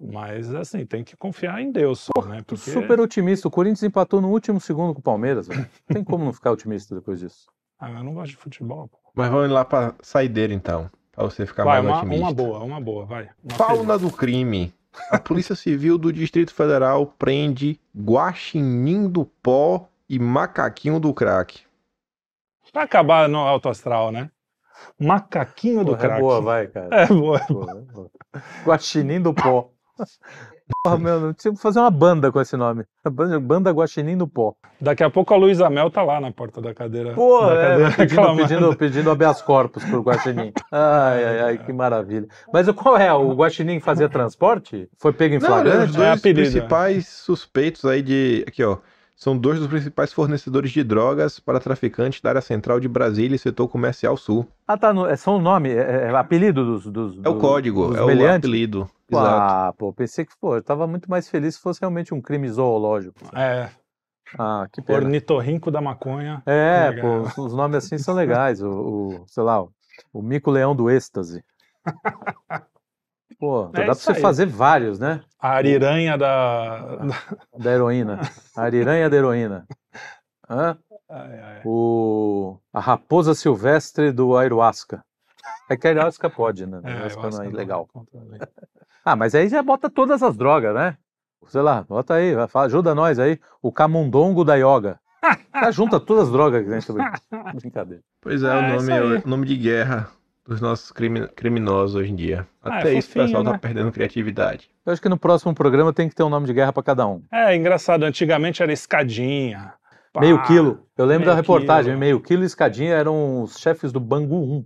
[SPEAKER 3] Mas, assim, tem que confiar em Deus só, né?
[SPEAKER 2] Tô
[SPEAKER 3] Porque
[SPEAKER 2] super otimista. O Corinthians empatou no último segundo com o Palmeiras. velho. Não tem como não ficar otimista depois disso.
[SPEAKER 3] ah, eu não gosto de futebol. pô.
[SPEAKER 1] Mas vamos lá pra saideira então. Pra você ficar
[SPEAKER 3] Vai,
[SPEAKER 1] mais
[SPEAKER 3] uma,
[SPEAKER 1] otimista.
[SPEAKER 3] uma boa, uma boa, vai. Uma
[SPEAKER 1] Fauna do crime. A Polícia Civil do Distrito Federal prende guaxinim do pó e macaquinho do crack.
[SPEAKER 3] feliz. Pra acabar no alto astral, né? Macaquinho do
[SPEAKER 2] Porra,
[SPEAKER 3] crack.
[SPEAKER 2] é boa, vai, cara.
[SPEAKER 3] *laughs* É boa.
[SPEAKER 2] Boa, é boa. Guaxinim do pó. Porra, meu, eu tinha que fazer uma banda com esse nome. Banda, banda Guaxinim do pó.
[SPEAKER 3] Daqui a pouco a Luísa Mel tá lá na porta da cadeira.
[SPEAKER 2] Pô,
[SPEAKER 3] da
[SPEAKER 2] é,
[SPEAKER 3] cadeira
[SPEAKER 1] né,
[SPEAKER 2] pedindo,
[SPEAKER 3] reclamando.
[SPEAKER 2] pedindo, pedindo habeas corpus pro Guaxinim. Ai, ai, ai, que maravilha. Mas o- qual é? O Guaxinim que fazia transporte? Foi pego em
[SPEAKER 1] Não, olha,
[SPEAKER 2] flagrante?
[SPEAKER 1] os
[SPEAKER 3] É
[SPEAKER 1] dois
[SPEAKER 3] apelido,
[SPEAKER 1] principais suspeitos aí de. Aqui, ó. são dois dos principais fornecedores de drogas para traficantes da área central de Brasília e setor comercial sul.
[SPEAKER 2] Ah, tá. No, é só o nome, é, é apelido dos. dos
[SPEAKER 1] É o
[SPEAKER 2] do-
[SPEAKER 1] código,
[SPEAKER 2] dos
[SPEAKER 1] é o
[SPEAKER 2] meliantes?
[SPEAKER 1] apelido. Exato.
[SPEAKER 2] Ah, pô, pensei que, pô, eu tava muito mais feliz se fosse realmente um crime zoológico.
[SPEAKER 3] É,
[SPEAKER 2] Ah, que pena.
[SPEAKER 3] ornitorrinco da maconha.
[SPEAKER 2] É,
[SPEAKER 3] Legal.
[SPEAKER 2] pô, os nomes assim são legais. O, o, sei lá, o, o Mico Leão do Êxtase. Pô, dá pra
[SPEAKER 3] É isso
[SPEAKER 2] você
[SPEAKER 3] aí.
[SPEAKER 2] fazer vários, né?
[SPEAKER 3] A ariranha da. da-
[SPEAKER 2] Da heroína. A ariranha
[SPEAKER 3] *laughs*
[SPEAKER 2] da heroína. Hã?
[SPEAKER 3] Ai, ai.
[SPEAKER 2] O, a raposa silvestre do ayahuasca. É que a ayahuasca pode, né?
[SPEAKER 3] É,
[SPEAKER 2] ayahuasca
[SPEAKER 3] eu acho
[SPEAKER 2] não é
[SPEAKER 3] que
[SPEAKER 2] ilegal.
[SPEAKER 3] contra a lei.
[SPEAKER 2] Ah, mas aí já bota todas as drogas, né? Sei lá, bota aí, vai, fala, ajuda nós aí. O camundongo da yoga. Já junta todas as drogas que a gente brin- *laughs* Brincadeira.
[SPEAKER 1] Pois é,
[SPEAKER 3] Ah,
[SPEAKER 1] o
[SPEAKER 3] é
[SPEAKER 1] nome,
[SPEAKER 3] isso aí.
[SPEAKER 1] o nome de guerra dos nossos crimi- criminosos hoje em dia.
[SPEAKER 3] Ah, é
[SPEAKER 1] Até isso o
[SPEAKER 3] fofinho,
[SPEAKER 1] pessoal tá
[SPEAKER 3] né?
[SPEAKER 1] perdendo criatividade.
[SPEAKER 2] Eu acho que no próximo programa tem que ter um nome de guerra pra cada um.
[SPEAKER 3] É, engraçado, antigamente era escadinha. pá.
[SPEAKER 2] meio quilo. Eu lembro da
[SPEAKER 3] meio
[SPEAKER 2] reportagem,
[SPEAKER 3] quilo.
[SPEAKER 2] meio quilo e escadinha eram os chefes do Bangu 1.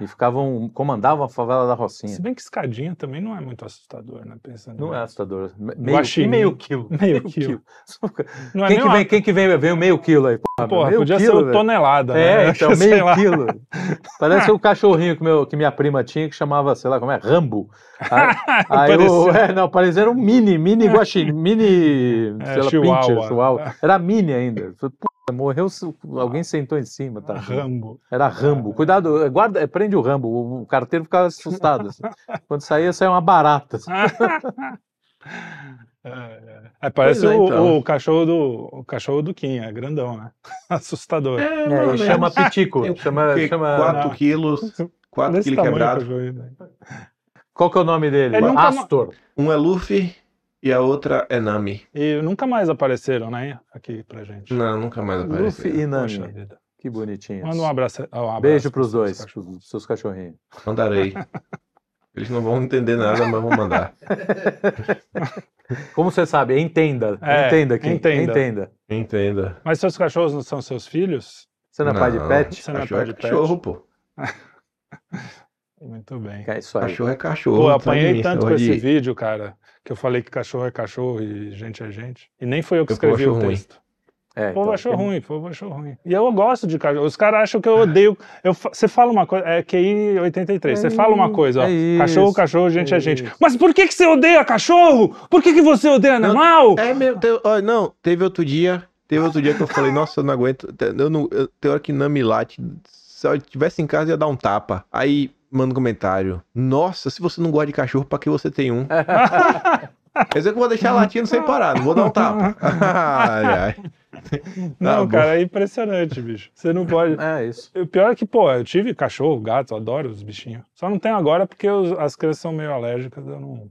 [SPEAKER 2] E ficavam, comandavam a favela da Rocinha.
[SPEAKER 3] Se bem que escadinha também não é muito assustador, né? Pensando
[SPEAKER 2] Não
[SPEAKER 3] bem.
[SPEAKER 2] é assustador. Me- Meio, e
[SPEAKER 3] Guaxinim.
[SPEAKER 2] *laughs* meio quilo.
[SPEAKER 3] Meio quilo. Não é
[SPEAKER 2] Quem
[SPEAKER 3] nem
[SPEAKER 2] que,
[SPEAKER 3] uma-
[SPEAKER 2] vem, quem que vem? Vem o meio quilo aí. Porra,
[SPEAKER 3] Porra,
[SPEAKER 2] meio
[SPEAKER 3] podia
[SPEAKER 2] quilo,
[SPEAKER 3] ser o
[SPEAKER 2] velho.
[SPEAKER 3] tonelada. *laughs*
[SPEAKER 2] É,
[SPEAKER 3] né?
[SPEAKER 2] então,
[SPEAKER 3] Sei
[SPEAKER 2] meio
[SPEAKER 3] lá.
[SPEAKER 2] quilo.
[SPEAKER 3] *laughs*
[SPEAKER 2] Parece o cachorrinho que, meu, que minha prima tinha, que chamava, sei lá como é,
[SPEAKER 3] *laughs*
[SPEAKER 2] Rambo. Aí, aí o,
[SPEAKER 3] Parecia-
[SPEAKER 2] é, não, parecia era um mini,
[SPEAKER 3] *laughs*
[SPEAKER 2] mini guaxinim, mini,
[SPEAKER 3] É,
[SPEAKER 2] sei lá,
[SPEAKER 3] chihuahua. É.
[SPEAKER 2] pincher, chihuahua. Era mini ainda. Puta, morreu, se- alguém sentou em cima, tá?
[SPEAKER 3] Rambo.
[SPEAKER 2] Era
[SPEAKER 3] É.
[SPEAKER 2] Rambo. Cuidado, eh, guarda, eh, prende o Rambo. O, o carteiro ficava assustado. assim. Quando saía, saía uma barata. assim.
[SPEAKER 3] É, é. É, parece
[SPEAKER 1] Pois é,
[SPEAKER 3] o,
[SPEAKER 1] então.
[SPEAKER 3] o cachorro do o cachorro do Kim, é grandão, né? *laughs* Assustador.
[SPEAKER 1] É,
[SPEAKER 2] É, e chama pitico. Chama, É, chama-
[SPEAKER 3] Ah.
[SPEAKER 1] 4 quilos, 4
[SPEAKER 3] Desse
[SPEAKER 1] quilos
[SPEAKER 3] tamanho o
[SPEAKER 1] quebrados.
[SPEAKER 3] cachorro, né?
[SPEAKER 2] Qual que é o nome dele?
[SPEAKER 3] Ele nunca ma-
[SPEAKER 2] Astor.
[SPEAKER 1] Um é Luffy e a outra é Nami.
[SPEAKER 3] E nunca mais apareceram, né? Aqui pra gente.
[SPEAKER 1] Não, nunca mais
[SPEAKER 2] Luffy
[SPEAKER 1] apareceu.
[SPEAKER 2] e
[SPEAKER 3] Poxa
[SPEAKER 2] Nami.
[SPEAKER 3] vida.
[SPEAKER 2] Que bonitinhos.
[SPEAKER 3] Manda um abraço. Um abraço
[SPEAKER 2] Beijo pros dois,
[SPEAKER 3] cachorros.
[SPEAKER 2] pros seus cachorrinhos.
[SPEAKER 3] *laughs*
[SPEAKER 1] Mandarei. Eles não vão entender nada, mas vou mandar.
[SPEAKER 2] Como você sabe, entenda.
[SPEAKER 3] É,
[SPEAKER 2] entenda, Kim.
[SPEAKER 3] entenda.
[SPEAKER 2] Entenda.
[SPEAKER 1] Entenda.
[SPEAKER 3] Mas seus cachorros não são seus filhos?
[SPEAKER 2] Você não é pai de pet?
[SPEAKER 3] Você não é
[SPEAKER 1] Cachorro
[SPEAKER 3] pai
[SPEAKER 1] é
[SPEAKER 3] de pet?
[SPEAKER 1] cachorro, pô.
[SPEAKER 3] Muito bem.
[SPEAKER 2] É isso aí.
[SPEAKER 1] Cachorro é cachorro. é
[SPEAKER 3] Pô,
[SPEAKER 1] não sabe
[SPEAKER 3] eu
[SPEAKER 1] de
[SPEAKER 3] apanhei
[SPEAKER 1] mim,
[SPEAKER 3] tanto com
[SPEAKER 1] sabe
[SPEAKER 3] esse
[SPEAKER 1] de-
[SPEAKER 3] vídeo, cara, que eu falei que cachorro é cachorro e gente é gente. E nem foi eu que
[SPEAKER 1] O povo
[SPEAKER 3] escrevi o
[SPEAKER 1] achou ruim.
[SPEAKER 3] texto.
[SPEAKER 2] É,
[SPEAKER 3] O povo
[SPEAKER 2] então,
[SPEAKER 3] achou
[SPEAKER 2] Kim,
[SPEAKER 3] ruim, o povo achou ruim. E eu gosto de cachorro. Os caras acham
[SPEAKER 1] Ah.
[SPEAKER 3] que eu odeio. eu fa- Você fala uma coisa. É QI 83. Você fala uma coisa, ó.
[SPEAKER 2] É isso,
[SPEAKER 3] cachorro, cachorro, gente é,
[SPEAKER 2] é
[SPEAKER 3] gente.
[SPEAKER 2] isso.
[SPEAKER 3] Mas por que, que você odeia cachorro? Por que, que você odeia animal?
[SPEAKER 1] É mesmo, teve, ó, não, teve outro dia, teve outro dia que eu falei, nossa, eu não aguento, te- eu não, eu, tem hora que não me late, se eu estivesse em casa eu ia dar um tapa. Aí manda um comentário, nossa, se você não gosta de cachorro, pra que você tem um? Quer dizer que eu vou deixar latindo sem parar, não vou dar um tapa. ai, ai.
[SPEAKER 3] não,
[SPEAKER 1] Ah, bom.
[SPEAKER 3] cara, é impressionante, bicho. Você não pode.
[SPEAKER 2] É isso.
[SPEAKER 3] O pior é que, pô, eu tive cachorro, gato, adoro os bichinhos. Só não tenho agora porque os- as crianças são meio alérgicas, eu não,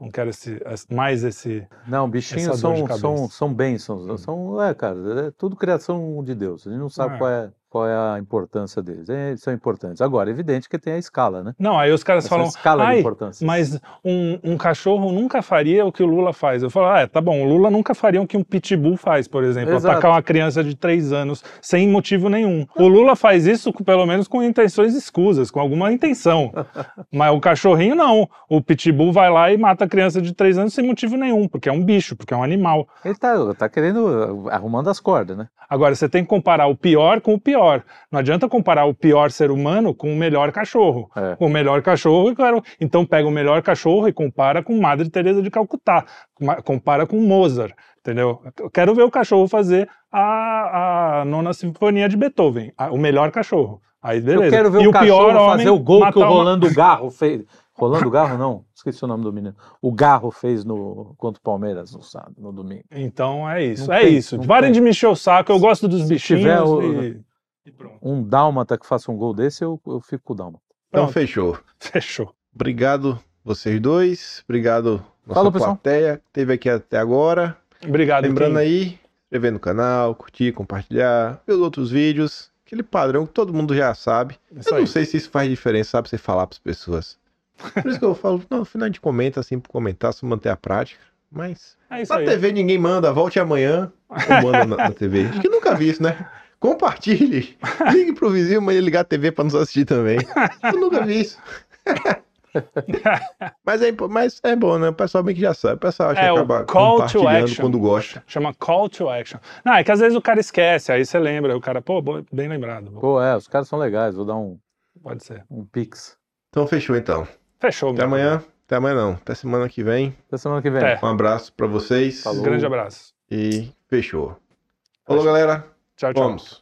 [SPEAKER 3] não quero esse, as- mais esse.
[SPEAKER 2] Não, bichinhos
[SPEAKER 3] Essa dor de
[SPEAKER 2] são,
[SPEAKER 3] cabeça. Hum.
[SPEAKER 2] são, são bênçãos. São, é, cara, é tudo criação de Deus. A gente não sabe
[SPEAKER 3] É.
[SPEAKER 2] qual, é, qual é a importância deles. É, Eles são importantes. Agora, é evidente que tem a escala, né?
[SPEAKER 3] Não, aí os caras
[SPEAKER 2] Essa
[SPEAKER 3] falam.
[SPEAKER 2] escala de
[SPEAKER 3] Ai,
[SPEAKER 2] importância.
[SPEAKER 3] mas um, um cachorro nunca faria o que o Lula faz. Eu falo, ah, é, tá bom, o Lula nunca faria o que um pitbull faz, por exemplo,
[SPEAKER 2] Exato.
[SPEAKER 3] atacar uma criança de três anos sem motivo nenhum. O Lula faz isso, com- pelo menos, com intenções escusas, com alguma intenção.
[SPEAKER 2] *laughs*
[SPEAKER 3] Mas o cachorrinho não. O pitbull vai lá e mata a criança de três anos sem motivo nenhum, porque é um bicho, porque é um animal.
[SPEAKER 2] Ele tá, tá querendo, arrumando as cordas, né?
[SPEAKER 3] Agora, você tem que comparar o pior com o pior. Não adianta comparar o pior ser humano com o melhor cachorro.
[SPEAKER 2] É.
[SPEAKER 3] Com o melhor cachorro, e claro, então pega o melhor cachorro e compara com Madre Teresa de Calcutá, ma- compara com Mozart, entendeu? Eu quero ver o cachorro fazer a, a nona sinfonia de Beethoven, a- o melhor cachorro. Aí beleza.
[SPEAKER 2] Eu quero ver
[SPEAKER 3] e
[SPEAKER 2] o, cachorro fazer o gol que o
[SPEAKER 3] matar uma-
[SPEAKER 2] Rolando Garro fez. Rolando Garro, não. Esqueci o nome do menino. O Garro fez no, contra o Palmeiras no sábado, no domingo.
[SPEAKER 3] Então é isso,
[SPEAKER 2] Não
[SPEAKER 3] é
[SPEAKER 2] tem,
[SPEAKER 3] isso.
[SPEAKER 2] não
[SPEAKER 3] Parem
[SPEAKER 2] tem.
[SPEAKER 3] de me encher o saco, eu gosto dos bichinhos
[SPEAKER 2] tiver o-
[SPEAKER 3] e- *laughs* e pronto.
[SPEAKER 2] Um dálmata que faça um gol desse, eu, eu fico com o dálmata.
[SPEAKER 1] Então
[SPEAKER 3] Pronto.
[SPEAKER 1] fechou.
[SPEAKER 3] Fechou.
[SPEAKER 1] Obrigado vocês dois, obrigado nossa
[SPEAKER 2] Falou, pessoal.
[SPEAKER 1] plateia que teve aqui até agora.
[SPEAKER 3] Obrigado,
[SPEAKER 1] Lembrando
[SPEAKER 3] Kim.
[SPEAKER 1] aí, se inscrever no canal, curtir, compartilhar, ver os outros vídeos, aquele padrão que todo mundo já sabe.
[SPEAKER 3] É Isso
[SPEAKER 1] eu não
[SPEAKER 3] aí.
[SPEAKER 1] sei se É isso faz diferença, sabe, você falar para as pessoas. Por isso que eu falo, não, no final a gente comenta assim por comentar, só manter a prática. Mas
[SPEAKER 3] É isso
[SPEAKER 1] na
[SPEAKER 3] aí.
[SPEAKER 1] TV ninguém manda, volte amanhã ou manda na, na TV. Acho que eu nunca vi isso, né?
[SPEAKER 3] *laughs*
[SPEAKER 1] Compartilhe, ligue pro vizinho, mas ele ligar a TV para nos assistir também. Eu nunca vi isso. Mas é, impo- mas é bom, né? O pessoal bem que já sabe. O pessoal acha
[SPEAKER 3] É,
[SPEAKER 1] que
[SPEAKER 3] o
[SPEAKER 1] acaba
[SPEAKER 3] call to
[SPEAKER 1] compartilhando
[SPEAKER 3] action.
[SPEAKER 1] quando gosta.
[SPEAKER 3] Chama call to action. Não, é que às vezes o cara esquece, aí você lembra, o cara, pô, bo- bem lembrado, bo-
[SPEAKER 2] Pô, é, os caras são legais, vou dar um,
[SPEAKER 3] pode ser.
[SPEAKER 2] um pix.
[SPEAKER 1] Então fechou então.
[SPEAKER 3] Fechou,
[SPEAKER 1] Até
[SPEAKER 3] meu.
[SPEAKER 1] amanhã. Até amanhã não. Até semana que vem.
[SPEAKER 2] Até semana que vem.
[SPEAKER 3] Até.
[SPEAKER 1] Um abraço pra vocês.
[SPEAKER 2] Falou.
[SPEAKER 3] Grande abraço.
[SPEAKER 1] E fechou. Falou, galera.
[SPEAKER 3] Tchau, tchau.
[SPEAKER 1] Vamos.